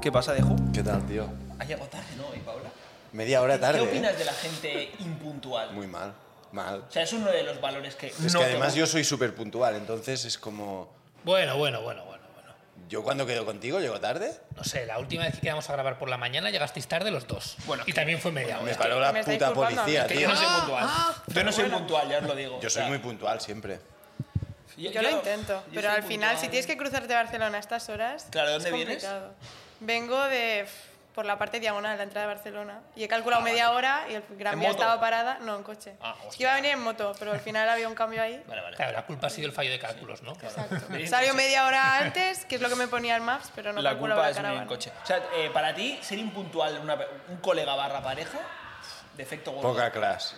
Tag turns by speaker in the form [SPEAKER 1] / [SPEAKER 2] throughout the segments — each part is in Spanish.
[SPEAKER 1] ¿Qué pasa, Dejo?
[SPEAKER 2] ¿Qué tal, tío?
[SPEAKER 1] Ha llegado tarde, ¿no? ¿Y Paula?
[SPEAKER 2] Media hora tarde.
[SPEAKER 1] ¿Qué
[SPEAKER 2] ¿eh?
[SPEAKER 1] opinas de la gente impuntual?
[SPEAKER 2] Muy mal, mal.
[SPEAKER 1] O sea, es uno de los valores que.
[SPEAKER 2] Es
[SPEAKER 1] no
[SPEAKER 2] que además yo
[SPEAKER 1] tengo.
[SPEAKER 2] soy súper puntual, entonces es como...
[SPEAKER 3] Bueno, bueno, bueno, bueno, bueno.
[SPEAKER 2] ¿Yo cuando quedo contigo llego tarde?
[SPEAKER 3] No sé, la última vez que quedamos a grabar por la mañana llegasteis tarde los dos.
[SPEAKER 1] Bueno,
[SPEAKER 3] y
[SPEAKER 1] que-
[SPEAKER 3] también fue media
[SPEAKER 2] Me
[SPEAKER 3] hora. Ah,
[SPEAKER 2] paró
[SPEAKER 4] que
[SPEAKER 2] la
[SPEAKER 4] me estáis
[SPEAKER 2] puta
[SPEAKER 4] culpando a mí,
[SPEAKER 2] policía,
[SPEAKER 4] que
[SPEAKER 1] Que yo
[SPEAKER 2] tío.
[SPEAKER 1] no soy puntual. yo no soy
[SPEAKER 4] bueno.
[SPEAKER 1] puntual, ya os lo digo.
[SPEAKER 2] Yo
[SPEAKER 1] O
[SPEAKER 2] soy
[SPEAKER 1] sea,
[SPEAKER 2] muy puntual siempre.
[SPEAKER 4] Yo, lo intento,
[SPEAKER 1] yo
[SPEAKER 4] pero
[SPEAKER 1] soy
[SPEAKER 4] al final,
[SPEAKER 1] puntual.
[SPEAKER 4] si tienes que cruzarte Barcelona a estas horas.
[SPEAKER 1] Claro, ¿de
[SPEAKER 4] es
[SPEAKER 1] dónde vienes?
[SPEAKER 4] complicado. Vengo de. pff, por la parte diagonal, la entrada de Barcelona. Y he calculado media hora y el
[SPEAKER 1] Ah, ¿En
[SPEAKER 4] Gran Vía
[SPEAKER 1] moto?
[SPEAKER 4] estaba parada. No, en coche.
[SPEAKER 3] Ah,
[SPEAKER 4] es que iba a venir en moto, pero al final había un cambio ahí.
[SPEAKER 1] Vale, vale.
[SPEAKER 3] Claro, la culpa ha sido el fallo de cálculos, ¿no?
[SPEAKER 1] Venid en
[SPEAKER 4] Salió
[SPEAKER 1] coche.
[SPEAKER 4] media hora antes, que es lo que me ponía el Maps, pero no
[SPEAKER 1] la culpa
[SPEAKER 4] calculaba la
[SPEAKER 1] es mi
[SPEAKER 4] caravana.
[SPEAKER 1] coche. O sea, eh, para ti, ser impuntual una pe- un colega barra pareja, defecto gordo.
[SPEAKER 2] Poca clase.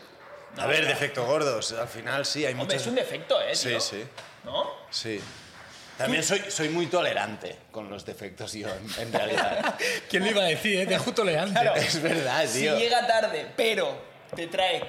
[SPEAKER 1] No,
[SPEAKER 2] A ver,
[SPEAKER 1] claro.
[SPEAKER 2] defecto gordos. Al final sí, hay
[SPEAKER 1] Hombre,
[SPEAKER 2] muchos...
[SPEAKER 1] es un defecto, ¿eh?
[SPEAKER 2] Sí,
[SPEAKER 1] tío?
[SPEAKER 2] sí,
[SPEAKER 1] ¿No?
[SPEAKER 2] sí. También soy, soy muy tolerante con los defectos yo, en, en realidad.
[SPEAKER 3] ¿Quién lo iba a decir? eh? Te justo leante.
[SPEAKER 1] Claro.
[SPEAKER 2] es verdad,
[SPEAKER 1] Si
[SPEAKER 2] tío.
[SPEAKER 1] llega tarde, pero te trae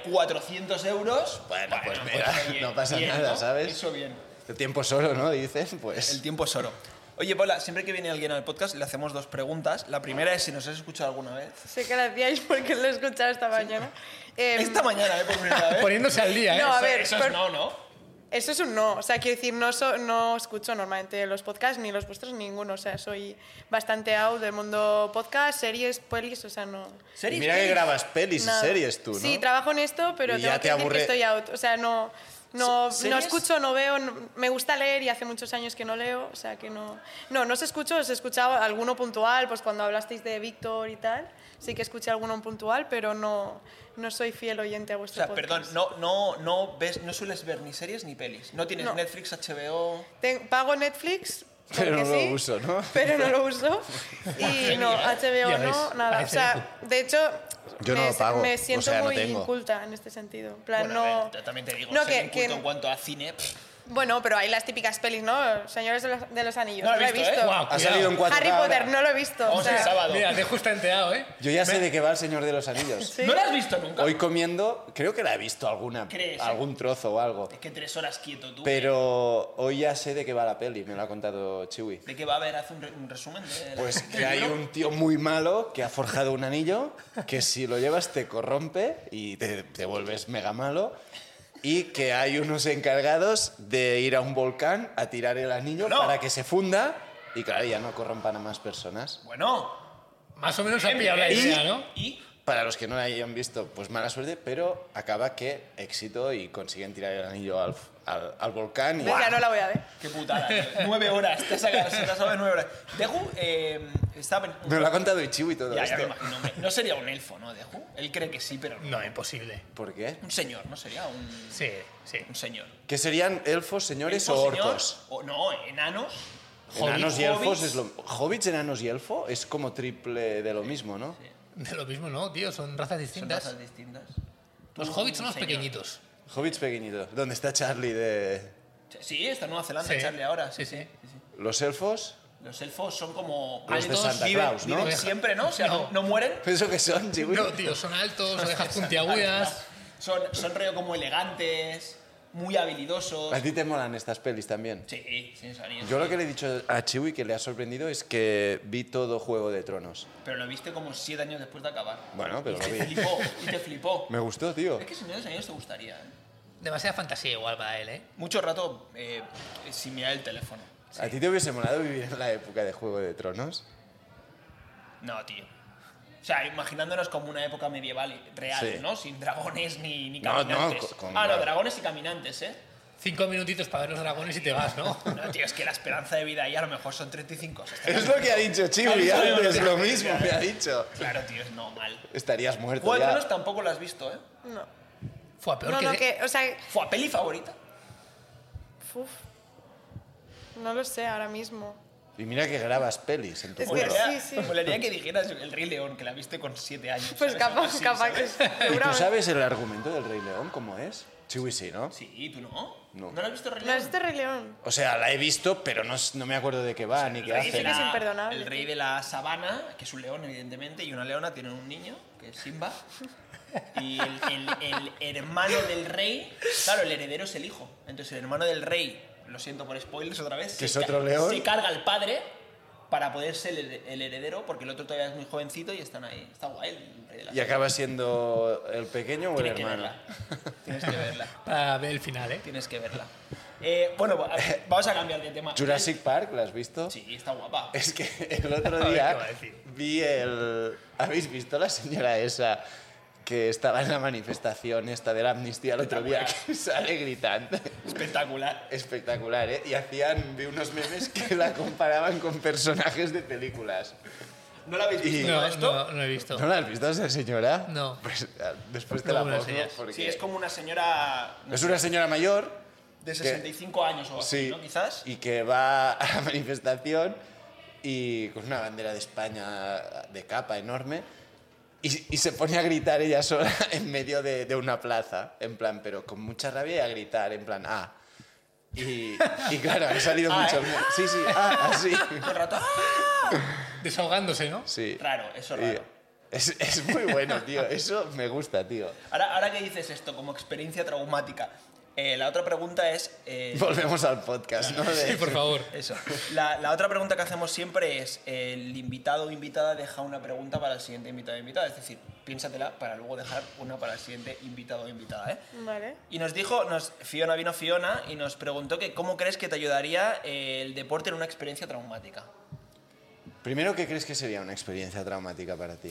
[SPEAKER 1] 400 euros.
[SPEAKER 2] Bueno, pues mira,
[SPEAKER 1] oye,
[SPEAKER 2] no pasa
[SPEAKER 1] bien,
[SPEAKER 2] nada,
[SPEAKER 1] ¿no?
[SPEAKER 2] ¿sabes?
[SPEAKER 1] Eso bien.
[SPEAKER 2] El tiempo solo, ¿no? Dicen, pues...
[SPEAKER 1] El tiempo es oro. Oye, Paula, siempre que viene alguien al podcast le hacemos dos preguntas. La primera es si nos has escuchado alguna vez.
[SPEAKER 4] Sé que la hacíais porque lo he escuchado esta mañana. Em,
[SPEAKER 1] Esta mañana, ¿eh? Por primera vez.
[SPEAKER 3] Poniéndose al día, ¿eh?
[SPEAKER 4] No, a ver,
[SPEAKER 1] Eso es
[SPEAKER 4] por-
[SPEAKER 1] no, ¿no?
[SPEAKER 4] Eso es un no. O sea, quiero decir, no, so- no escucho normalmente los podcasts, ni los vuestros, ninguno. O sea, soy bastante out del mundo podcast, series, pelis, o sea, no.
[SPEAKER 2] Y
[SPEAKER 1] ¿Series?
[SPEAKER 2] mira que grabas pelis y
[SPEAKER 4] nada.
[SPEAKER 2] series tú, ¿no?
[SPEAKER 4] Sí, trabajo en esto, pero
[SPEAKER 2] Y ya
[SPEAKER 4] tengo que
[SPEAKER 2] te
[SPEAKER 4] decir
[SPEAKER 2] aburre-
[SPEAKER 4] que estoy out. O sea, no, no,
[SPEAKER 1] ¿Se-
[SPEAKER 4] no
[SPEAKER 1] series?
[SPEAKER 4] escucho, no veo, no- me gusta leer y hace muchos años que no leo, o sea, que no... No, no os escucho, os he escuchado alguno puntual, pues cuando hablasteis de Víctor y tal, sí que escuché alguno puntual, pero no, no soy fiel oyente a
[SPEAKER 1] O
[SPEAKER 4] vuestro
[SPEAKER 1] sea,
[SPEAKER 4] podcast.
[SPEAKER 1] perdón, no, no, no, ves, no sueles ver ni series ni pelis. No tienes
[SPEAKER 4] No.
[SPEAKER 1] Netflix, HBO.
[SPEAKER 4] Ten- pago Netflix. porque
[SPEAKER 2] Pero no lo
[SPEAKER 4] sí,
[SPEAKER 2] uso, ¿no?
[SPEAKER 4] Pero no lo uso. Y no,
[SPEAKER 3] Ya
[SPEAKER 4] HBO no,
[SPEAKER 3] ves,
[SPEAKER 4] nada. O sea, de hecho,
[SPEAKER 2] Yo no
[SPEAKER 4] me,
[SPEAKER 2] lo pago,
[SPEAKER 4] me
[SPEAKER 2] o
[SPEAKER 4] siento
[SPEAKER 2] sea, no
[SPEAKER 4] muy
[SPEAKER 2] tengo.
[SPEAKER 4] inculta en este sentido. En plan,
[SPEAKER 1] Bueno, a
[SPEAKER 4] no.
[SPEAKER 1] ver, yo también te digo,
[SPEAKER 4] no,
[SPEAKER 1] soy
[SPEAKER 4] que-
[SPEAKER 1] inculto
[SPEAKER 4] que-
[SPEAKER 1] en cuanto a cine. pff,
[SPEAKER 4] Bueno, pero hay las típicas pelis, ¿no? Señores de los, de los Anillos.
[SPEAKER 1] No lo he visto, ¿eh?
[SPEAKER 3] Guau,
[SPEAKER 2] Ha salido en cuatro
[SPEAKER 4] Harry Potter, no lo he visto.
[SPEAKER 1] vamos
[SPEAKER 4] o sea,
[SPEAKER 1] el sábado.
[SPEAKER 3] Mira, te justo enteado, ¿eh?
[SPEAKER 2] Yo ya sé de qué va el Señor de los Anillos.
[SPEAKER 4] sí.
[SPEAKER 1] ¿No la has visto nunca?
[SPEAKER 2] Hoy comiendo, creo que la he visto alguna,
[SPEAKER 1] ¿Crees?
[SPEAKER 2] algún trozo o algo.
[SPEAKER 1] Es que tres horas quieto tú.
[SPEAKER 2] Pero hoy ya sé de qué va la peli, me lo ha contado Chiwi.
[SPEAKER 1] ¿De qué va a haber? Haz un, re- un resumen. De
[SPEAKER 2] Pues
[SPEAKER 1] del
[SPEAKER 2] que hay
[SPEAKER 1] libro.
[SPEAKER 2] un tío muy malo que ha forjado un anillo que si lo llevas te corrompe y te, te vuelves mega malo. Y que hay unos encargados de ir a un volcán a tirar el anillo
[SPEAKER 1] No.
[SPEAKER 2] para que se funda y claro, ya no corrompan a más personas.
[SPEAKER 1] Bueno.
[SPEAKER 3] Más o menos ha pillado la
[SPEAKER 1] bien,
[SPEAKER 3] idea,
[SPEAKER 1] bien.
[SPEAKER 3] ¿no?
[SPEAKER 1] Em, Y
[SPEAKER 2] Para los que no la hayan visto, pues mala suerte, pero acaba que éxito y consiguen tirar el anillo al, al- al volcán. Y
[SPEAKER 4] Venga, no la voy a ver.
[SPEAKER 1] Qué putada, tío. Nueve horas. Te has sacado, se te ha sacado nueve horas. Deju eh, está...
[SPEAKER 2] Me lo ha contado este. Ichigo y todo
[SPEAKER 1] Ya, ya
[SPEAKER 2] esto.
[SPEAKER 1] me imagino. hombre. No sería un elfo, ¿no, Deju? Él cree que sí, pero no.
[SPEAKER 3] No, imposible.
[SPEAKER 2] ¿Por qué?
[SPEAKER 1] Un señor, ¿no? Sería un,
[SPEAKER 3] Sí, sí.
[SPEAKER 1] un señor.
[SPEAKER 2] ¿Qué serían elfos, señores
[SPEAKER 1] Elfo,
[SPEAKER 2] o
[SPEAKER 1] señor,
[SPEAKER 2] orcos?
[SPEAKER 1] o- no, enanos.
[SPEAKER 2] enanos y
[SPEAKER 1] hobbits.
[SPEAKER 2] elfos es lo Hobbits, enanos y elfo es como triple de lo mismo, ¿no?
[SPEAKER 3] De lo mismo, ¿no, tío? Son razas
[SPEAKER 1] Son
[SPEAKER 3] distintas.
[SPEAKER 1] razas distintas.
[SPEAKER 3] Los
[SPEAKER 1] Tú,
[SPEAKER 3] hobbits
[SPEAKER 1] un
[SPEAKER 3] son los
[SPEAKER 1] señor.
[SPEAKER 3] pequeñitos.
[SPEAKER 2] Hobbits pequeñitos. ¿Dónde está Charlie de
[SPEAKER 1] Sí, está en Nueva Zelanda,
[SPEAKER 3] Sí.
[SPEAKER 1] Charlie, ahora. Sí,
[SPEAKER 3] Sí,
[SPEAKER 1] sí.
[SPEAKER 3] sí.
[SPEAKER 1] sí.
[SPEAKER 2] los elfos?
[SPEAKER 1] Los elfos son como...
[SPEAKER 2] Los de
[SPEAKER 1] altos,
[SPEAKER 2] Santa
[SPEAKER 1] viven,
[SPEAKER 2] Claus, ¿no?
[SPEAKER 1] viven siempre, ¿no? O sea, no,
[SPEAKER 3] No.
[SPEAKER 1] no mueren.
[SPEAKER 2] ¿Eso que son, Chiwi?
[SPEAKER 3] No, tío, son altos, orejas puntiagudas.
[SPEAKER 1] Son, son rollo como elegantes, muy habilidosos.
[SPEAKER 2] A ti te molan estas pelis también.
[SPEAKER 1] Sí, sí, son ellos.
[SPEAKER 2] Yo lo que le he dicho a Chiwi que le ha sorprendido es que vi todo Juego de Tronos.
[SPEAKER 1] Pero lo viste como siete años después de acabar.
[SPEAKER 2] Bueno, pero
[SPEAKER 1] y
[SPEAKER 2] lo
[SPEAKER 1] te
[SPEAKER 2] vi.
[SPEAKER 1] flipó, y te flipó.
[SPEAKER 2] Me gustó, tío.
[SPEAKER 1] Es que Señor de los Anillos te gustaría, ¿eh?
[SPEAKER 3] Demasiada fantasía igual para él, ¿eh?
[SPEAKER 1] Mucho rato eh, sin mirar el teléfono.
[SPEAKER 2] ¿A ti te hubiese molado vivir en la época de Juego de Tronos?
[SPEAKER 1] No, tío. O sea, imaginándonos como una época medieval y- real,
[SPEAKER 2] Sí.
[SPEAKER 1] ¿no? Sin dragones ni, ni
[SPEAKER 2] No, no,
[SPEAKER 1] caminantes.
[SPEAKER 2] con- con-
[SPEAKER 1] ah, no, dragones y caminantes, ¿eh?
[SPEAKER 3] Cinco minutitos para ver los dragones y te vas, ¿no?
[SPEAKER 1] No, tío, es que la esperanza de vida ahí a lo mejor son 35. o sea, está-
[SPEAKER 2] Es lo que ha dicho Chiwi
[SPEAKER 1] Ha dicho
[SPEAKER 2] antes,
[SPEAKER 1] lo
[SPEAKER 2] lo
[SPEAKER 1] que-
[SPEAKER 2] mismo me ha dicho.
[SPEAKER 1] Claro, tío, es normal.
[SPEAKER 2] Estarías muerto
[SPEAKER 1] Juego de
[SPEAKER 2] ya.
[SPEAKER 1] Tronos tampoco lo has visto, ¿eh?
[SPEAKER 4] No.
[SPEAKER 3] Fue a peor
[SPEAKER 4] No,
[SPEAKER 3] que...
[SPEAKER 4] no, que, o sea,
[SPEAKER 1] ¿Fue a peli favorita?
[SPEAKER 4] uf. no lo sé ahora mismo.
[SPEAKER 2] Y mira que grabas pelis en tu
[SPEAKER 4] Es que-
[SPEAKER 2] curro.
[SPEAKER 1] Molaría,
[SPEAKER 4] sí, sí.
[SPEAKER 1] molaría que dijeras El Rey León, que la viste con 7 años.
[SPEAKER 4] Pues
[SPEAKER 1] ¿sabes?
[SPEAKER 4] capaz,
[SPEAKER 1] Algo así,
[SPEAKER 4] capaz que
[SPEAKER 1] ¿sabes?
[SPEAKER 4] sí,
[SPEAKER 2] ¿Y tú
[SPEAKER 4] seguramente.
[SPEAKER 2] sabes el argumento del Rey León cómo es? Chiwi sí, ¿no?
[SPEAKER 1] Sí, ¿tú no?
[SPEAKER 2] No.
[SPEAKER 1] ¿No lo has visto el Rey
[SPEAKER 4] No
[SPEAKER 1] León?
[SPEAKER 4] es este Rey León.
[SPEAKER 2] O sea, la he visto, pero no, s- no me acuerdo de qué va ni qué
[SPEAKER 1] El rey
[SPEAKER 2] hace.
[SPEAKER 1] de
[SPEAKER 4] Sí que es
[SPEAKER 1] la-
[SPEAKER 4] imperdonable.
[SPEAKER 1] el rey de la sabana, que es un león, evidentemente, y una leona tienen un niño, que es Simba. Y el, el- el hermano del rey, claro, el heredero es el hijo. Entonces el hermano del rey, lo siento por spoilers otra vez,
[SPEAKER 2] Que es
[SPEAKER 1] ca-
[SPEAKER 2] otro león.
[SPEAKER 1] se carga al padre para poder ser el, el heredero, porque el otro todavía es muy jovencito y están ahí. Está guay el rey de la
[SPEAKER 2] ¿Y acaba siendo el pequeño o el
[SPEAKER 1] Tienes que
[SPEAKER 2] hermano?
[SPEAKER 1] verla. Tienes que verla.
[SPEAKER 3] Para ver el final, ¿eh?
[SPEAKER 1] Tienes que verla. Eh, bueno, va- vamos a cambiar de tema.
[SPEAKER 2] Jurassic Park, ¿la has visto?
[SPEAKER 1] Sí, está guapa.
[SPEAKER 2] Es que el otro
[SPEAKER 3] A ver qué
[SPEAKER 2] día
[SPEAKER 3] va a decir.
[SPEAKER 2] vi el... ¿Habéis visto la señora esa que estaba en la manifestación esta de la amnistía el otro día que sale gritando?
[SPEAKER 1] Espectacular.
[SPEAKER 2] Espectacular, ¿eh? Y hacían, vi unos memes que la comparaban con personajes de películas.
[SPEAKER 1] ¿No la habéis
[SPEAKER 2] Y-
[SPEAKER 1] visto
[SPEAKER 3] No,
[SPEAKER 1] esto?
[SPEAKER 3] no, no he visto.
[SPEAKER 2] ¿No la has visto esa señora?
[SPEAKER 3] No.
[SPEAKER 2] Pues ah, después te
[SPEAKER 3] Luego
[SPEAKER 2] la
[SPEAKER 3] me la
[SPEAKER 2] pongo
[SPEAKER 3] enseñas.
[SPEAKER 2] porque...
[SPEAKER 1] Sí, es como una señora no
[SPEAKER 2] Es
[SPEAKER 1] sé,
[SPEAKER 2] una señora mayor.
[SPEAKER 1] de 65 años o así,
[SPEAKER 2] Sí.
[SPEAKER 1] ¿no? Quizás.
[SPEAKER 2] Y que va a la manifestación y con una bandera de España de capa enorme y, y se pone a gritar ella sola en medio de, de una plaza, en plan, pero con mucha rabia y a gritar, en plan, ah. Y, y claro, han salido
[SPEAKER 1] Ah,
[SPEAKER 2] muchos.
[SPEAKER 1] ¿eh?
[SPEAKER 2] memes. Sí, sí, ah, así.
[SPEAKER 1] Todo el rato. ¡ah!
[SPEAKER 3] Desahogándose, ¿no?
[SPEAKER 2] Sí.
[SPEAKER 1] Raro, eso es
[SPEAKER 2] Y
[SPEAKER 1] raro.
[SPEAKER 2] Es, es muy bueno, tío. Eso me gusta, tío.
[SPEAKER 1] Ahora, ahora que dices esto como experiencia traumática, eh, la otra pregunta es... eh,
[SPEAKER 2] Volvemos al podcast, ¿no? De-
[SPEAKER 3] Sí, por favor.
[SPEAKER 1] eso. La, la otra pregunta que hacemos siempre es, eh, el invitado o invitada deja una pregunta para el siguiente invitado o invitada. Es decir, piénsatela para luego dejar una para el siguiente invitado o invitada, ¿eh?
[SPEAKER 4] Vale.
[SPEAKER 1] Y nos dijo, nos, Fiona vino Fiona y nos preguntó que cómo crees que te ayudaría eh, el deporte en una experiencia traumática.
[SPEAKER 2] Primero, ¿qué crees que sería una experiencia traumática para ti?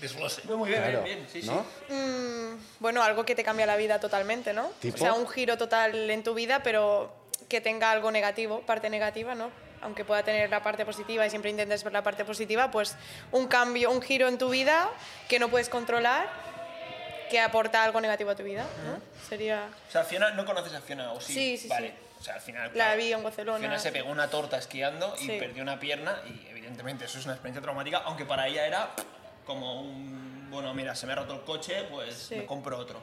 [SPEAKER 3] Desglose.
[SPEAKER 1] Pues Muy bien,
[SPEAKER 2] Claro,
[SPEAKER 1] bien, bien, sí,
[SPEAKER 2] ¿no?
[SPEAKER 1] sí.
[SPEAKER 4] Mm, bueno, algo que te cambia la vida totalmente, ¿no?
[SPEAKER 2] ¿Tipo?
[SPEAKER 4] O sea, un giro total en tu vida, pero que tenga algo negativo, parte negativa, ¿no? Aunque pueda tener la parte positiva y siempre intentes ver la parte positiva, pues un cambio, un giro en tu vida que no puedes controlar, que aporta algo negativo a tu vida, ¿no? Sería...
[SPEAKER 1] O sea, Fiona, ¿no conoces a Fiona o sí?
[SPEAKER 4] Sí, sí,
[SPEAKER 1] vale.
[SPEAKER 4] sí.
[SPEAKER 1] O sea, al final.
[SPEAKER 4] La vi en Barcelona.
[SPEAKER 1] Fiona se pegó una torta esquiando y
[SPEAKER 4] Sí.
[SPEAKER 1] perdió una pierna, y evidentemente eso es una experiencia traumática, aunque para ella era como un. Bueno, mira, se me ha roto el coche, pues
[SPEAKER 4] Sí.
[SPEAKER 1] me compro otro.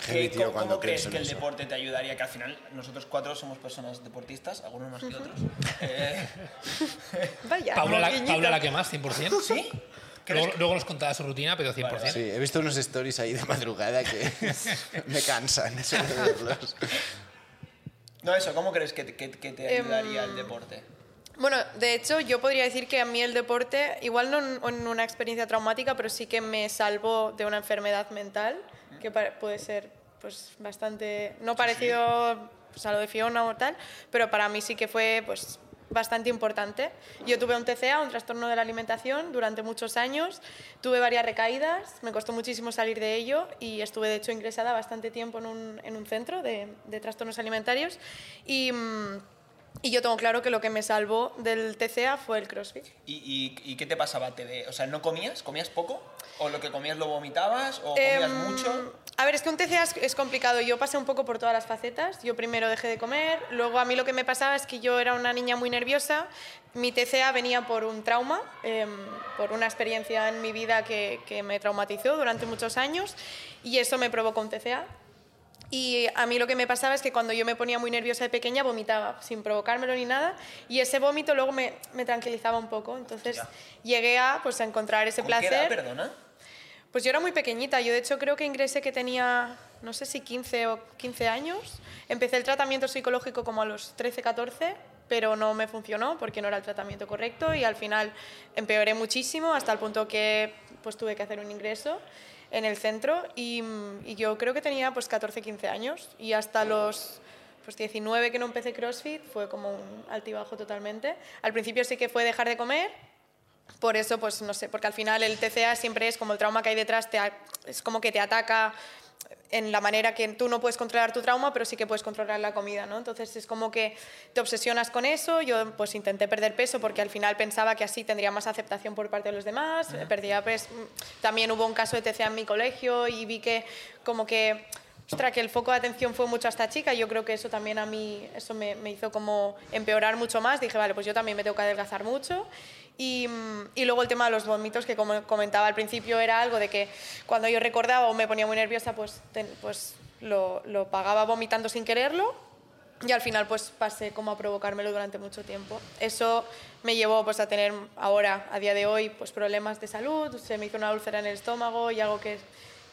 [SPEAKER 2] Heavy,
[SPEAKER 1] ¿Qué-
[SPEAKER 2] tío,
[SPEAKER 1] ¿Cómo,
[SPEAKER 2] cuando
[SPEAKER 1] cómo crees
[SPEAKER 2] pienso en
[SPEAKER 1] que el
[SPEAKER 2] eso.
[SPEAKER 1] deporte te ayudaría? Que al final nosotros cuatro somos personas deportistas, algunos más que otros. Eh,
[SPEAKER 4] Vaya.
[SPEAKER 3] Paula la,
[SPEAKER 4] guiñito.
[SPEAKER 3] Paula la que más, 100%.
[SPEAKER 1] ¿Sí? ¿Crees
[SPEAKER 3] Luego, luego nos contaba su rutina, pero 100%.
[SPEAKER 2] Sí, he visto unos stories ahí de madrugada que me cansan solo de verlos.
[SPEAKER 1] No, eso, ¿cómo crees que, te- que- que te
[SPEAKER 4] Em,
[SPEAKER 1] ayudaría el deporte?
[SPEAKER 4] Bueno, de hecho, yo podría decir que a mí el deporte, igual no en- en una experiencia traumática, pero sí que me salvó de una enfermedad mental, que pa- puede ser pues bastante, no parecido pues, a lo de Fiona o tal, pero para mí sí que fue pues bastante importante. Yo tuve un TCA, un trastorno de la alimentación, durante muchos años, tuve varias recaídas, me costó muchísimo salir de ello y estuve de hecho ingresada bastante tiempo en un, en un centro de, de trastornos alimentarios y... mm, y yo tengo claro que lo que me salvó del TCA fue el CrossFit.
[SPEAKER 1] ¿Y, y, y qué te pasaba? ¿Te de- o sea, ¿no comías? ¿Comías poco? ¿O lo que comías lo vomitabas? ¿O comías
[SPEAKER 4] Em,
[SPEAKER 1] mucho?
[SPEAKER 4] A ver, es que un TCA es, es complicado. Yo pasé un poco por todas las facetas. Yo primero dejé de comer, luego a mí lo que me pasaba es que yo era una niña muy nerviosa. Mi TCA venía por un trauma, em, por una experiencia en mi vida que, que me traumatizó durante muchos años y eso me provocó un TCA. Y a mí lo que me pasaba es que cuando yo me ponía muy nerviosa de pequeña vomitaba, sin provocármelo ni nada, y ese vómito luego me, me tranquilizaba un poco. Entonces
[SPEAKER 1] Hostia.
[SPEAKER 4] llegué a, pues, a encontrar ese
[SPEAKER 1] ¿Con
[SPEAKER 4] placer.
[SPEAKER 1] qué edad, perdona?
[SPEAKER 4] Pues yo era muy pequeñita, yo de hecho creo que ingresé que tenía, no sé si 15 o 15 años. Empecé el tratamiento psicológico como a los 13, 14, pero no me funcionó porque no era el tratamiento correcto y al final empeoré muchísimo hasta el punto que pues tuve que hacer un ingreso en el centro y, mm, y yo creo que tenía pues 14, 15 años y hasta los pues 19 que no empecé CrossFit fue como un altibajo totalmente. Al principio sí que fue dejar de comer, por eso, pues no sé, porque al final el TCA siempre es como el trauma que hay detrás, te a- es como que te ataca en la manera que tú no puedes controlar tu trauma, pero sí que puedes controlar la comida, ¿no? Entonces es como que te obsesionas con eso, yo pues intenté perder peso porque al final pensaba que así tendría más aceptación por parte de los demás, eh, perdía peso, Mm, también hubo un caso de TCA en mi colegio y vi que como que, ostras, que el foco de atención fue mucho a esta chica, yo creo que eso también a mí, eso me, me hizo como empeorar mucho más, dije, vale, pues yo también me tengo que adelgazar mucho y, mm, y luego el tema de los vómitos, que como comentaba al principio, era algo de que cuando yo recordaba o me ponía muy nerviosa, pues, ten- pues lo, lo pagaba vomitando sin quererlo. Y al final pues pasé como a provocármelo durante mucho tiempo. Eso me llevó pues a tener ahora, a día de hoy, pues problemas de salud, se me hizo una úlcera en el estómago y algo que,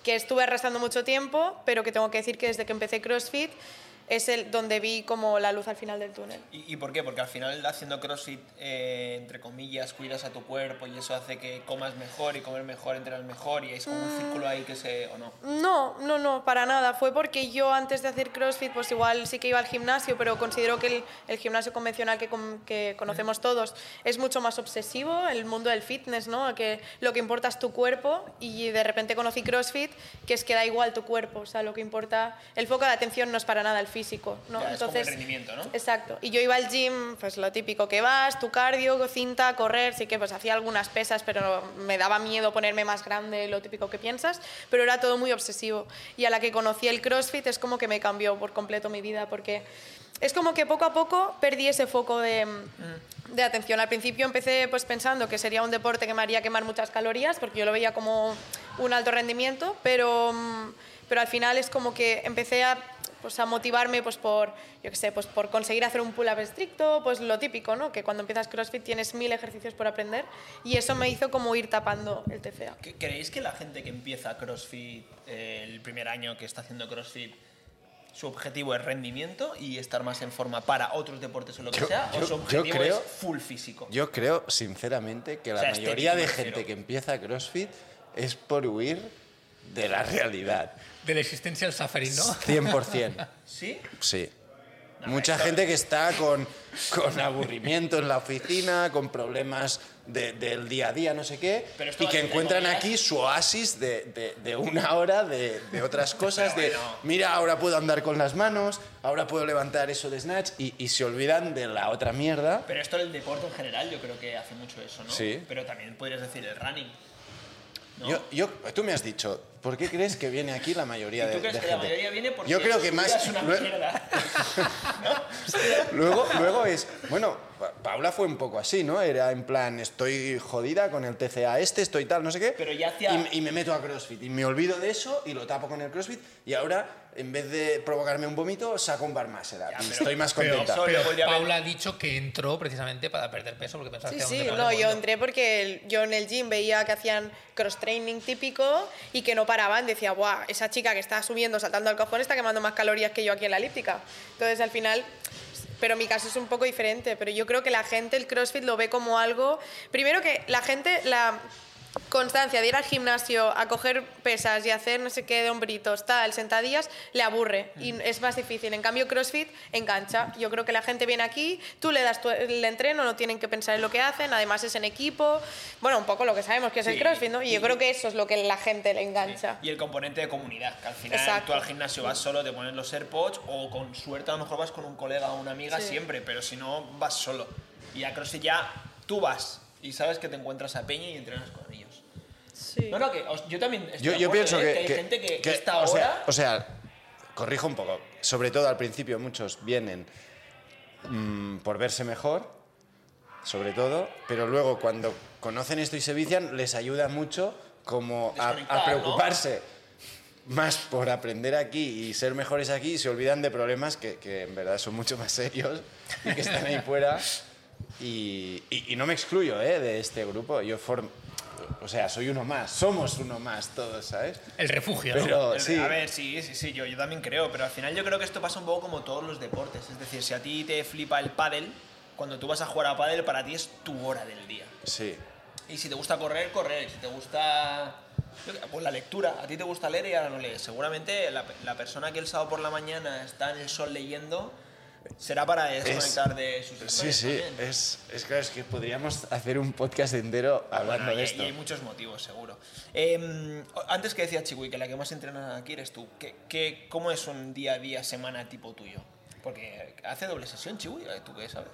[SPEAKER 4] que estuve arrastrando mucho tiempo, pero que tengo que decir que desde que empecé CrossFit es el donde vi como la luz al final del túnel.
[SPEAKER 1] ¿Y, y por qué? Porque al final haciendo crossfit, eh, entre comillas, cuidas a tu cuerpo y eso hace que comas mejor y comer mejor, entrenas mejor y es como
[SPEAKER 4] Mm.
[SPEAKER 1] un círculo ahí que se... ¿O no?
[SPEAKER 4] No, no, no, para nada. Fue porque yo antes de hacer CrossFit, pues igual sí que iba al gimnasio, pero considero que el, el gimnasio convencional que, con- que conocemos todos es mucho más obsesivo, el mundo del fitness, ¿no? Que lo que importa es tu cuerpo y de repente conocí CrossFit, que es que da igual tu cuerpo, o sea, lo que importa, el foco de atención no es para nada el físico, ¿no?
[SPEAKER 1] Ya, es como el rendimiento, ¿no?
[SPEAKER 4] Exacto. Y yo iba al gym, pues lo típico que vas, tu cardio, cinta, correr, sí que pues hacía algunas pesas, pero no- me daba miedo ponerme más grande, lo típico que piensas, pero era todo muy obsesivo. Y a la que conocí el CrossFit es como que me cambió por completo mi vida, porque es como que poco a poco perdí ese foco de, de atención. Al principio empecé pues pensando que sería un deporte que me haría quemar muchas calorías, porque yo lo veía como un alto rendimiento, pero, mm, pero al final es como que empecé a pues a motivarme pues por yo qué sé pues por conseguir hacer un pull up estricto pues lo típico no que cuando empiezas CrossFit tienes mil ejercicios por aprender y eso me hizo como ir tapando el TCA
[SPEAKER 1] ¿Cre- ¿Creéis que la gente que empieza CrossFit eh, el primer año que está haciendo CrossFit, su objetivo es rendimiento y estar más en forma para otros deportes o lo que
[SPEAKER 2] Yo-
[SPEAKER 1] sea?
[SPEAKER 2] yo-
[SPEAKER 1] ¿O su
[SPEAKER 2] yo
[SPEAKER 1] objetivo
[SPEAKER 2] creo-
[SPEAKER 1] es full físico?
[SPEAKER 2] Yo creo, sinceramente, que la
[SPEAKER 1] O sea,
[SPEAKER 2] mayoría
[SPEAKER 1] estético,
[SPEAKER 2] de
[SPEAKER 1] me refiero.
[SPEAKER 2] gente que empieza CrossFit es por huir de la realidad.
[SPEAKER 3] De la existencia del suffering, ¿no?
[SPEAKER 2] 100%.
[SPEAKER 1] ¿Sí?
[SPEAKER 2] Sí. Mucha gente que está con, con aburrimiento en la oficina, con problemas de- del día a día, no sé qué,
[SPEAKER 1] Pero esto
[SPEAKER 2] y
[SPEAKER 1] va
[SPEAKER 2] que
[SPEAKER 1] entre
[SPEAKER 2] encuentran
[SPEAKER 1] comillas.
[SPEAKER 2] aquí su oasis de, de- de una hora de, de otras cosas,
[SPEAKER 1] Pero
[SPEAKER 2] de
[SPEAKER 1] bueno.
[SPEAKER 2] mira, ahora puedo andar con las manos, ahora puedo levantar eso de snatch, y, y se olvidan de la otra mierda.
[SPEAKER 1] Pero esto del deporte en general yo creo que hace mucho eso, ¿no?
[SPEAKER 2] Sí. Eh,
[SPEAKER 1] Pero también podrías decir el running. ¿no?
[SPEAKER 2] Yo, yo- tú me has dicho, ¿por qué crees que viene aquí la mayoría
[SPEAKER 1] ¿Y
[SPEAKER 2] de,
[SPEAKER 1] tú crees
[SPEAKER 2] de
[SPEAKER 1] que la
[SPEAKER 2] gente?
[SPEAKER 1] mayoría viene porque
[SPEAKER 2] yo creo que
[SPEAKER 1] tu vida
[SPEAKER 2] más...
[SPEAKER 1] es una
[SPEAKER 2] lue-
[SPEAKER 1] mierda?
[SPEAKER 2] Luego, luego es, bueno, Pa- Paula fue un poco así, ¿no? Era en plan, estoy jodida con el TCA este, estoy tal, no sé qué.
[SPEAKER 1] Pero ya hacía-
[SPEAKER 2] Y, y me meto a CrossFit y me olvido de eso y lo tapo con el CrossFit y ahora, en vez de provocarme un vómito, saco un bar más. era, y
[SPEAKER 1] pero-
[SPEAKER 2] estoy más
[SPEAKER 3] Pero,
[SPEAKER 2] contenta.
[SPEAKER 1] Solo
[SPEAKER 3] pero
[SPEAKER 1] podría haber-
[SPEAKER 3] Paula ha dicho que entró precisamente para perder peso porque pensaba
[SPEAKER 4] Sí,
[SPEAKER 3] que era un
[SPEAKER 4] sí,
[SPEAKER 3] deporte
[SPEAKER 4] no, yo
[SPEAKER 3] moderno.
[SPEAKER 4] entré porque el- yo en el gym veía que hacían cross training típico y que no paraban. Decía, guau, esa chica que está subiendo, saltando al cajón, está quemando más calorías que yo aquí en la elíptica. Entonces al final, pero mi caso es un poco diferente. Pero yo creo que la gente, el CrossFit lo ve como algo. Primero que la gente, la constancia de ir al gimnasio a coger pesas y hacer no sé qué de hombritos, tal, sentadillas, le aburre y
[SPEAKER 1] Mm.
[SPEAKER 4] es más difícil. En cambio, CrossFit engancha. Yo creo que la gente viene aquí, tú le das tu- el entreno, no tienen que pensar en lo que hacen, además es en equipo. Bueno, un poco lo que sabemos que es el
[SPEAKER 1] Sí,
[SPEAKER 4] CrossFit, ¿no? Y yo
[SPEAKER 1] y-
[SPEAKER 4] creo que eso es lo que la gente le engancha.
[SPEAKER 1] Y el componente de comunidad, que al final tú
[SPEAKER 4] Exacto.
[SPEAKER 1] al gimnasio vas solo, te pones los AirPods o con suerte a lo mejor vas con un colega o una amiga
[SPEAKER 4] Sí.
[SPEAKER 1] siempre, pero si no vas solo. Y a CrossFit ya tú vas y sabes que te encuentras a Peña y entrenas con ellos.
[SPEAKER 4] Sí.
[SPEAKER 1] No, no, que os- yo también estoy
[SPEAKER 2] yo,
[SPEAKER 1] de
[SPEAKER 2] yo
[SPEAKER 1] acuerdo,
[SPEAKER 2] pienso
[SPEAKER 1] ¿eh?
[SPEAKER 2] que,
[SPEAKER 1] hay
[SPEAKER 2] que-
[SPEAKER 1] gente que,
[SPEAKER 2] que,
[SPEAKER 1] está
[SPEAKER 2] o sea,
[SPEAKER 1] ahora...
[SPEAKER 2] o sea, corrijo un poco. Sobre todo al principio muchos vienen mm, por verse mejor, sobre todo, pero luego cuando conocen esto y se vician, les ayuda mucho como a, a
[SPEAKER 1] Desconectar, ¿no?
[SPEAKER 2] preocuparse más por aprender aquí y ser mejores aquí y se olvidan de problemas que, que en verdad son mucho más serios y que están ahí fuera. Y, y- y no me excluyo ¿eh? de este grupo. Yo form- o sea, soy uno más, somos uno más todos, ¿sabes?
[SPEAKER 3] El refugio, ¿no?
[SPEAKER 2] Pero
[SPEAKER 1] El-
[SPEAKER 2] sí,
[SPEAKER 1] A ver, sí, sí, sí, yo, yo también creo, pero al final yo creo que esto pasa un poco como todos los deportes. Es decir, si a ti te flipa el pádel, cuando tú vas a jugar a pádel, para ti es tu hora del día.
[SPEAKER 2] sí.
[SPEAKER 1] Y si te gusta correr, correr. Y si te gusta. yo qué- Pues la lectura. A ti te gusta leer y ahora no lees. Seguramente la, la persona que el sábado por la mañana está en el sol leyendo será para desconectar de sus
[SPEAKER 2] Sí, eh,
[SPEAKER 1] historias
[SPEAKER 2] sí,
[SPEAKER 1] también.
[SPEAKER 2] es, es claro, es que podríamos hacer un podcast entero hablando
[SPEAKER 1] Ah, Bueno, y,
[SPEAKER 2] de
[SPEAKER 1] y
[SPEAKER 2] esto.
[SPEAKER 1] hay muchos motivos, seguro. Eh, antes que decía Chiwi, que la que más entrena aquí eres tú, ¿Qué, qué, cómo es un día a día, semana tipo tuyo? Porque hace doble sesión, Chiwi, ¿tú qué sabes?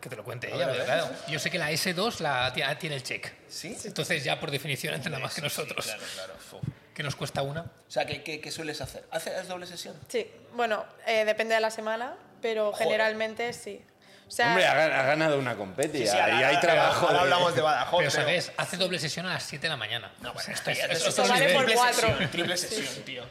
[SPEAKER 3] Que te lo cuente
[SPEAKER 1] A ver,
[SPEAKER 3] ella,
[SPEAKER 1] a
[SPEAKER 3] pero
[SPEAKER 1] ver.
[SPEAKER 3] claro. Yo sé que la S2 la ti- ah, tiene el check.
[SPEAKER 1] ¿Sí?
[SPEAKER 3] Entonces ya por definición entrena más que nosotros.
[SPEAKER 1] Sí, claro, claro. Uf.
[SPEAKER 3] Que nos cuesta una.
[SPEAKER 1] O sea, ¿qué, qué, qué sueles hacer? ¿Haces doble sesión?
[SPEAKER 4] Sí, bueno, eh, depende de la semana, pero
[SPEAKER 1] Joder.
[SPEAKER 4] generalmente sí. O sea,
[SPEAKER 2] Hombre, ha, gan- ha ganado una competi y
[SPEAKER 1] ahora-
[SPEAKER 2] hay
[SPEAKER 1] ahora-
[SPEAKER 2] trabajo.
[SPEAKER 1] Ahora
[SPEAKER 2] de-
[SPEAKER 1] hablamos de Badajoz.
[SPEAKER 3] pero,
[SPEAKER 1] pero-
[SPEAKER 3] ¿sabes? Hace doble sesión a las 7 de la mañana.
[SPEAKER 1] No, bueno,
[SPEAKER 3] esto
[SPEAKER 1] esto,
[SPEAKER 3] es-
[SPEAKER 1] ya-
[SPEAKER 3] esto
[SPEAKER 1] esto
[SPEAKER 3] es
[SPEAKER 1] es
[SPEAKER 3] otro
[SPEAKER 4] vale
[SPEAKER 3] nivel.
[SPEAKER 4] por
[SPEAKER 1] triple
[SPEAKER 4] cuatro.
[SPEAKER 1] sesión, triple sesión, tío.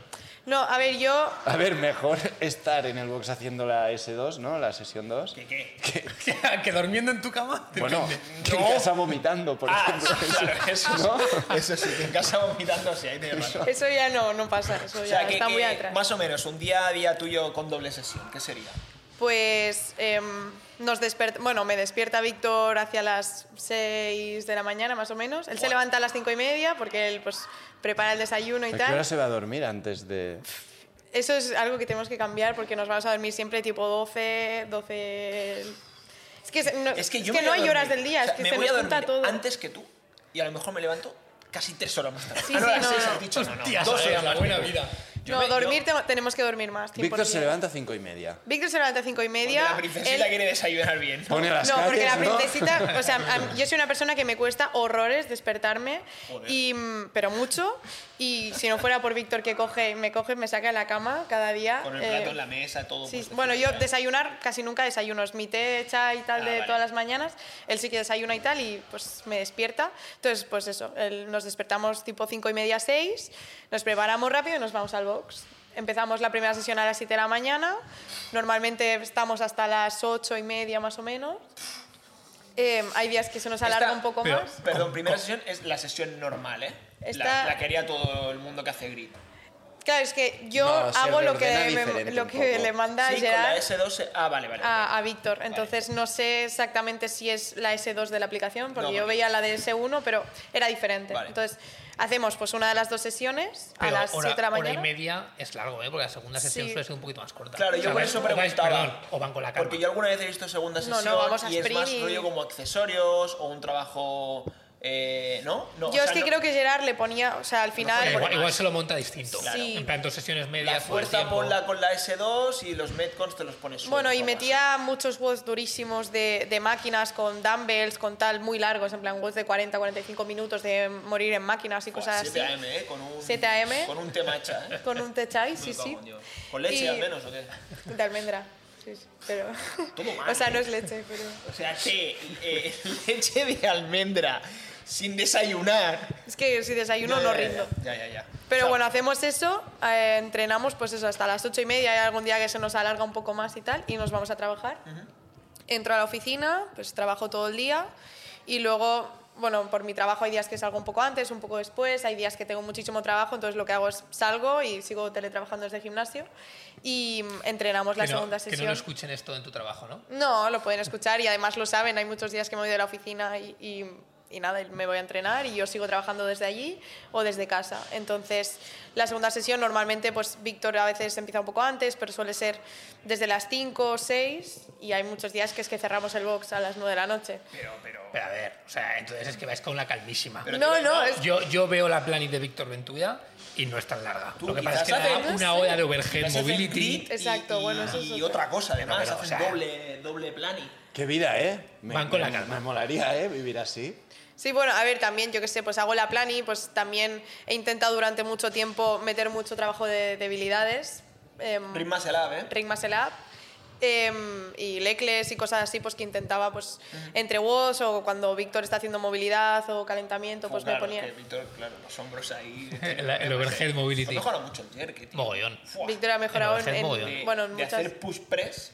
[SPEAKER 4] No, a ver, yo
[SPEAKER 2] A ver, mejor estar en el box haciendo la S2, ¿no? La sesión 2.
[SPEAKER 1] ¿Qué qué?
[SPEAKER 3] que durmiendo en tu cama.
[SPEAKER 2] Bueno,
[SPEAKER 3] Depende.
[SPEAKER 2] que en casa vomitando, por
[SPEAKER 1] Ah,
[SPEAKER 2] ejemplo.
[SPEAKER 1] claro, eso sí.
[SPEAKER 2] ¿No?
[SPEAKER 1] Eso sí, que en casa vomitándose, ahí tienes razón.
[SPEAKER 4] Eso ya no, no pasa,
[SPEAKER 1] O
[SPEAKER 4] eso ya
[SPEAKER 1] sea, que,
[SPEAKER 4] está
[SPEAKER 1] que
[SPEAKER 4] muy atrás.
[SPEAKER 1] más o menos un día a día tuyo con doble sesión, ¿qué sería?
[SPEAKER 4] Pues em, nos despierta, bueno, me despierta Víctor hacia las 6 de la mañana más o menos. Él se
[SPEAKER 1] Guau.
[SPEAKER 4] levanta a las 5 y media porque él pues prepara el desayuno y
[SPEAKER 2] ¿A qué hora
[SPEAKER 4] tal.
[SPEAKER 2] se va a dormir antes de...?
[SPEAKER 4] Eso es algo que tenemos que cambiar porque nos vamos a dormir siempre tipo 12, 12... Es que, se- no,
[SPEAKER 1] Es que
[SPEAKER 4] es
[SPEAKER 1] yo
[SPEAKER 4] que
[SPEAKER 1] me
[SPEAKER 4] no
[SPEAKER 1] voy a
[SPEAKER 4] hay horas
[SPEAKER 1] dormir.
[SPEAKER 4] del día,
[SPEAKER 1] O sea,
[SPEAKER 4] es que
[SPEAKER 1] me
[SPEAKER 4] se
[SPEAKER 1] voy
[SPEAKER 4] nos
[SPEAKER 1] a
[SPEAKER 4] junta
[SPEAKER 1] dormir
[SPEAKER 4] todo.
[SPEAKER 1] antes que tú y a lo mejor me levanto casi tres horas más tarde.
[SPEAKER 4] Sí,
[SPEAKER 1] ah, no,
[SPEAKER 4] sí,
[SPEAKER 1] las
[SPEAKER 4] no,
[SPEAKER 1] seis,
[SPEAKER 4] no.
[SPEAKER 1] has dicho. No, no,
[SPEAKER 3] Hostias,
[SPEAKER 1] dos
[SPEAKER 3] a ver,
[SPEAKER 1] horas
[SPEAKER 3] la
[SPEAKER 1] más
[SPEAKER 3] buena
[SPEAKER 1] tarde.
[SPEAKER 3] vida.
[SPEAKER 1] Yo
[SPEAKER 4] No,
[SPEAKER 1] me- yo-
[SPEAKER 4] dormir te- tenemos que dormir más.
[SPEAKER 2] Víctor se
[SPEAKER 4] 100%.
[SPEAKER 2] levanta a cinco y media.
[SPEAKER 4] Víctor se levanta a 5 y
[SPEAKER 1] porque
[SPEAKER 4] media.
[SPEAKER 1] la princesita
[SPEAKER 4] él-
[SPEAKER 1] quiere desayunar bien. ¿no?
[SPEAKER 2] Pone las
[SPEAKER 4] No, porque la
[SPEAKER 2] calles, ¿no?
[SPEAKER 4] princesita, o sea, a mí- yo soy una persona que me cuesta horrores despertarme,
[SPEAKER 1] Joder.
[SPEAKER 4] y, mm, pero mucho. Y si no fuera por Víctor que coge, me coge, me saca de la cama cada día.
[SPEAKER 1] Con el
[SPEAKER 4] eh,
[SPEAKER 1] plato en la mesa, todo. pues,
[SPEAKER 4] sí,
[SPEAKER 1] puesto
[SPEAKER 4] bueno, yo
[SPEAKER 1] encima.
[SPEAKER 4] desayunar casi nunca desayuno, es mi té, chai y tal
[SPEAKER 1] Ah,
[SPEAKER 4] de
[SPEAKER 1] vale.
[SPEAKER 4] todas las mañanas. Él sí que desayuna y tal y pues me despierta. Entonces, pues eso, él- nos despertamos tipo cinco y media, 6, nos preparamos rápido y nos vamos al box. Empezamos la primera sesión a las 7 de la mañana, normalmente estamos hasta las ocho y media más o menos. Eh, hay días que se nos alarga
[SPEAKER 1] Esta-
[SPEAKER 4] un poco
[SPEAKER 3] pero-
[SPEAKER 4] más.
[SPEAKER 1] Perdón, primera sesión es la sesión normal, ¿eh? La,
[SPEAKER 4] Esta-
[SPEAKER 1] la que haría todo el mundo que hace grito.
[SPEAKER 4] Claro, es que yo
[SPEAKER 2] No, se
[SPEAKER 4] hago lo
[SPEAKER 2] reordena
[SPEAKER 4] que, me-
[SPEAKER 2] diferente
[SPEAKER 4] lo
[SPEAKER 2] un
[SPEAKER 4] que
[SPEAKER 2] poco.
[SPEAKER 4] le manda
[SPEAKER 1] sí, con
[SPEAKER 4] Gerard.
[SPEAKER 1] la S12. Ah, vale, vale.
[SPEAKER 4] a, a Víctor. Entonces no sé exactamente si es la S2 de la aplicación, porque
[SPEAKER 1] No,
[SPEAKER 4] yo
[SPEAKER 1] vale.
[SPEAKER 4] veía la de S1, pero era diferente.
[SPEAKER 1] Vale.
[SPEAKER 4] Entonces hacemos pues una de las dos sesiones
[SPEAKER 3] Pero
[SPEAKER 4] a las
[SPEAKER 3] hora,
[SPEAKER 4] 7 de la
[SPEAKER 3] hora y
[SPEAKER 4] mañana.
[SPEAKER 3] media es largo, ¿eh? Porque la segunda sesión
[SPEAKER 4] Sí.
[SPEAKER 3] suele ser un poquito más corta.
[SPEAKER 1] Claro, yo por
[SPEAKER 3] ¿Sabes?
[SPEAKER 1] eso
[SPEAKER 3] O vais-
[SPEAKER 1] preguntaba.
[SPEAKER 3] perdón, o van con la calma.
[SPEAKER 1] Porque yo alguna vez he visto segunda
[SPEAKER 4] No, no,
[SPEAKER 1] sesión
[SPEAKER 4] vamos a
[SPEAKER 1] y es más
[SPEAKER 4] sprint y-
[SPEAKER 1] rollo como accesorios o un trabajo. eh, no, no. o
[SPEAKER 4] Yo
[SPEAKER 1] sea,
[SPEAKER 4] es que
[SPEAKER 1] no-
[SPEAKER 4] creo que Gerard le ponía, o sea, al final...
[SPEAKER 3] Pero igual,
[SPEAKER 1] Porque-
[SPEAKER 3] igual se lo monta distinto.
[SPEAKER 4] Claro. Sí.
[SPEAKER 3] En plan, dos sesiones medias.
[SPEAKER 1] La
[SPEAKER 3] todo el
[SPEAKER 1] fuerza
[SPEAKER 3] Pues tiempo.
[SPEAKER 1] ponla con la S2 y los Metcons te los pones sueltos
[SPEAKER 4] Bueno, y
[SPEAKER 1] o algo así.
[SPEAKER 4] metía muchos watts durísimos de, de máquinas con dumbbells, con tal, muy largos, en plan watts de 40, 45 minutos de morir en máquinas y
[SPEAKER 1] Buah,
[SPEAKER 4] cosas así.
[SPEAKER 1] 7AM, ¿eh? Con un,
[SPEAKER 4] 7AM.
[SPEAKER 1] Con un temacha, ¿eh?
[SPEAKER 4] Con un techai, sí,
[SPEAKER 1] Me
[SPEAKER 4] sí.
[SPEAKER 1] cago en Dios. Con leche
[SPEAKER 4] Y-
[SPEAKER 1] al menos, ¿o qué?
[SPEAKER 4] De almendra, sí, sí, pero...
[SPEAKER 1] Todo mal,
[SPEAKER 4] o sea, no
[SPEAKER 1] ¿eh?
[SPEAKER 4] es leche, pero...
[SPEAKER 1] O sea, té, eh, leche de almendra sin desayunar.
[SPEAKER 4] Es que si desayuno
[SPEAKER 1] Ya,
[SPEAKER 4] no
[SPEAKER 1] ya, ya,
[SPEAKER 4] rindo.
[SPEAKER 1] Ya, ya, ya.
[SPEAKER 4] Pero
[SPEAKER 1] O sea,
[SPEAKER 4] bueno, hacemos eso, eh, entrenamos pues eso hasta las ocho y media, hay algún día que se nos alarga un poco más y tal, y nos vamos a trabajar. Entro a la oficina, pues trabajo todo el día, y luego, bueno, por mi trabajo hay días que salgo un poco antes, un poco después, hay días que tengo muchísimo trabajo, entonces lo que hago es salgo y sigo teletrabajando desde el gimnasio, y mm, entrenamos la
[SPEAKER 3] Que no-
[SPEAKER 4] segunda
[SPEAKER 3] Que no lo
[SPEAKER 4] sesión.
[SPEAKER 3] escuchen esto en tu trabajo, ¿no?
[SPEAKER 4] No, lo pueden escuchar y además lo saben. Hay muchos días que me voy de la oficina y, y- y nada, me voy a entrenar y yo sigo trabajando desde allí o desde casa. Entonces, la segunda sesión normalmente, pues Víctor a veces empieza un poco antes, pero suele ser desde las 5 o 6 y hay muchos días que es que cerramos el box a las 9 de la noche.
[SPEAKER 1] Pero, pero.
[SPEAKER 3] Pero a ver, o sea, entonces es que vais con la calmísima.
[SPEAKER 1] Pero
[SPEAKER 4] no,
[SPEAKER 1] tío, no,
[SPEAKER 4] no, es-
[SPEAKER 3] Yo, yo veo la planning de Víctor Ventura y no es tan larga.
[SPEAKER 1] Tú
[SPEAKER 3] Lo que pasa es que
[SPEAKER 1] quizás
[SPEAKER 3] da
[SPEAKER 1] haces-
[SPEAKER 3] una ola de overhead
[SPEAKER 1] Ves hacer
[SPEAKER 3] mobility.
[SPEAKER 1] grit
[SPEAKER 4] Exacto, bueno, eso es
[SPEAKER 1] y
[SPEAKER 4] otra.
[SPEAKER 1] otra cosa, además,
[SPEAKER 3] Pero, pero,
[SPEAKER 1] hacen
[SPEAKER 3] o sea-
[SPEAKER 1] doble, doble planning.
[SPEAKER 2] Qué vida, ¿eh? Me,
[SPEAKER 3] Van con la
[SPEAKER 2] me-
[SPEAKER 3] calma.
[SPEAKER 2] Me molaría, ¿eh? Vivir así.
[SPEAKER 4] Sí, bueno, a ver, también, yo qué sé, pues hago la plani, pues también he intentado durante mucho tiempo meter mucho trabajo de debilidades. em,
[SPEAKER 1] Ring Muscle Up, ¿eh?
[SPEAKER 4] Ring Muscle Up em, y lecles y cosas así pues que intentaba pues entre vos o cuando Víctor está haciendo movilidad o calentamiento
[SPEAKER 1] Pues
[SPEAKER 4] pues
[SPEAKER 1] claro,
[SPEAKER 4] me
[SPEAKER 1] que
[SPEAKER 4] ponía
[SPEAKER 1] Víctor, claro, los hombros ahí. este,
[SPEAKER 3] El- el overhead mobility.
[SPEAKER 1] Ha mejorado mucho el jerk, eh, tío.
[SPEAKER 3] Mogollón.
[SPEAKER 1] Fua.
[SPEAKER 4] Víctor ha mejorado
[SPEAKER 3] En
[SPEAKER 4] en,
[SPEAKER 3] overhead
[SPEAKER 4] en-
[SPEAKER 3] mogollón.
[SPEAKER 1] De,
[SPEAKER 4] bueno en
[SPEAKER 1] de
[SPEAKER 4] muchas
[SPEAKER 1] hacer push press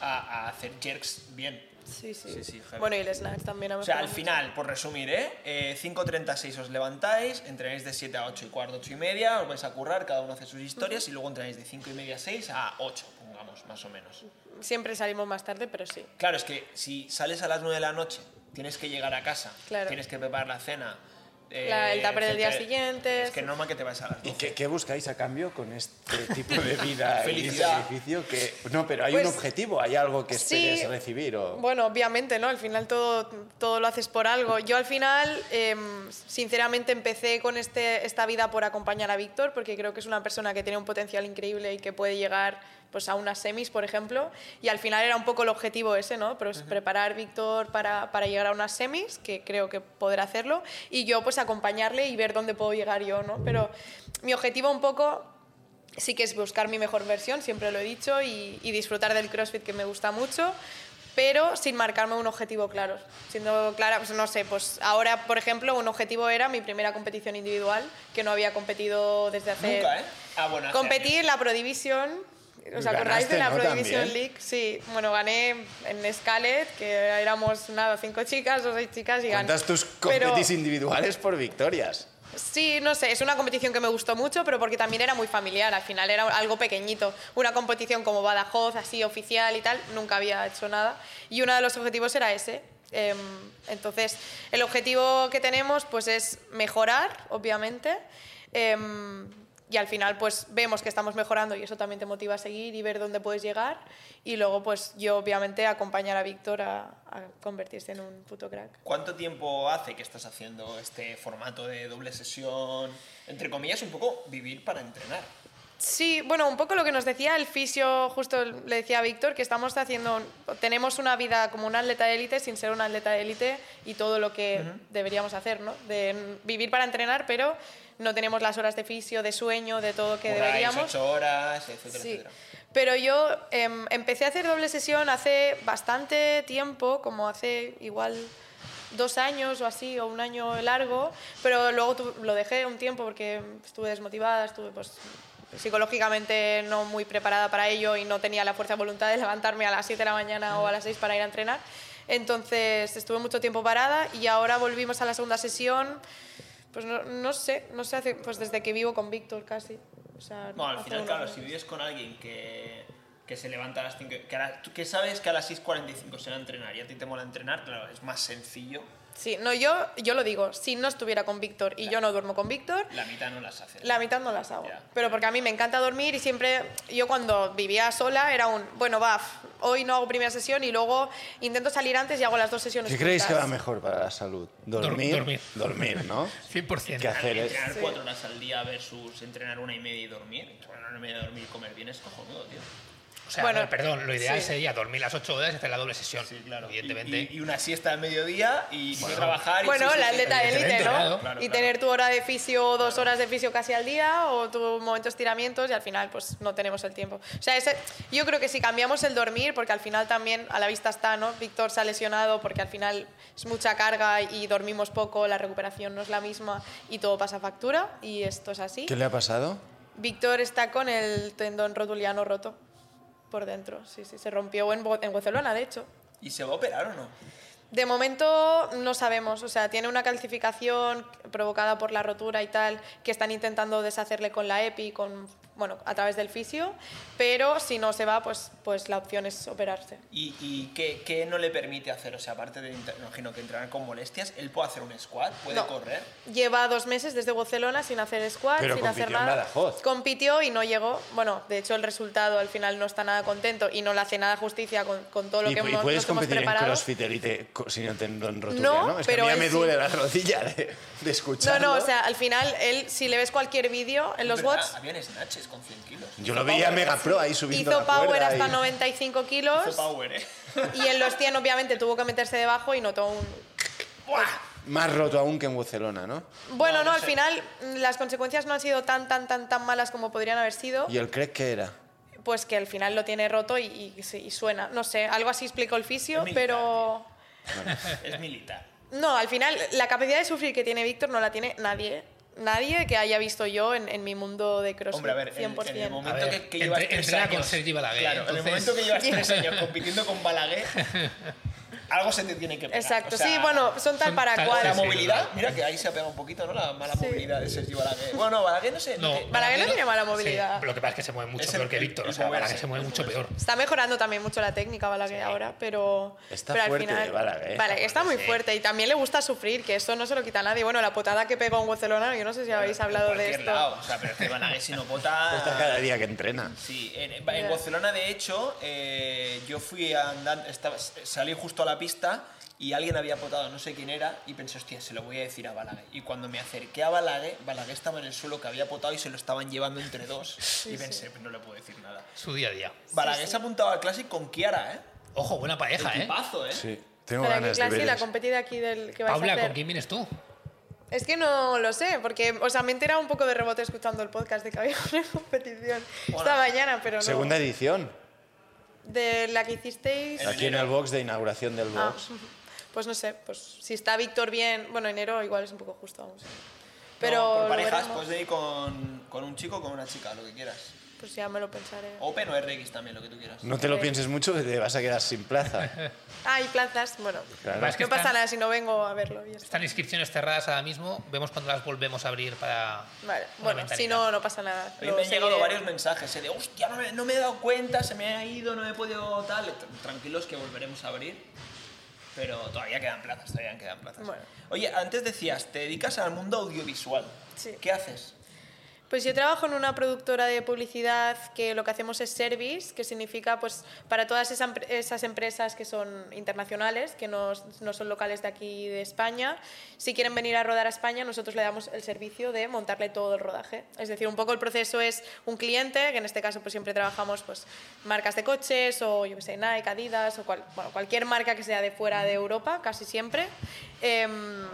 [SPEAKER 1] a, a hacer jerks bien.
[SPEAKER 4] sí, sí.
[SPEAKER 1] Sí, sí, heavy.
[SPEAKER 4] bueno y el snatch también ha
[SPEAKER 1] O sea,
[SPEAKER 4] mejorado
[SPEAKER 1] al final, por resumir, ¿eh? Eh, 5.36 os levantáis, entrenáis de 7 a 8 y cuarto, 8 y media, os vais a currar, cada uno hace sus historias y luego entrenáis de 5 y media a 6 a 8, pongamos, más o menos.
[SPEAKER 4] mucho. siempre salimos más tarde pero sí
[SPEAKER 1] Claro, es que si sales a las 9 de la noche, tienes que llegar a casa,
[SPEAKER 4] Claro.
[SPEAKER 1] tienes que preparar la cena. eh,
[SPEAKER 4] La- el tupper del día
[SPEAKER 1] etcétera.
[SPEAKER 4] siguiente,
[SPEAKER 1] Es que es normal que te vayas a las
[SPEAKER 2] ¿Y
[SPEAKER 1] 12.
[SPEAKER 2] qué, qué buscáis a cambio con este tipo de vida
[SPEAKER 1] Felicidad.
[SPEAKER 2] y sacrificio? Que, no, pero hay un
[SPEAKER 4] Pues-
[SPEAKER 2] objetivo, hay algo que
[SPEAKER 4] Sí.
[SPEAKER 2] esperes recibir. O...
[SPEAKER 4] Bueno, obviamente, ¿no? Al final todo, todo lo haces por algo. Yo al final, em, sinceramente, empecé con este, esta vida por acompañar a Víctor, porque creo que es una persona que tiene un potencial increíble y que puede llegar pues, a unas semis, por ejemplo. Y al final era un poco el objetivo ese, ¿no? Pero es preparar Víctor para, para llegar a unas semis, que creo que podrá hacerlo, y yo pues acompañarle y ver dónde puedo llegar yo, ¿no? Pero mi objetivo un poco sí que es buscar mi mejor versión, siempre lo he dicho, y, y disfrutar del CrossFit que me gusta mucho, pero sin marcarme un objetivo claro. Siendo clara, pues no sé, pues ahora, por ejemplo, un objetivo era mi primera competición individual, que no había competido desde hace...
[SPEAKER 1] Nunca, ¿eh? Ah, bueno. hace
[SPEAKER 4] Competí
[SPEAKER 1] años.
[SPEAKER 4] en la Pro Division. ¿Os acordáis
[SPEAKER 2] Ganaste,
[SPEAKER 4] de la
[SPEAKER 2] ¿no?
[SPEAKER 4] Pro Division
[SPEAKER 2] También.
[SPEAKER 4] League? Sí, bueno, gané en Scalet, que éramos nada, cinco chicas o seis chicas y gané.
[SPEAKER 2] Cuentas tus
[SPEAKER 4] Pero-
[SPEAKER 2] competis individuales por victorias.
[SPEAKER 4] Sí, no sé, es una competición que me gustó mucho, pero porque también era muy familiar, al final era algo pequeñito. Una competición como Badajoz, así oficial y tal, nunca había hecho nada. Y uno de los objetivos era ese. Em, Entonces, el objetivo que tenemos pues es mejorar, obviamente. Em, y al final pues vemos que estamos mejorando y eso también te motiva a seguir y ver dónde puedes llegar. Y luego pues yo obviamente acompañar a Víctor a, a convertirse en un puto crack.
[SPEAKER 1] ¿Cuánto tiempo hace que estás haciendo este formato de doble sesión? Entre comillas, un poco vivir para entrenar.
[SPEAKER 4] Sí, bueno, un poco lo que nos decía el fisio, justo le decía a Víctor, que estamos haciendo, tenemos una vida como un atleta de élite sin ser un atleta de élite y todo lo que deberíamos hacer, ¿no? De mm, vivir para entrenar, pero no tenemos las horas de fisio, de sueño, de todo que
[SPEAKER 1] Curráis
[SPEAKER 4] deberíamos.
[SPEAKER 1] ocho horas, etcétera,
[SPEAKER 4] Sí.
[SPEAKER 1] etcétera.
[SPEAKER 4] Pero yo em, empecé a hacer doble sesión hace bastante tiempo, como hace igual dos años o así, o un año largo, pero luego tu- lo dejé un tiempo porque estuve desmotivada, estuve pues psicológicamente no muy preparada para ello y no tenía la fuerza de voluntad de levantarme a las 7 de la mañana o a las 6 para ir a entrenar. Entonces estuve mucho tiempo parada y ahora volvimos a la segunda sesión. Pues no, no sé, no sé, hace, pues desde que vivo con Víctor casi. O sea,
[SPEAKER 1] No, al
[SPEAKER 4] hace
[SPEAKER 1] final,
[SPEAKER 4] unos
[SPEAKER 1] claro,
[SPEAKER 4] años.
[SPEAKER 1] si vives con alguien que, que se levanta a las 5, que, a la- tú que sabes que a las 6.45 se va a entrenar y a ti te mola entrenar, claro, es más sencillo,
[SPEAKER 4] Sí, no, yo, yo lo digo, si no estuviera con Víctor y yo no duermo con Víctor,
[SPEAKER 1] la mitad no las haces.
[SPEAKER 4] la mitad no las hago.
[SPEAKER 1] Ya.
[SPEAKER 4] Pero porque a mí me encanta dormir y siempre, yo cuando vivía sola era un, bueno, va, f- hoy no hago primera sesión y luego intento salir antes y hago las dos sesiones.
[SPEAKER 2] ¿Qué creéis que va
[SPEAKER 4] juntas.
[SPEAKER 2] mejor para la salud?
[SPEAKER 3] Dor-
[SPEAKER 2] Dormir.
[SPEAKER 3] dormir.
[SPEAKER 2] Dormir, ¿no?
[SPEAKER 3] 100%.
[SPEAKER 2] ¿Qué hacer? eh?
[SPEAKER 1] Entrenar cuatro horas al día versus entrenar una y media y dormir. Bueno, una y media y dormir y comer bien es cojonudo, tío.
[SPEAKER 3] O sea,
[SPEAKER 4] Bueno,
[SPEAKER 3] no, perdón, lo ideal
[SPEAKER 4] sí.
[SPEAKER 3] sería dormir las 8 horas y hacer la doble sesión. Evidentemente.
[SPEAKER 1] Y, y- y una siesta al mediodía y no trabajar. y
[SPEAKER 4] Bueno,
[SPEAKER 1] sí, sí,
[SPEAKER 4] la
[SPEAKER 1] sí.
[SPEAKER 4] atleta élite, ¿no?
[SPEAKER 3] evidentemente, claro.
[SPEAKER 1] Claro,
[SPEAKER 4] y
[SPEAKER 1] claro.
[SPEAKER 4] tener tu hora de fisio o dos horas de fisio casi al día o tu momento de estiramientos y al final pues no tenemos el tiempo. O sea, ese- yo creo que si cambiamos el dormir, porque al final también a la vista está, ¿no? Víctor se ha lesionado porque al final es mucha carga y dormimos poco, la recuperación no es la misma y todo pasa factura y esto es así.
[SPEAKER 2] ¿Qué le ha pasado?
[SPEAKER 4] Víctor está con el tendón rotuliano roto por dentro, sí, sí, se rompió en, Bo- en Barcelona, de hecho.
[SPEAKER 1] ¿Y se va a operar o no?
[SPEAKER 4] De momento no sabemos, o sea, tiene una calcificación provocada por la rotura y tal, que están intentando deshacerle con la EPI, con, bueno, a través del fisio, pero si no se va, pues, pues la opción es operarse.
[SPEAKER 1] ¿Y, y qué, qué no le permite hacer? O sea, aparte de, inter- me imagino que entrenar con molestias, él puede hacer un squat, puede
[SPEAKER 4] No.
[SPEAKER 1] correr.
[SPEAKER 4] Lleva dos meses desde Barcelona sin hacer squat,
[SPEAKER 2] Pero
[SPEAKER 4] sin hacer
[SPEAKER 2] compitió en
[SPEAKER 4] nada.
[SPEAKER 2] Badajoz.
[SPEAKER 4] Compitió y no llegó. Bueno, de hecho el resultado al final no está nada contento y no le hace nada justicia con, con todo lo
[SPEAKER 2] Y,
[SPEAKER 4] que
[SPEAKER 2] y
[SPEAKER 4] hemos,
[SPEAKER 2] puedes
[SPEAKER 4] nos hemos
[SPEAKER 2] competir en
[SPEAKER 4] preparado.
[SPEAKER 2] CrossFit Elite co- sin el tendón rotuliano.
[SPEAKER 4] No,
[SPEAKER 2] es que
[SPEAKER 4] pero
[SPEAKER 2] a mí ya
[SPEAKER 4] él
[SPEAKER 2] me
[SPEAKER 4] sí.
[SPEAKER 2] duele la rodilla de, de
[SPEAKER 4] No,
[SPEAKER 2] escucharlo.
[SPEAKER 4] no, o sea, al final él, si le ves cualquier vídeo en los
[SPEAKER 1] Pero, ah,
[SPEAKER 4] bots,
[SPEAKER 1] Habían snatches con 100 kilos.
[SPEAKER 2] Yo lo veía Mega Pro ahí subiendo
[SPEAKER 4] Hizo
[SPEAKER 2] la cuerda
[SPEAKER 4] power hasta
[SPEAKER 2] y-
[SPEAKER 4] 95
[SPEAKER 1] Hizo
[SPEAKER 4] kilos
[SPEAKER 1] power, ¿eh?
[SPEAKER 4] y en los 100 obviamente tuvo que meterse debajo y notó un...
[SPEAKER 2] Más roto aún que en Barcelona, ¿no?
[SPEAKER 4] Bueno, no,
[SPEAKER 1] no
[SPEAKER 4] al
[SPEAKER 1] sé.
[SPEAKER 4] final mm, las consecuencias no han sido tan, tan, tan, tan malas como podrían haber sido,
[SPEAKER 2] ¿Y el crees que era?
[SPEAKER 4] pues que al final lo tiene roto y, y se- y suena. No sé, algo así explicó el fisio,
[SPEAKER 1] Es militar,
[SPEAKER 4] pero...
[SPEAKER 1] Es militar.
[SPEAKER 4] No, al final la capacidad de sufrir que tiene Víctor no la tiene nadie. Nadie que haya visto yo en, en mi mundo de crossfit.
[SPEAKER 1] Hombre, a ver, en-
[SPEAKER 4] 100%.
[SPEAKER 1] en el momento
[SPEAKER 3] A
[SPEAKER 1] que,
[SPEAKER 3] ver,
[SPEAKER 1] que
[SPEAKER 3] entre-
[SPEAKER 1] llevas tres
[SPEAKER 3] entrena
[SPEAKER 1] años...
[SPEAKER 3] con Sergi Balaguer,
[SPEAKER 1] Claro, en el
[SPEAKER 3] entonces-
[SPEAKER 1] momento que llevas tres años compitiendo con Balaguer, algo se te tiene que pegar.
[SPEAKER 4] Exacto,
[SPEAKER 1] O sea,
[SPEAKER 4] sí, bueno, son tal
[SPEAKER 3] son
[SPEAKER 4] para
[SPEAKER 3] tal-
[SPEAKER 4] cual.
[SPEAKER 1] La
[SPEAKER 3] sí, sí.
[SPEAKER 1] movilidad, mira que ahí se ha pegado un poquito, ¿no? La mala movilidad de Sergi Balaguer. Bueno, no, Balaguer no sé.
[SPEAKER 3] No,
[SPEAKER 1] te-
[SPEAKER 4] Balaguer no tiene mala
[SPEAKER 3] sí,
[SPEAKER 4] movilidad.
[SPEAKER 3] lo que pasa es que se mueve mucho
[SPEAKER 1] Es
[SPEAKER 3] peor
[SPEAKER 1] el-
[SPEAKER 3] que
[SPEAKER 1] el-
[SPEAKER 3] Víctor.
[SPEAKER 1] el
[SPEAKER 3] O sea, para
[SPEAKER 1] moverse,
[SPEAKER 3] que se mueve
[SPEAKER 1] el
[SPEAKER 3] mucho peor.
[SPEAKER 4] Está mejorando también mucho la técnica Balaguer ahora, pero,
[SPEAKER 2] Está
[SPEAKER 4] pero
[SPEAKER 2] fuerte,
[SPEAKER 4] al final
[SPEAKER 2] Balaguer.
[SPEAKER 4] Balaguer está muy fuerte y también le gusta sufrir, que eso no se lo quita a nadie. Bueno, la potada que pegó en Barcelona, yo no sé si habéis
[SPEAKER 1] en
[SPEAKER 4] hablado de
[SPEAKER 1] cualquier
[SPEAKER 4] esto.
[SPEAKER 1] lado, o sea, pero es que Balaguer si no
[SPEAKER 2] Está
[SPEAKER 1] vota...
[SPEAKER 2] cada día que entrena.
[SPEAKER 1] Sí, en, en Barcelona, de hecho, eh, yo fui andando, estaba, salí justo a la pista y alguien había potado, no sé quién era, y pensé, hostia, se lo voy a decir a Balaguer. Y cuando me acerqué a Balaguer, Balaguer estaba en el suelo que había potado y se lo estaban llevando entre dos. y pensé, pues no le puedo decir nada.
[SPEAKER 3] Su día a día.
[SPEAKER 1] Balaguer se ha apuntado al clásico con Kiara, ¿eh?
[SPEAKER 3] Ojo, buena pareja, ¿eh?
[SPEAKER 1] Equipazo, ¿eh?
[SPEAKER 2] Sí, tengo
[SPEAKER 4] Para que
[SPEAKER 2] ganas de
[SPEAKER 4] clase
[SPEAKER 2] ver
[SPEAKER 4] la
[SPEAKER 2] eso.
[SPEAKER 4] competida aquí del que vais a
[SPEAKER 3] Paula,
[SPEAKER 4] hacer.
[SPEAKER 3] ¿con quién vienes tú?
[SPEAKER 4] Es que no lo sé, porque o sea, me he enterado un poco de rebote escuchando el podcast de que había una competición
[SPEAKER 1] Hola.
[SPEAKER 4] esta mañana, pero no.
[SPEAKER 2] Segunda edición.
[SPEAKER 4] De la que hicisteis...
[SPEAKER 1] En
[SPEAKER 2] Aquí en el
[SPEAKER 1] enero.
[SPEAKER 2] box de inauguración del
[SPEAKER 4] Ah,
[SPEAKER 2] box.
[SPEAKER 4] pues no sé, pues si está Víctor bien, bueno, enero igual es un poco justo, vamos. Pero
[SPEAKER 1] Pero por
[SPEAKER 4] lo
[SPEAKER 1] parejas, pues
[SPEAKER 4] veremos.
[SPEAKER 1] puedes ir con, con un chico o con una chica, lo que quieras.
[SPEAKER 4] Pues ya me lo pensaré.
[SPEAKER 1] Open o RX también, lo que tú quieras.
[SPEAKER 2] No te lo pienses mucho que te vas a quedar sin plaza.
[SPEAKER 4] Ah, y plazas, bueno,
[SPEAKER 2] Claro.
[SPEAKER 3] Es que
[SPEAKER 4] no pasa
[SPEAKER 3] están-
[SPEAKER 4] nada si no vengo a verlo. ya está.
[SPEAKER 3] Están inscripciones cerradas ahora mismo. Vemos cuando las volvemos a abrir para.
[SPEAKER 4] Vale,
[SPEAKER 3] una
[SPEAKER 4] bueno,
[SPEAKER 3] ventanita.
[SPEAKER 4] si no, no pasa nada.
[SPEAKER 1] A mí
[SPEAKER 4] lo
[SPEAKER 1] me han llegado
[SPEAKER 4] seguiré.
[SPEAKER 1] varios mensajes eh, de, hostia, no me, no me he dado cuenta, se me ha ido, no he podido tal. Tran- Tranquilos que volveremos a abrir. Pero todavía quedan plazas, todavía quedan plazas.
[SPEAKER 4] Bueno.
[SPEAKER 1] Oye, antes decías, te dedicas al mundo audiovisual.
[SPEAKER 4] Sí.
[SPEAKER 1] ¿Qué haces?
[SPEAKER 4] Pues yo trabajo en una productora de publicidad que lo que hacemos es service, que significa pues para todas esa empre- esas empresas que son internacionales, que no, no son locales de aquí de España, si quieren venir a rodar a España, nosotros le damos el servicio de montarle todo el rodaje. Es decir, un poco el proceso es un cliente, que en este caso pues siempre trabajamos pues marcas de coches o yo qué sé, Nike, Adidas o cual- bueno, cualquier marca que sea de fuera de Europa, casi siempre. Em,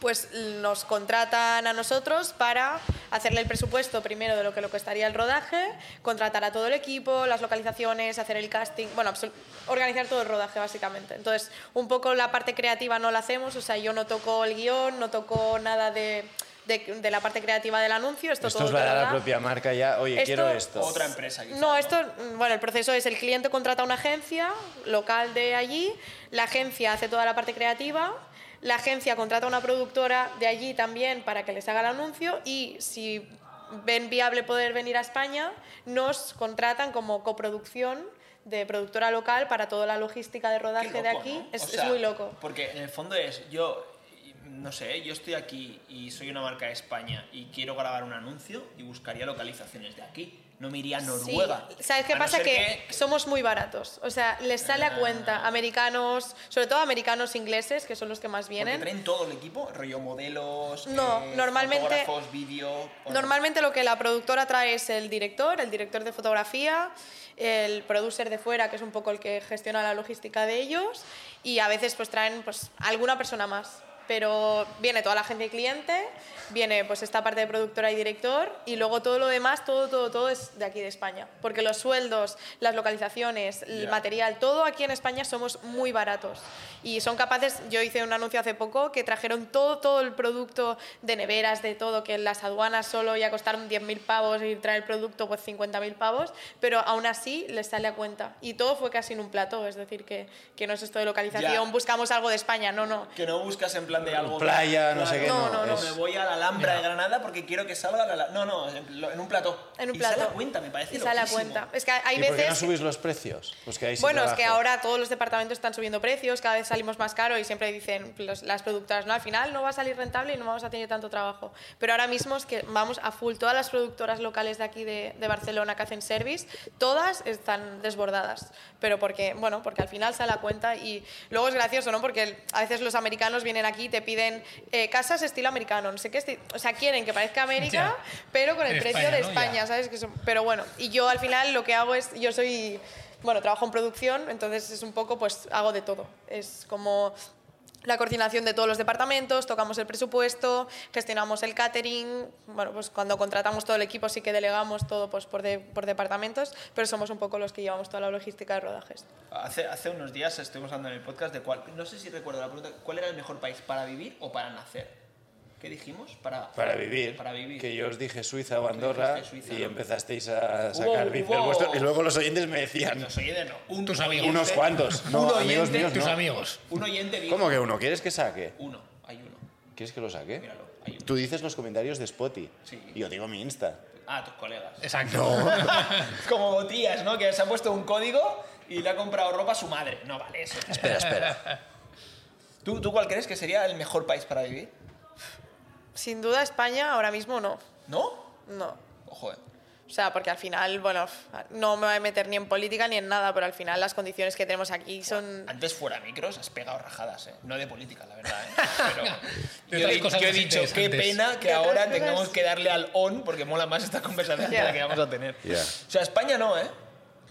[SPEAKER 4] pues nos contratan a nosotros para hacerle el presupuesto primero de lo que lo costaría el rodaje, contratar a todo el equipo, las localizaciones, hacer el casting, bueno, absol- organizar todo el rodaje básicamente. Entonces, un poco la parte creativa no la hacemos, o sea, yo no toco el guión, no toco nada de, de- de la parte creativa del anuncio, esto,
[SPEAKER 2] Esto
[SPEAKER 4] todo
[SPEAKER 2] os va a
[SPEAKER 4] te lo
[SPEAKER 2] dar la
[SPEAKER 4] da.
[SPEAKER 2] propia marca ya. Oye,
[SPEAKER 4] Esto-
[SPEAKER 2] quiero esto.
[SPEAKER 1] Otra empresa. quizás,
[SPEAKER 4] No, esto, mm, bueno, el proceso es el cliente contrata una agencia local de allí, la agencia hace toda la parte creativa, la agencia contrata una productora de allí también para que les haga el anuncio y si ven viable poder venir a España, nos contratan como coproducción de productora local para toda la logística de
[SPEAKER 1] Qué
[SPEAKER 4] rodaje de
[SPEAKER 1] loco,
[SPEAKER 4] aquí.
[SPEAKER 1] ¿no?
[SPEAKER 4] Es,
[SPEAKER 1] O
[SPEAKER 4] es
[SPEAKER 1] sea,
[SPEAKER 4] muy loco.
[SPEAKER 1] Porque en el fondo es, yo, no sé, yo estoy aquí y soy una marca de España y quiero grabar un anuncio y buscaría localizaciones de aquí. No me iría a Noruega.
[SPEAKER 4] Sí. ¿Sabes qué
[SPEAKER 1] A no
[SPEAKER 4] pasa?
[SPEAKER 1] ser Ah.
[SPEAKER 4] que, somos muy baratos. O sea, les sale a cuenta. Americanos, sobre todo americanos ingleses, que son los que más
[SPEAKER 1] Porque
[SPEAKER 4] vienen.
[SPEAKER 1] traen todo el equipo, rollo modelos, eh,
[SPEAKER 4] No, normalmente-
[SPEAKER 1] fotógrafos, vídeo. ¿o no?
[SPEAKER 4] Normalmente lo que la productora trae es el director, el director de fotografía, el producer de fuera, que es un poco el que gestiona la logística de ellos, y a veces pues traen pues alguna persona más. Pero viene toda la gente y cliente, viene pues esta parte de productora y director, y luego todo lo demás, todo, todo, todo es de aquí de España. Porque los sueldos, las localizaciones, el
[SPEAKER 1] Ya.
[SPEAKER 4] material, todo aquí en España somos muy baratos. Y son capaces, yo hice un anuncio hace poco que trajeron todo, todo el producto de neveras, de todo, que en las aduanas solo ya costaron 10.000 pavos y traer el producto pues 50.000 pavos, pero aún así les sale a cuenta. Y todo fue casi en un plato, es decir, que, que no es esto de localización,
[SPEAKER 1] Ya.
[SPEAKER 4] buscamos algo de España, no, no.
[SPEAKER 1] Que no buscas en plan de algo.
[SPEAKER 2] Playa, no sé qué,
[SPEAKER 4] No, no, no, no.
[SPEAKER 2] es-
[SPEAKER 1] Me voy a la Alhambra de Granada porque quiero que salga la. la- No, no, en lo- en un plató.
[SPEAKER 4] En un
[SPEAKER 1] y
[SPEAKER 4] plato.
[SPEAKER 1] sale a cuenta, me parece.
[SPEAKER 4] Y sale a
[SPEAKER 1] loquísimo.
[SPEAKER 4] cuenta. Es que hay
[SPEAKER 2] ¿Y
[SPEAKER 4] veces...
[SPEAKER 2] por qué no subís los precios? Pues que ahí sí
[SPEAKER 4] Bueno, es que
[SPEAKER 2] trabajo.
[SPEAKER 4] ahora todos los departamentos están subiendo precios, cada vez salimos más caro y siempre dicen los- las productoras, no, al final no va a salir rentable y no vamos a tener tanto trabajo. Pero ahora mismo es que vamos a full, todas las productoras locales de aquí de, de Barcelona que hacen service, todas están desbordadas. Pero porque, bueno, porque al final sale a cuenta y luego es gracioso, ¿no? Porque el- a veces los americanos vienen aquí y te piden eh, casas estilo americano, no sé qué, esti- o sea, quieren que parezca
[SPEAKER 3] Ya.
[SPEAKER 4] América, pero con el
[SPEAKER 3] En
[SPEAKER 4] precio
[SPEAKER 3] España,
[SPEAKER 4] de
[SPEAKER 3] ¿no?
[SPEAKER 4] España,
[SPEAKER 3] Ya.
[SPEAKER 4] ¿sabes? Que son- pero bueno, y yo al final lo que hago es, yo soy, bueno, trabajo en producción, entonces es un poco, pues hago de todo. Es como la coordinación de todos los departamentos, tocamos el presupuesto, gestionamos el catering, bueno, pues cuando contratamos todo el equipo sí que delegamos todo pues, por, de- por departamentos, pero somos un poco los que llevamos toda la logística de rodajes.
[SPEAKER 1] Hace, hace unos días estuvimos hablando en el podcast de cuál. No sé si recuerdo la pregunta. ¿Cuál era el mejor país para vivir o para nacer? ¿Qué dijimos? Para,
[SPEAKER 2] Para vivir,
[SPEAKER 1] Para vivir.
[SPEAKER 2] Que yo os dije Suiza o Andorra
[SPEAKER 1] dijiste Suiza,
[SPEAKER 2] y
[SPEAKER 1] ¿no?
[SPEAKER 2] empezasteis a sacar
[SPEAKER 1] Hubo-
[SPEAKER 2] bits
[SPEAKER 1] hubo-
[SPEAKER 2] del vuestro. Y luego los oyentes me
[SPEAKER 1] No,
[SPEAKER 2] decían,
[SPEAKER 1] los oyentes no. Un-
[SPEAKER 3] Tus
[SPEAKER 1] un
[SPEAKER 3] amigos.
[SPEAKER 1] oyente-
[SPEAKER 2] unos cuantos. No,
[SPEAKER 1] un
[SPEAKER 2] amigos
[SPEAKER 1] oyente-
[SPEAKER 2] míos
[SPEAKER 3] Tus
[SPEAKER 2] no.
[SPEAKER 3] amigos.
[SPEAKER 1] Un oyente dijo.
[SPEAKER 2] ¿Cómo que uno? ¿Quieres que saque?
[SPEAKER 1] Uno, hay uno.
[SPEAKER 2] ¿Quieres que lo saque?
[SPEAKER 1] Míralo, hay uno.
[SPEAKER 2] Tú dices los comentarios de Spotty.
[SPEAKER 1] Sí.
[SPEAKER 2] Y Yo digo mi Insta.
[SPEAKER 1] Ah, tus colegas.
[SPEAKER 3] Exacto.
[SPEAKER 1] Es como botías, ¿no? Que se ha puesto un código y le ha comprado ropa a su madre. No vale eso.
[SPEAKER 2] Espera, espera.
[SPEAKER 1] ¿Tú, ¿Tú cuál crees que sería el mejor país para vivir?
[SPEAKER 4] Sin duda España ahora mismo no,
[SPEAKER 1] ¿No?
[SPEAKER 4] no.
[SPEAKER 1] Ojo, eh.
[SPEAKER 4] O sea, porque al final, bueno, no me voy a meter ni en política ni en nada, pero al final las condiciones que tenemos aquí son
[SPEAKER 1] Antes fuera micros has pegado rajadas, ¿eh? No de política, la verdad, ¿eh?
[SPEAKER 3] De
[SPEAKER 1] Pero yo,
[SPEAKER 3] otras
[SPEAKER 1] he-
[SPEAKER 3] cosas
[SPEAKER 1] yo he
[SPEAKER 3] más
[SPEAKER 1] dicho, qué
[SPEAKER 3] interesantes.
[SPEAKER 1] pena que
[SPEAKER 4] De otras
[SPEAKER 1] ahora
[SPEAKER 4] cosas.
[SPEAKER 1] tengamos que darle al on porque mola más esta conversación que
[SPEAKER 4] Ya.
[SPEAKER 1] la que vamos a tener.
[SPEAKER 2] Ya.
[SPEAKER 1] O sea, España no, ¿eh?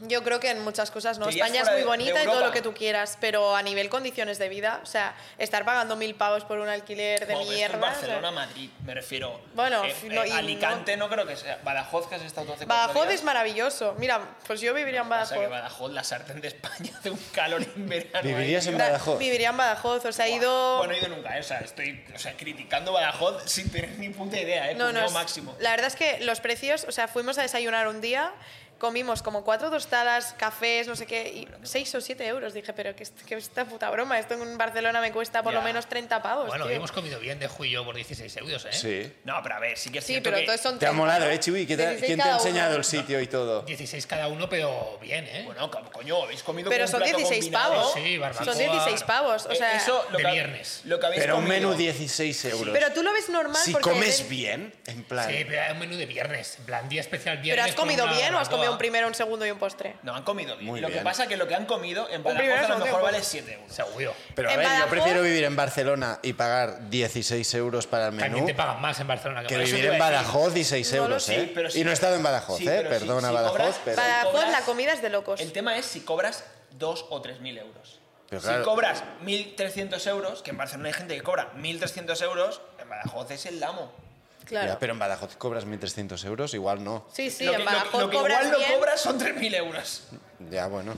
[SPEAKER 4] Yo creo que en muchas cosas no.
[SPEAKER 1] Te irías
[SPEAKER 4] España es
[SPEAKER 1] fuera
[SPEAKER 4] muy
[SPEAKER 1] de-
[SPEAKER 4] bonita
[SPEAKER 1] de
[SPEAKER 4] y todo
[SPEAKER 1] Europa.
[SPEAKER 4] lo que tú quieras, pero a nivel condiciones de vida, o sea, estar pagando mil pavos por un alquiler de
[SPEAKER 1] Bueno, pero esto es
[SPEAKER 4] mierda. o sea,
[SPEAKER 1] Barcelona, Madrid, me refiero.
[SPEAKER 4] Bueno,
[SPEAKER 1] Eh,
[SPEAKER 4] no,
[SPEAKER 1] eh,
[SPEAKER 4] y
[SPEAKER 1] Alicante no... creo que sea. Badajoz, que has estado tú hace cuatro
[SPEAKER 4] Badajoz
[SPEAKER 1] días.
[SPEAKER 4] es maravilloso. Mira, pues yo viviría en
[SPEAKER 1] Pasa que
[SPEAKER 4] Badajoz.
[SPEAKER 1] Badajoz, la sartén de España, hace un calor en verano. ahí.
[SPEAKER 2] ¿Vivirías en
[SPEAKER 4] Da-
[SPEAKER 2] Badajoz?
[SPEAKER 4] Viviría en Badajoz, o sea, he ido...
[SPEAKER 1] Bueno, no he ido nunca, eh, o sea, estoy o sea, criticando Badajoz sin tener ni puta idea, ¿eh?
[SPEAKER 4] No, no,
[SPEAKER 1] puñado
[SPEAKER 4] es-
[SPEAKER 1] máximo.
[SPEAKER 4] La verdad es que los precios, o sea, fuimos a desayunar un día, comimos como cuatro tostadas, cafés, no sé qué, y seis o siete euros. Dije, pero que, esta puta broma, esto en Barcelona me cuesta por
[SPEAKER 1] Ya.
[SPEAKER 4] lo menos 30 pavos.
[SPEAKER 3] Bueno,
[SPEAKER 4] tío.
[SPEAKER 3] hemos comido bien de Juyo por 16 euros, ¿eh?
[SPEAKER 2] Sí.
[SPEAKER 1] No, pero a ver, sí que es
[SPEAKER 4] Sí,
[SPEAKER 1] cierto
[SPEAKER 4] pero
[SPEAKER 1] que-
[SPEAKER 4] entonces son
[SPEAKER 2] Te ha
[SPEAKER 4] 30,
[SPEAKER 2] molado,
[SPEAKER 4] ¿no?
[SPEAKER 2] ¿eh, Chiwi? ¿Qué te-
[SPEAKER 4] 16
[SPEAKER 2] ¿Quién te ha
[SPEAKER 4] cada uno.
[SPEAKER 2] enseñado el sitio y todo?
[SPEAKER 3] 16 cada uno, pero bien, ¿eh?
[SPEAKER 1] Bueno, co- coño, habéis comido
[SPEAKER 4] Pero
[SPEAKER 1] con un
[SPEAKER 4] son
[SPEAKER 1] plato
[SPEAKER 4] 16
[SPEAKER 1] combinado.
[SPEAKER 4] pavos.
[SPEAKER 3] Sí, barbacoa.
[SPEAKER 4] son 16 pavos, o
[SPEAKER 1] Eh,
[SPEAKER 4] sea...
[SPEAKER 1] eso, lo
[SPEAKER 3] de
[SPEAKER 1] que-
[SPEAKER 3] viernes.
[SPEAKER 1] Lo que habéis
[SPEAKER 2] Pero un
[SPEAKER 1] comido.
[SPEAKER 2] menú 16 euros.
[SPEAKER 4] Pero tú lo ves normal
[SPEAKER 2] si
[SPEAKER 4] porque...
[SPEAKER 2] comes bien, en plan...
[SPEAKER 3] Sí, pero hay un menú de viernes, en plan día especial viernes.
[SPEAKER 4] ¿Pero has
[SPEAKER 3] con
[SPEAKER 4] comido
[SPEAKER 3] una
[SPEAKER 4] bien o has
[SPEAKER 3] barbacoa.
[SPEAKER 4] comido un primero, un segundo y un postre?
[SPEAKER 1] No, han comido bien.
[SPEAKER 2] Muy
[SPEAKER 1] lo que
[SPEAKER 2] bien.
[SPEAKER 1] pasa es que lo que han comido en Badajoz
[SPEAKER 4] primero
[SPEAKER 1] a lo
[SPEAKER 4] son
[SPEAKER 1] mejor
[SPEAKER 4] tiempos.
[SPEAKER 1] vale 7 euros.
[SPEAKER 3] Seguro.
[SPEAKER 2] Pero a
[SPEAKER 4] En
[SPEAKER 2] ver, yo
[SPEAKER 4] Badajoz-
[SPEAKER 2] prefiero vivir en Barcelona y pagar 16 euros para el menú
[SPEAKER 3] También te pagan más en Barcelona que,
[SPEAKER 2] que
[SPEAKER 3] en Madrid.
[SPEAKER 2] vivir
[SPEAKER 1] iba
[SPEAKER 2] en
[SPEAKER 1] a decir.
[SPEAKER 2] Badajoz 16
[SPEAKER 4] No lo
[SPEAKER 2] euros,
[SPEAKER 1] sé.
[SPEAKER 2] ¿eh?
[SPEAKER 1] Sí, pero sí.
[SPEAKER 2] Y no he estado en Badajoz, ¿eh?
[SPEAKER 1] Sí, pero sí,
[SPEAKER 2] Perdona,
[SPEAKER 1] sí
[SPEAKER 2] Badajoz,
[SPEAKER 1] cobras-
[SPEAKER 2] pero...
[SPEAKER 1] Bada-
[SPEAKER 4] Badajoz
[SPEAKER 1] cobras-
[SPEAKER 4] la comida es de locos.
[SPEAKER 1] El tema es si cobras 2 o 3 mil euros.
[SPEAKER 2] Pero
[SPEAKER 1] si
[SPEAKER 2] claro.
[SPEAKER 1] cobras 1.300 euros, que en Barcelona hay gente que cobra 1.300 euros, en Badajoz es el lamo.
[SPEAKER 4] Claro.
[SPEAKER 2] Ya, pero en Badajoz cobras 1.300 euros, igual no.
[SPEAKER 4] Sí, sí,
[SPEAKER 1] lo que,
[SPEAKER 4] en
[SPEAKER 1] lo-
[SPEAKER 4] Badajoz
[SPEAKER 1] lo que
[SPEAKER 4] cobras
[SPEAKER 1] igual
[SPEAKER 4] bien.
[SPEAKER 1] no cobras son 3.000 euros.
[SPEAKER 2] Ya, bueno.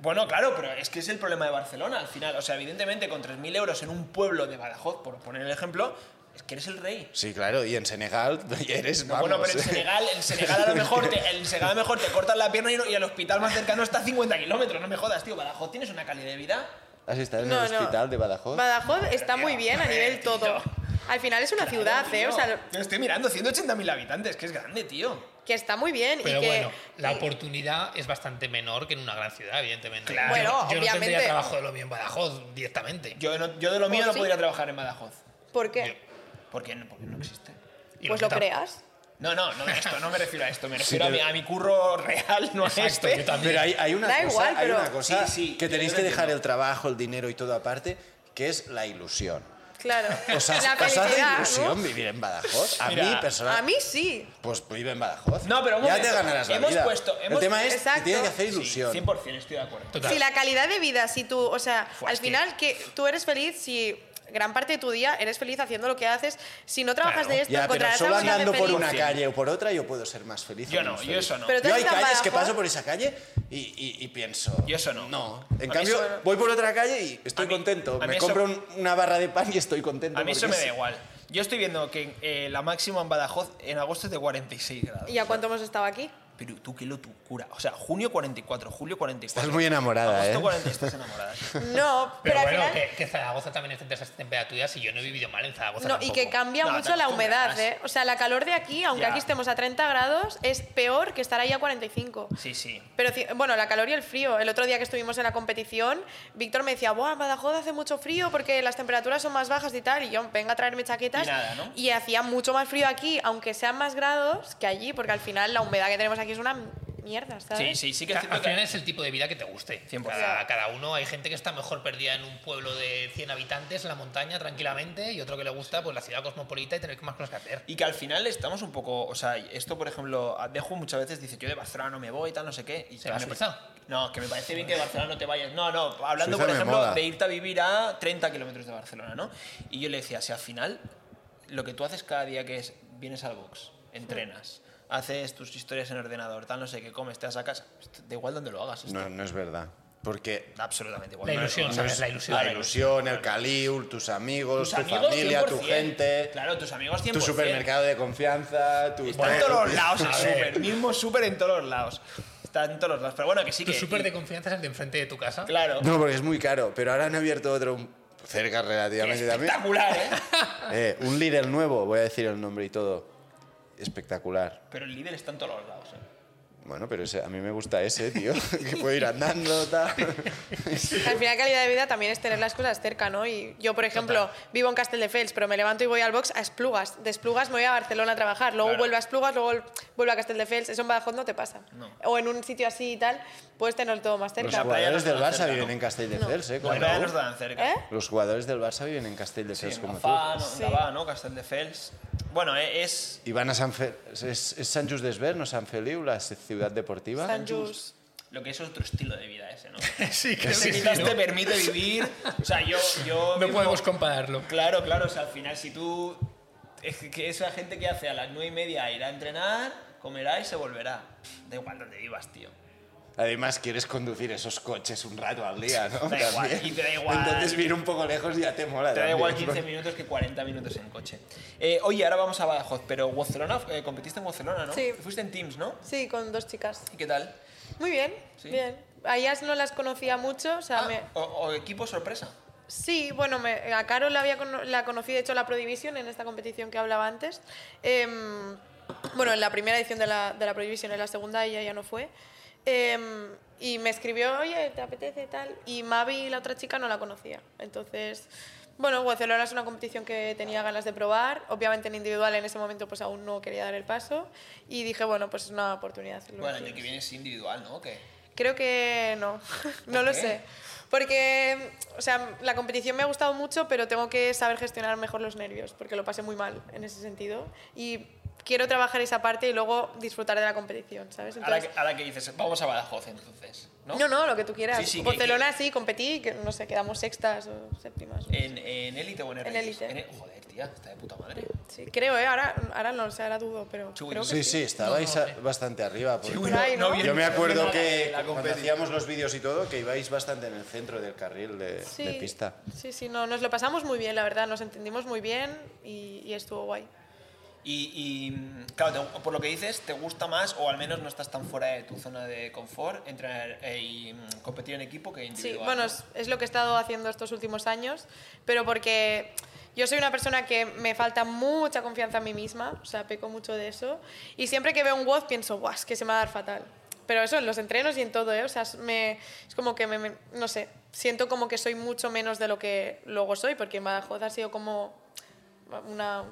[SPEAKER 1] Bueno, claro, pero es que es el problema de Barcelona al final. O sea, evidentemente con 3.000 euros en un pueblo de Badajoz, por poner el ejemplo, es que eres el rey.
[SPEAKER 2] Sí, claro, y en Senegal eres,
[SPEAKER 1] No,
[SPEAKER 2] vamos...
[SPEAKER 1] bueno, pero en
[SPEAKER 2] ¿eh?
[SPEAKER 1] Senegal, en Senegal a lo mejor te, en Senegal a lo mejor te cortan la pierna y, no- y el hospital más cercano está a 50 kilómetros. No me jodas, tío. Badajoz tienes una calidad de vida.
[SPEAKER 2] ¿Has estado en
[SPEAKER 4] No,
[SPEAKER 2] el
[SPEAKER 4] no.
[SPEAKER 2] hospital de Badajoz?
[SPEAKER 4] Badajoz está
[SPEAKER 1] tío,
[SPEAKER 4] muy bien a
[SPEAKER 1] joder,
[SPEAKER 4] nivel
[SPEAKER 1] tío.
[SPEAKER 4] todo. Al final es una ciudad, ¿eh? O sea, lo-
[SPEAKER 1] Yo estoy mirando 180.000 habitantes, que es grande, tío.
[SPEAKER 4] que está muy bien
[SPEAKER 3] Pero
[SPEAKER 4] y que...
[SPEAKER 3] bueno, la
[SPEAKER 4] y-
[SPEAKER 3] oportunidad es bastante menor que en una gran ciudad, evidentemente.
[SPEAKER 1] Claro.
[SPEAKER 3] Yo-
[SPEAKER 4] Bueno,
[SPEAKER 3] yo, no tendría
[SPEAKER 4] obviamente.
[SPEAKER 3] trabajo de lo mío en Badajoz directamente.
[SPEAKER 1] Yo, no- yo de lo mío
[SPEAKER 4] Pues
[SPEAKER 1] no
[SPEAKER 4] sí.
[SPEAKER 1] podría trabajar en Badajoz.
[SPEAKER 4] ¿Por
[SPEAKER 3] Yo-
[SPEAKER 4] qué?
[SPEAKER 1] Porque no, porque no existe.
[SPEAKER 3] y
[SPEAKER 4] Pues lo
[SPEAKER 3] que tam-
[SPEAKER 4] creas.
[SPEAKER 1] No, no, no de esto, no me refiero a esto, me
[SPEAKER 2] Sí,
[SPEAKER 1] refiero a,
[SPEAKER 2] te-
[SPEAKER 1] mi, a mi curro real, no a
[SPEAKER 3] Exacto,
[SPEAKER 1] este.
[SPEAKER 3] yo también.
[SPEAKER 2] Pero hay, hay una
[SPEAKER 4] Da
[SPEAKER 2] cosa,
[SPEAKER 4] igual,
[SPEAKER 2] hay
[SPEAKER 4] pero-
[SPEAKER 2] una cosa
[SPEAKER 1] Sí, sí,
[SPEAKER 2] que
[SPEAKER 1] yo
[SPEAKER 2] tenéis
[SPEAKER 1] lo
[SPEAKER 2] que dejar
[SPEAKER 1] entiendo.
[SPEAKER 2] el trabajo, el dinero y todo aparte, que es la ilusión.
[SPEAKER 4] Claro.
[SPEAKER 2] ¿Os hace,
[SPEAKER 4] la
[SPEAKER 2] os hace
[SPEAKER 4] felicidad,
[SPEAKER 2] ilusión
[SPEAKER 4] ¿no?
[SPEAKER 2] vivir en Badajoz? A
[SPEAKER 1] Mira,
[SPEAKER 2] mí,
[SPEAKER 4] A
[SPEAKER 2] personalmente,
[SPEAKER 4] mí sí.
[SPEAKER 2] pues vive en Badajoz.
[SPEAKER 1] No, pero un
[SPEAKER 2] Ya
[SPEAKER 1] momento,
[SPEAKER 2] te ganarás la
[SPEAKER 1] hemos
[SPEAKER 2] vida.
[SPEAKER 1] puesto- hemos-
[SPEAKER 2] el tema es que
[SPEAKER 4] Exacto.
[SPEAKER 2] tiene que hacer
[SPEAKER 1] Sí,
[SPEAKER 2] ilusión.
[SPEAKER 1] 100% estoy de acuerdo.
[SPEAKER 3] Total.
[SPEAKER 4] Si la calidad de vida, si tú, o sea,
[SPEAKER 3] Fua, es
[SPEAKER 4] al
[SPEAKER 3] que-
[SPEAKER 4] final que tú eres feliz si gran parte de tu día eres feliz haciendo lo que haces, si no trabajas
[SPEAKER 3] Claro.
[SPEAKER 4] de esto,
[SPEAKER 2] ya, pero
[SPEAKER 4] encontrarás
[SPEAKER 2] solo
[SPEAKER 4] algo que te hace
[SPEAKER 2] andando por
[SPEAKER 4] feliz.
[SPEAKER 2] una calle o por otra yo puedo ser más feliz. o
[SPEAKER 1] Yo no,
[SPEAKER 2] menos
[SPEAKER 1] yo
[SPEAKER 2] feliz.
[SPEAKER 1] eso no.
[SPEAKER 4] Pero tú
[SPEAKER 2] yo
[SPEAKER 4] has
[SPEAKER 2] hay
[SPEAKER 4] estado en
[SPEAKER 2] calles que
[SPEAKER 4] Badajoz.
[SPEAKER 2] paso por esa calle y, y- y pienso...
[SPEAKER 1] Yo eso no.
[SPEAKER 2] No.
[SPEAKER 1] A
[SPEAKER 2] En
[SPEAKER 1] mí
[SPEAKER 2] cambio,
[SPEAKER 1] eso-
[SPEAKER 2] voy por otra calle y estoy
[SPEAKER 1] A mí-
[SPEAKER 2] contento.
[SPEAKER 1] a mí
[SPEAKER 2] Me
[SPEAKER 1] eso-
[SPEAKER 2] compro un- una barra de pan y estoy contento.
[SPEAKER 1] A mí eso
[SPEAKER 2] porque
[SPEAKER 1] me da
[SPEAKER 2] sí.
[SPEAKER 1] igual. Yo estoy viendo que eh, la máxima en Badajoz en agosto es de 46 grados.
[SPEAKER 4] ¿Y a cuánto hemos estado aquí?
[SPEAKER 1] Pero tú qué lo tú cura. O sea, junio 44, julio 44.
[SPEAKER 2] Estás muy enamorada,
[SPEAKER 1] agosto
[SPEAKER 2] ¿eh?
[SPEAKER 1] 40, estás enamorada.
[SPEAKER 4] No, pero,
[SPEAKER 3] Pero
[SPEAKER 4] al
[SPEAKER 3] bueno,
[SPEAKER 4] final
[SPEAKER 3] que, que Zaragoza también esté entre esas temperaturas y yo no he vivido mal en Zaragoza.
[SPEAKER 4] No, y que
[SPEAKER 3] tampoco.
[SPEAKER 4] cambia
[SPEAKER 1] No, te
[SPEAKER 4] mucho la humedad,
[SPEAKER 1] acostumbras.
[SPEAKER 4] ¿eh? O sea, la calor de aquí, aunque
[SPEAKER 1] Ya.
[SPEAKER 4] aquí estemos a 30 grados, es peor que estar ahí a 45.
[SPEAKER 1] Sí, sí.
[SPEAKER 4] Pero ci- bueno, la calor y el frío. El otro día que estuvimos en la competición, Víctor me decía, Buah, en Badajoz hace mucho frío porque las temperaturas son más bajas y tal. Y yo, venga a traerme chaquetas.
[SPEAKER 1] Y nada, ¿no?
[SPEAKER 4] Y hacía mucho más frío aquí, aunque sean más grados que allí, porque al final la humedad que tenemos aquí es una mierda,
[SPEAKER 1] Sí,
[SPEAKER 4] ¿sabes?
[SPEAKER 1] sí, sí que es
[SPEAKER 3] Ca-
[SPEAKER 1] cierto
[SPEAKER 3] Al final
[SPEAKER 1] que...
[SPEAKER 3] es el tipo de vida que te guste.
[SPEAKER 1] 100%.
[SPEAKER 3] Cada, cada uno, hay gente que está mejor perdida en un pueblo de 100 habitantes, en la montaña, tranquilamente, y otro que le gusta pues la ciudad cosmopolita y tener más cosas que hacer.
[SPEAKER 1] Y que al final estamos un poco... O sea, esto, por ejemplo, a- Dejo muchas veces dice, yo de Barcelona no me voy, tal, no sé qué. Y
[SPEAKER 3] ¿Se va a
[SPEAKER 1] me
[SPEAKER 3] Suiza?
[SPEAKER 1] pare- No, que me parece bien que de Barcelona no te vayas. No, no, hablando,
[SPEAKER 2] Suiza
[SPEAKER 1] por
[SPEAKER 2] me
[SPEAKER 1] ejemplo,
[SPEAKER 2] mola.
[SPEAKER 1] de irte a vivir a 30 kilómetros de Barcelona, ¿no? Y yo le decía, si al final lo que tú haces cada día que es, vienes al box, entrenas, haces tus historias en ordenador, tal, no sé qué, comes, te vas a casa, pues, da igual donde lo hagas. esto
[SPEAKER 2] No, no es verdad. Porque
[SPEAKER 1] da absolutamente igual.
[SPEAKER 3] La
[SPEAKER 1] No es-
[SPEAKER 3] ilusión,
[SPEAKER 1] no es-
[SPEAKER 3] ¿sabes? La ilusión.
[SPEAKER 2] La ilusión, el caliul, tus amigos,
[SPEAKER 1] Tus
[SPEAKER 2] tu
[SPEAKER 1] amigos,
[SPEAKER 2] familia, tu
[SPEAKER 1] 100%.
[SPEAKER 2] gente,
[SPEAKER 1] Claro, tus amigos 100%.
[SPEAKER 2] tu supermercado de confianza, tu...
[SPEAKER 1] Está en
[SPEAKER 3] pues,
[SPEAKER 1] todos lados el súper. Mismo súper en todos lados. Está en todos lados. Pero bueno, que sí
[SPEAKER 3] Tu
[SPEAKER 1] que...
[SPEAKER 3] súper de confianza es el de enfrente de tu casa.
[SPEAKER 1] Claro.
[SPEAKER 2] No, porque es muy caro, pero ahora han abierto otro cerca relativamente también.
[SPEAKER 1] Espectacular, ¿eh?
[SPEAKER 2] Eh, un líder nuevo, voy a decir el nombre y todo. Espectacular.
[SPEAKER 1] Pero el líder está en todos los lados, ¿eh?
[SPEAKER 2] Bueno, pero ese- a mí me gusta ese, tío, que puedo ir andando, tal.
[SPEAKER 4] Al final, calidad de vida también es tener las cosas cerca, ¿no? Y yo, por ejemplo, vivo en Castelldefels, pero me levanto y voy al box a Esplugas. De Esplugas me voy a Barcelona a trabajar, luego
[SPEAKER 1] Claro.
[SPEAKER 4] vuelvo a Esplugas, luego vuelvo a Castelldefels. Eso en Badajoz no te pasa.
[SPEAKER 1] No. Pues
[SPEAKER 4] O en un sitio así y tal, puedes tener todo más
[SPEAKER 2] Los
[SPEAKER 4] cerca.
[SPEAKER 1] Claro.
[SPEAKER 2] jugadores del
[SPEAKER 1] Cerca,
[SPEAKER 2] Barça
[SPEAKER 1] ¿no?
[SPEAKER 2] viven en Castelldefels, ¿eh? como
[SPEAKER 1] Bueno, ya
[SPEAKER 2] tú.
[SPEAKER 1] nos dan cerca.
[SPEAKER 4] ¿Eh?
[SPEAKER 2] Los jugadores del Barça viven en
[SPEAKER 1] Sí,
[SPEAKER 2] Castelldefels
[SPEAKER 1] en
[SPEAKER 2] como tú.
[SPEAKER 1] Gafá, no, en
[SPEAKER 4] Sí.
[SPEAKER 1] Gavá, ¿no? Castelldefels. Bueno, eh, es... Ah,
[SPEAKER 2] I van a Sant Fe... és, és Sant Just d'Esvern o Sant Feliu, la ciutat deportiva?
[SPEAKER 4] Sant Just.
[SPEAKER 1] Lo que es otro estilo de vida ese, ¿no?
[SPEAKER 3] sí, creo
[SPEAKER 1] Ese
[SPEAKER 3] que sí,
[SPEAKER 1] quizás
[SPEAKER 3] ¿no?
[SPEAKER 1] te permite vivir. O sea, yo. yo
[SPEAKER 3] No
[SPEAKER 1] mismo-
[SPEAKER 3] podemos compararlo.
[SPEAKER 1] Claro, claro, o sea, al final si tú... Es que- que esa gente que hace a las nueve y media irá a entrenar, comerá y se volverá. Da igual donde vivas, tío.
[SPEAKER 2] Además, quieres conducir esos coches un rato al día, ¿no?
[SPEAKER 1] Da igual,
[SPEAKER 2] También.
[SPEAKER 1] y te da igual.
[SPEAKER 2] Entonces, vivir un poco lejos ya te mola.
[SPEAKER 1] Te da
[SPEAKER 2] también,
[SPEAKER 1] igual
[SPEAKER 2] ¿no?
[SPEAKER 1] 15 minutos que 40 minutos en coche. Eh, oye, ahora vamos a Badajoz, pero Barcelona, eh, competiste en Barcelona, ¿no?
[SPEAKER 4] Sí.
[SPEAKER 1] Fuiste en Teams, ¿no?
[SPEAKER 4] Sí, con dos chicas.
[SPEAKER 1] ¿Y qué tal?
[SPEAKER 4] Muy bien,
[SPEAKER 1] Sí.
[SPEAKER 4] bien. A ellas no las conocía mucho, o sea,
[SPEAKER 1] Ah,
[SPEAKER 4] me-
[SPEAKER 1] o, o equipo sorpresa.
[SPEAKER 4] Sí, bueno, me- a Carol la, había cono- la conocí, de hecho, en la Pro Division, en esta competición que hablaba antes. Em, bueno, en la primera edición de la, de la Pro Division, en la segunda ella ya no fue. Em, y me escribió, oye, ¿te apetece tal? Y Mavi, la otra chica, no la conocía. Entonces, bueno, Barcelona es una competición que tenía ganas de probar. Obviamente en individual en ese momento pues aún no quería dar el paso. Y dije, bueno, pues es una oportunidad. hacerlo
[SPEAKER 1] Bueno, el
[SPEAKER 4] aquí.
[SPEAKER 1] año que viene es individual, ¿no? ¿O qué?
[SPEAKER 4] Creo que no, no
[SPEAKER 1] ¿Por
[SPEAKER 4] lo
[SPEAKER 1] qué?
[SPEAKER 4] sé. Porque, o sea, la competición me ha gustado mucho, pero tengo que saber gestionar mejor los nervios, porque lo pasé muy mal en ese sentido. Y quiero trabajar esa parte y luego disfrutar de la competición, ¿sabes?
[SPEAKER 1] Ahora que,
[SPEAKER 4] Entonces-
[SPEAKER 1] ahora que dices, vamos a Badajoz entonces, ¿no?
[SPEAKER 4] ¿no? no, lo que tú quieras.
[SPEAKER 1] Sí, sí, que-
[SPEAKER 4] Barcelona sí, competí, que, no sé, quedamos sextas o séptimas. o no
[SPEAKER 1] ¿En
[SPEAKER 4] sé.
[SPEAKER 1] en élite o en
[SPEAKER 4] En
[SPEAKER 1] RX?
[SPEAKER 4] élite.
[SPEAKER 1] Joder, tía, está de puta madre.
[SPEAKER 4] Sí, creo, ¿eh? Ahora, ahora no, lo sé, ahora dudo, pero
[SPEAKER 1] Chuy,
[SPEAKER 4] creo que
[SPEAKER 2] Sí, sí, estabais
[SPEAKER 3] No, no,
[SPEAKER 2] a- bastante arriba. porque-
[SPEAKER 4] bueno, ahí, ¿no?
[SPEAKER 2] Yo me acuerdo
[SPEAKER 1] la-
[SPEAKER 2] que
[SPEAKER 1] la
[SPEAKER 2] cuando
[SPEAKER 1] competición.
[SPEAKER 2] hacíamos los vídeos y todo, que ibais bastante en el centro del carril de, de pista.
[SPEAKER 4] Sí, sí, no, nos lo pasamos muy bien, la verdad, nos entendimos muy bien y, y estuvo guay.
[SPEAKER 1] Y, y, mm, claro, te- por lo que dices, te gusta más o al menos no estás tan fuera de tu zona de confort entrenar eh, y mm, competir en equipo que
[SPEAKER 4] Sí,
[SPEAKER 1] individual.
[SPEAKER 4] bueno,
[SPEAKER 1] ¿no?
[SPEAKER 4] es, es lo que he estado haciendo estos últimos años, pero porque yo soy una persona que me falta mucha confianza en mí misma, o sea, peco mucho de eso, y siempre que veo un WOD pienso, guau, es que se me va a dar fatal. Pero eso en los entrenos y en todo, ¿eh? O sea, es- me- es como que, me, me- no sé, siento como que soy mucho menos de lo que luego soy, porque en Badajoz ha sido como una,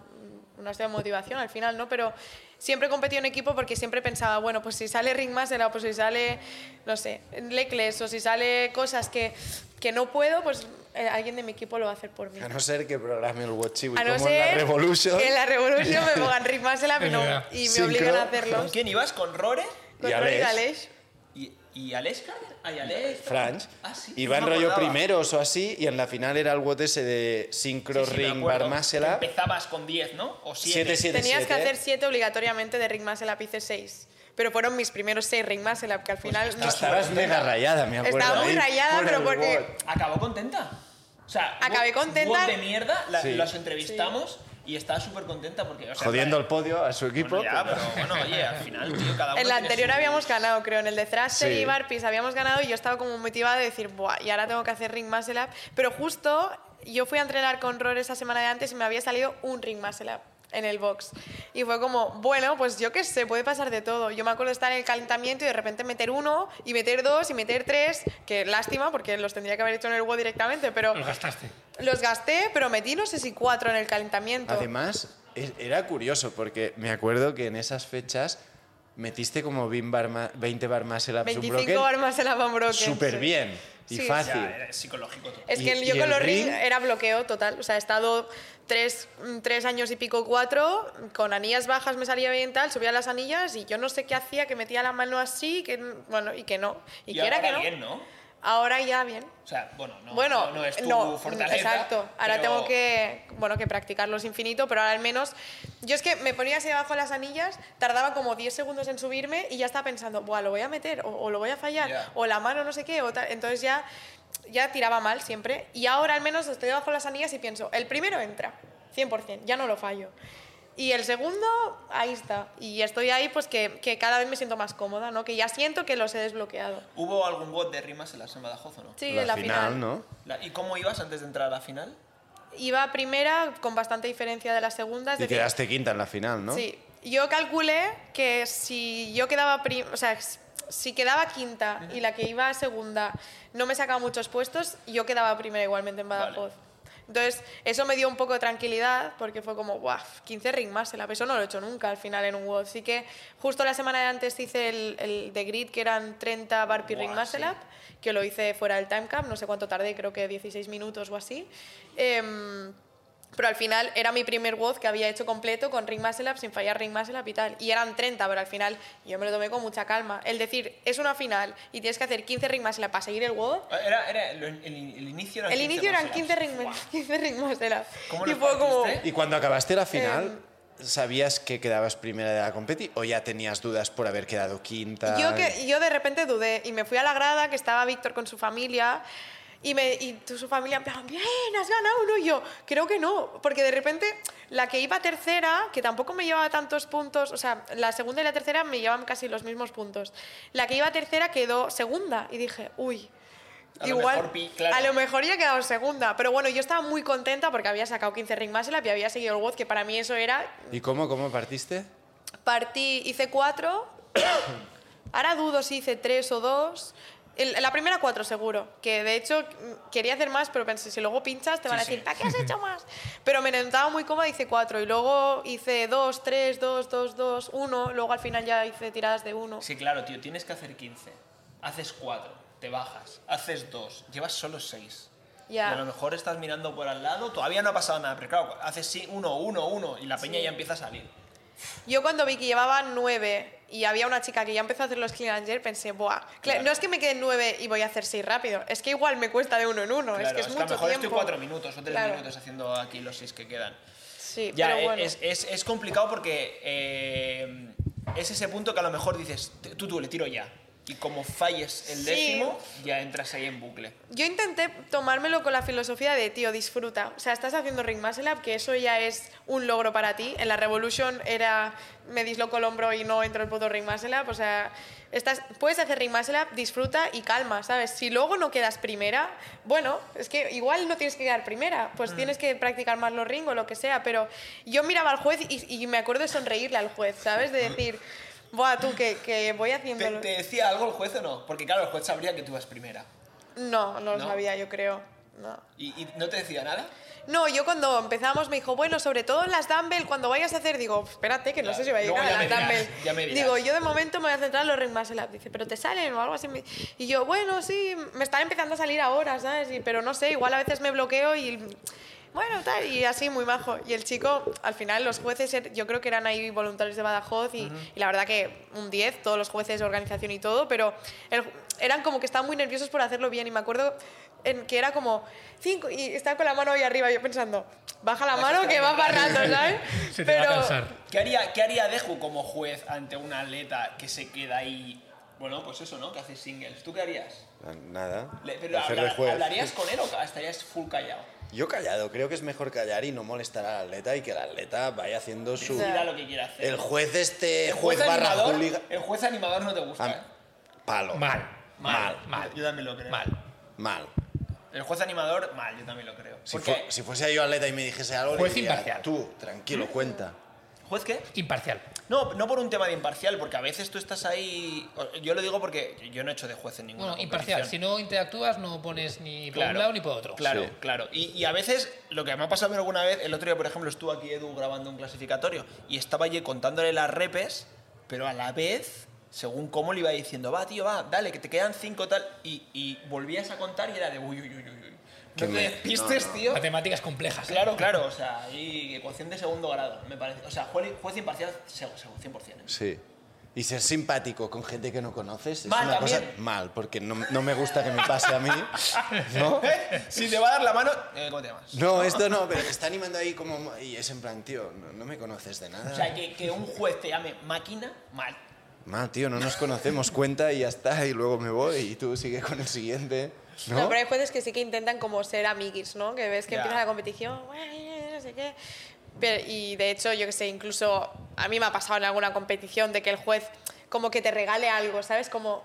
[SPEAKER 4] una hostia de motivación al final, ¿no? Pero siempre competí en equipo porque siempre pensaba, bueno, pues si sale Ringmaster, o pues si sale, no sé, Lecles, o si sale cosas que, que no puedo, pues eh, alguien de mi equipo lo va a hacer por mí.
[SPEAKER 2] A no ser que programe el Watch
[SPEAKER 4] A no
[SPEAKER 2] como en la
[SPEAKER 4] ser
[SPEAKER 2] Revolution.
[SPEAKER 4] que en la Revolution me pongan Ringmaster
[SPEAKER 3] Es verdad.
[SPEAKER 4] y me
[SPEAKER 2] Sincro.
[SPEAKER 4] obligan a
[SPEAKER 1] ¿Con
[SPEAKER 4] hacerlo.
[SPEAKER 1] quién ibas? ¿Con Rore?
[SPEAKER 4] Con
[SPEAKER 2] Y a
[SPEAKER 4] Rory
[SPEAKER 2] Alex.
[SPEAKER 4] Galesh.
[SPEAKER 1] ¿Y, y Alex Carter? Ay, Alex.
[SPEAKER 2] Franch.
[SPEAKER 1] Ah, sí,
[SPEAKER 2] Iba en
[SPEAKER 1] no me
[SPEAKER 2] rollo
[SPEAKER 1] acordaba.
[SPEAKER 2] primeros o así, y en la final era el WOT ese de Synchro
[SPEAKER 1] Sí, sí, me
[SPEAKER 2] Ring
[SPEAKER 1] acuerdo.
[SPEAKER 2] Bar Masela.
[SPEAKER 1] Empezabas con 10, ¿no? O 7.
[SPEAKER 2] 7-7.
[SPEAKER 4] Tenías que hacer 7 obligatoriamente de Ringmaster, hice 6. Pero fueron mis primeros 6 Ringmaster, que al final...
[SPEAKER 2] Pues
[SPEAKER 4] no-
[SPEAKER 2] Estabas mega rayada, me acuerdo.
[SPEAKER 4] Estaba muy
[SPEAKER 2] ahí,
[SPEAKER 4] rayada,
[SPEAKER 2] por
[SPEAKER 4] pero
[SPEAKER 2] el
[SPEAKER 4] porque-
[SPEAKER 2] WOT.
[SPEAKER 1] Acabó contenta. O sea,
[SPEAKER 4] Acabé
[SPEAKER 1] Word-
[SPEAKER 4] contenta.
[SPEAKER 1] Word de mierda, la-
[SPEAKER 2] Sí.
[SPEAKER 1] las entrevistamos y estaba súper contenta porque. o sea,
[SPEAKER 2] Jodiendo el
[SPEAKER 1] vale,
[SPEAKER 2] podio a su equipo.
[SPEAKER 1] bueno, ya,
[SPEAKER 2] pero-
[SPEAKER 1] pero bueno, oye, al final, tío, cada uno.
[SPEAKER 4] En la
[SPEAKER 1] tiene
[SPEAKER 4] anterior
[SPEAKER 1] su-
[SPEAKER 4] habíamos ganado, creo, en el de Thrasher
[SPEAKER 2] Sí.
[SPEAKER 4] y Barpis habíamos ganado y yo estaba como motivada de decir, Buah, y ahora tengo que hacer Ring Muscle Up. Pero justo yo fui a entrenar con Ror esa semana de antes y me había salido un Ring Muscle Up en el box. Y fue como, bueno, pues yo qué sé, puede pasar de todo. Yo me acuerdo estar en el calentamiento y de repente meter uno y meter dos y meter tres, que lástima porque los tendría que haber hecho en el WOD directamente, pero
[SPEAKER 3] Los gastaste.
[SPEAKER 4] los gasté, pero metí no sé si cuatro en el calentamiento.
[SPEAKER 2] Además, e- era curioso porque me acuerdo que en esas fechas metiste como 20 bar, ma- 20 bar más el Absum
[SPEAKER 4] 25
[SPEAKER 2] Broken
[SPEAKER 4] armas en la Van Brocken,
[SPEAKER 2] súper
[SPEAKER 4] sí.
[SPEAKER 2] bien y
[SPEAKER 4] Sí.
[SPEAKER 1] Ya,
[SPEAKER 2] fácil.
[SPEAKER 1] era psicológico todo.
[SPEAKER 4] Es
[SPEAKER 2] Y-
[SPEAKER 4] que el- yo
[SPEAKER 2] y
[SPEAKER 4] con
[SPEAKER 2] el
[SPEAKER 4] los ring
[SPEAKER 2] ring-
[SPEAKER 4] era bloqueo total. O sea, he estado tres, mm, tres años y pico, cuatro, con anillas bajas me salía bien tal, subía las anillas y yo no sé qué hacía, que metía la mano así, que n- bueno, y que no. Y, que era
[SPEAKER 1] ahora
[SPEAKER 4] que no.
[SPEAKER 1] bien, ¿no?
[SPEAKER 4] Ahora ya bien.
[SPEAKER 1] O sea, bueno, no,
[SPEAKER 4] bueno,
[SPEAKER 1] no, no es tu
[SPEAKER 4] no,
[SPEAKER 1] fortaleza.
[SPEAKER 4] Exacto. Ahora
[SPEAKER 1] pero-
[SPEAKER 4] tengo que, bueno, que practicarlos infinito, pero ahora al menos. Yo es que me ponía así abajo las anillas, tardaba como 10 segundos en subirme y ya estaba pensando, Buah, lo voy a meter, o, o lo voy a fallar,
[SPEAKER 1] Ya.
[SPEAKER 4] o la mano no sé qué, o tal. Entonces ya, ya tiraba mal siempre. Y ahora al menos estoy abajo las anillas y pienso, el primero entra, 100%, ya no lo fallo. Y el segundo, ahí está. Y estoy ahí, pues que, que cada vez me siento más cómoda, ¿no? Que ya siento que los he desbloqueado.
[SPEAKER 1] ¿Hubo algún bot de rimas en la Samba de Ajoz o no?
[SPEAKER 4] Sí,
[SPEAKER 2] la,
[SPEAKER 4] en la
[SPEAKER 2] final, ¿no?
[SPEAKER 1] La- ¿Y cómo ibas antes de entrar a la final?
[SPEAKER 4] Iba primera con bastante diferencia de la segunda. Es
[SPEAKER 2] Y
[SPEAKER 4] decir,
[SPEAKER 2] quedaste quinta en la final, ¿no?
[SPEAKER 4] Sí. Yo calculé que si yo quedaba prim- o sea, s- si quedaba quinta y la que iba a segunda no me sacaba muchos puestos, yo quedaba primera igualmente en Badajoz. Entonces, eso me dio un poco de tranquilidad porque fue como, guau, 15 ring más, el eso no lo he hecho nunca al final en un WOD. Así que justo la semana de antes hice el, el de grid que eran 30 barpi
[SPEAKER 1] Buah,
[SPEAKER 4] ring más
[SPEAKER 1] sí.
[SPEAKER 4] el que lo hice fuera del time cap, no sé cuánto tardé, creo que 16 minutos o así. Em, Pero al final era mi primer WOD que había hecho completo con Ring Muscle Up, sin fallar Ring Muscle Up y tal. Y eran 30, pero al final yo me lo tomé con mucha calma. El decir, es una final y tienes que hacer 15 Ring Muscle Up para seguir el WOD.
[SPEAKER 1] Era, era el, el- el inicio eran
[SPEAKER 4] El
[SPEAKER 1] 15
[SPEAKER 4] inicio eran
[SPEAKER 1] muscle-ups.
[SPEAKER 4] 15 Ring,
[SPEAKER 1] Buah.
[SPEAKER 4] 15 ring Muscle Up.
[SPEAKER 1] ¿Cómo
[SPEAKER 4] y
[SPEAKER 1] los
[SPEAKER 4] fue como...
[SPEAKER 1] partiste?
[SPEAKER 2] ¿Y cuando acabaste la final,
[SPEAKER 4] Em.
[SPEAKER 2] sabías que quedabas primera de la competi o ya tenías dudas por haber quedado quinta?
[SPEAKER 4] Yo, que, yo de repente dudé y me fui a la grada que estaba Víctor con su familia y, me, y tu- su familia en plan, bien, has ganado, ¿no? Y yo, creo que no, porque de repente la que iba tercera, que tampoco me llevaba tantos puntos, o sea, la segunda y la tercera me llevaban casi los mismos puntos, la que iba tercera quedó segunda y dije, uy.
[SPEAKER 1] A lo mejor pi- claro.
[SPEAKER 4] a lo mejor ya he quedado segunda, pero bueno, yo estaba muy contenta porque había sacado 15 ring más y había seguido el WOD, que para mí eso era
[SPEAKER 2] ¿Y cómo, cómo partiste?
[SPEAKER 4] Partí, hice cuatro. Ahora dudo si hice tres o dos. El- la primera cuatro seguro, que de hecho mm, quería hacer más, pero pensé, si luego pinchas te van a
[SPEAKER 1] sí.
[SPEAKER 4] decir, ¿para qué has hecho más? Pero me sentaba muy cómoda, hice cuatro, y luego hice dos, tres, dos, dos, dos, uno, luego al final ya hice tiradas de uno.
[SPEAKER 1] Sí, claro, tío, tienes que hacer 15. Haces 4, te bajas, haces 2, llevas solo 6.
[SPEAKER 4] Ya.
[SPEAKER 1] Y a lo mejor estás mirando por al lado, todavía no ha pasado nada, pero claro, haces sí, 1, 1, 1 y la peña ya empieza a salir.
[SPEAKER 4] Yo cuando vi que llevaba nueve y había una chica que ya empezó a hacer los clean and jerk, pensé, buah, cla-
[SPEAKER 1] Claro.
[SPEAKER 4] no es que me queden nueve y voy a hacer seis rápido, es que igual me cuesta de uno en uno, es
[SPEAKER 1] Claro,
[SPEAKER 4] que es, mucho
[SPEAKER 1] a lo mejor
[SPEAKER 4] tiempo.
[SPEAKER 1] estoy 4 minutos o 3
[SPEAKER 4] Claro.
[SPEAKER 1] minutos haciendo aquí los 6 que quedan.
[SPEAKER 4] Sí,
[SPEAKER 1] Ya,
[SPEAKER 4] pero
[SPEAKER 1] eh,
[SPEAKER 4] bueno.
[SPEAKER 1] es, es- es complicado porque eh, es ese punto que a lo mejor dices, tú, tú, le tiro ya. Y como falles el
[SPEAKER 4] Sí.
[SPEAKER 1] décimo, ya entras ahí en bucle.
[SPEAKER 4] Yo intenté tomármelo con la filosofía de, tío, disfruta. O sea, estás haciendo Ring Muscle Up, que eso ya es un logro para ti. En la Revolution era, me disloco el hombro y no entro el puto Ring Muscle Up. O sea, estás, puedes hacer Ring Muscle Up, disfruta y calma, ¿sabes? Si luego no quedas primera, bueno, es que igual no tienes que quedar primera. Pues
[SPEAKER 1] Mm.
[SPEAKER 4] tienes que practicar más los ring o lo que sea. Pero yo miraba al juez y, y me acuerdo de sonreírle al juez, ¿sabes? De decir... Buah, tú, que, que voy
[SPEAKER 1] ¿Te,
[SPEAKER 4] haciéndolo.
[SPEAKER 1] te decía algo el juez o no? Porque claro, el juez sabría que tú vas primera.
[SPEAKER 4] No, no lo
[SPEAKER 1] ¿No?
[SPEAKER 4] sabía, yo creo. No.
[SPEAKER 1] ¿Y, y no te decía nada?
[SPEAKER 4] No, yo cuando empezamos me dijo, bueno, sobre todo en las dumbbell, cuando vayas a hacer, digo, espérate, que no
[SPEAKER 1] Claro,
[SPEAKER 4] sé si voy a llegar
[SPEAKER 1] luego ya
[SPEAKER 4] a
[SPEAKER 1] me
[SPEAKER 4] las
[SPEAKER 1] dirás,
[SPEAKER 4] dumbbell.
[SPEAKER 1] ya me dirás.
[SPEAKER 4] digo, yo de momento me voy a centrar en los ring muscle up. Dice, pero te salen o algo así. Me- Y yo, bueno, sí, me están empezando a salir ahora, ¿sabes? Y- pero no sé, igual a veces me bloqueo y... Bueno, tal, y así muy majo. Y el chico, al final, los jueces, er- yo creo que eran ahí voluntarios de Badajoz y, y la verdad que un 10, todos los jueces, organización y todo, pero el- eran como que estaban muy nerviosos por hacerlo bien. Y me acuerdo en que era como 5 y estaba con la mano ahí arriba, yo pensando, baja la mano que va barrando, ¿sabes?
[SPEAKER 3] Se te va a cansar.
[SPEAKER 1] ¿Qué haría, ¿Qué haría Deju como juez ante un atleta que se queda ahí? Bueno, pues eso, ¿no? Que hace singles. ¿Tú qué harías?
[SPEAKER 2] Nada.
[SPEAKER 1] Le- pero
[SPEAKER 2] hacer
[SPEAKER 1] habla-
[SPEAKER 2] de juez.
[SPEAKER 1] ¿Hablarías con él o estarías full callado?
[SPEAKER 2] Yo callado, creo que es mejor callar y no molestar al atleta y que el atleta vaya haciendo su...
[SPEAKER 4] Ya.
[SPEAKER 1] Mira lo que quiera hacer.
[SPEAKER 2] El juez este,
[SPEAKER 1] El juez,
[SPEAKER 2] juez, barra
[SPEAKER 1] animador,
[SPEAKER 2] hooligan-
[SPEAKER 1] el juez animador no te gusta.
[SPEAKER 2] Am-
[SPEAKER 1] ¿eh?
[SPEAKER 2] Palo.
[SPEAKER 3] Mal, mal,
[SPEAKER 2] Mal.
[SPEAKER 3] mal.
[SPEAKER 1] Yo también lo creo.
[SPEAKER 3] Mal.
[SPEAKER 2] Mal.
[SPEAKER 1] El juez animador, mal, yo también lo creo.
[SPEAKER 2] Si,
[SPEAKER 1] Porque,
[SPEAKER 2] fu- si fuese yo atleta y me dijese algo, le
[SPEAKER 3] Juez
[SPEAKER 2] diría,
[SPEAKER 3] imparcial.
[SPEAKER 2] tú, tranquilo, cuenta.
[SPEAKER 1] ¿Juez qué?
[SPEAKER 3] Imparcial.
[SPEAKER 1] No, no por un tema de imparcial, porque a veces tú estás ahí. Yo lo digo porque yo no he hecho de juez en ninguna
[SPEAKER 3] Bueno, imparcial.
[SPEAKER 1] competición.
[SPEAKER 3] Si no interactúas, no pones ni por un lado ni por otro.
[SPEAKER 1] Claro,
[SPEAKER 2] Sí.
[SPEAKER 1] claro. Y, y a veces, lo que me ha pasado a mí alguna vez, el otro día, por ejemplo, estuvo aquí Edu grabando un clasificatorio y estaba allí contándole las repes, pero a la vez, según cómo le iba diciendo, va, tío, va, dale, que te quedan cinco tal, y, y volvías a contar y era de uy, uy, uy, uy. uy.
[SPEAKER 2] Que
[SPEAKER 1] No te
[SPEAKER 2] me-
[SPEAKER 1] despistes,
[SPEAKER 2] no, no.
[SPEAKER 1] tío.
[SPEAKER 3] Matemáticas complejas. ¿eh?
[SPEAKER 1] Claro, claro, o sea, ahí ecuación de segundo grado, me parece. O sea, juez, juez imparcial, seguro, seguro, 100%. ¿eh?
[SPEAKER 2] Sí. Y ser simpático con gente que no conoces es
[SPEAKER 1] Mal
[SPEAKER 2] una cosa
[SPEAKER 1] también.
[SPEAKER 2] mal, porque no, no me gusta que me pase a mí. ¿No?
[SPEAKER 1] si te va a dar la mano, eh, ¿cómo te llamas?
[SPEAKER 2] No, esto no, pero te está animando ahí como. Y es en plan, tío, no, no me conoces de nada.
[SPEAKER 1] O sea, que, que un juez te llame máquina, mal.
[SPEAKER 2] Mal, tío, no nos conocemos, cuenta y ya está, y luego me voy y tú sigues con el siguiente.
[SPEAKER 4] ¿No?
[SPEAKER 2] ¿No?
[SPEAKER 4] pero hay jueces que sí que intentan como ser amiguis, ¿no? Que ves que
[SPEAKER 1] Ya.
[SPEAKER 4] empieza la competición, "Ué, no sé qué. Pero- y de hecho, yo que sé, incluso a mí me ha pasado en alguna competición de que el juez como que te regale algo, ¿sabes? Como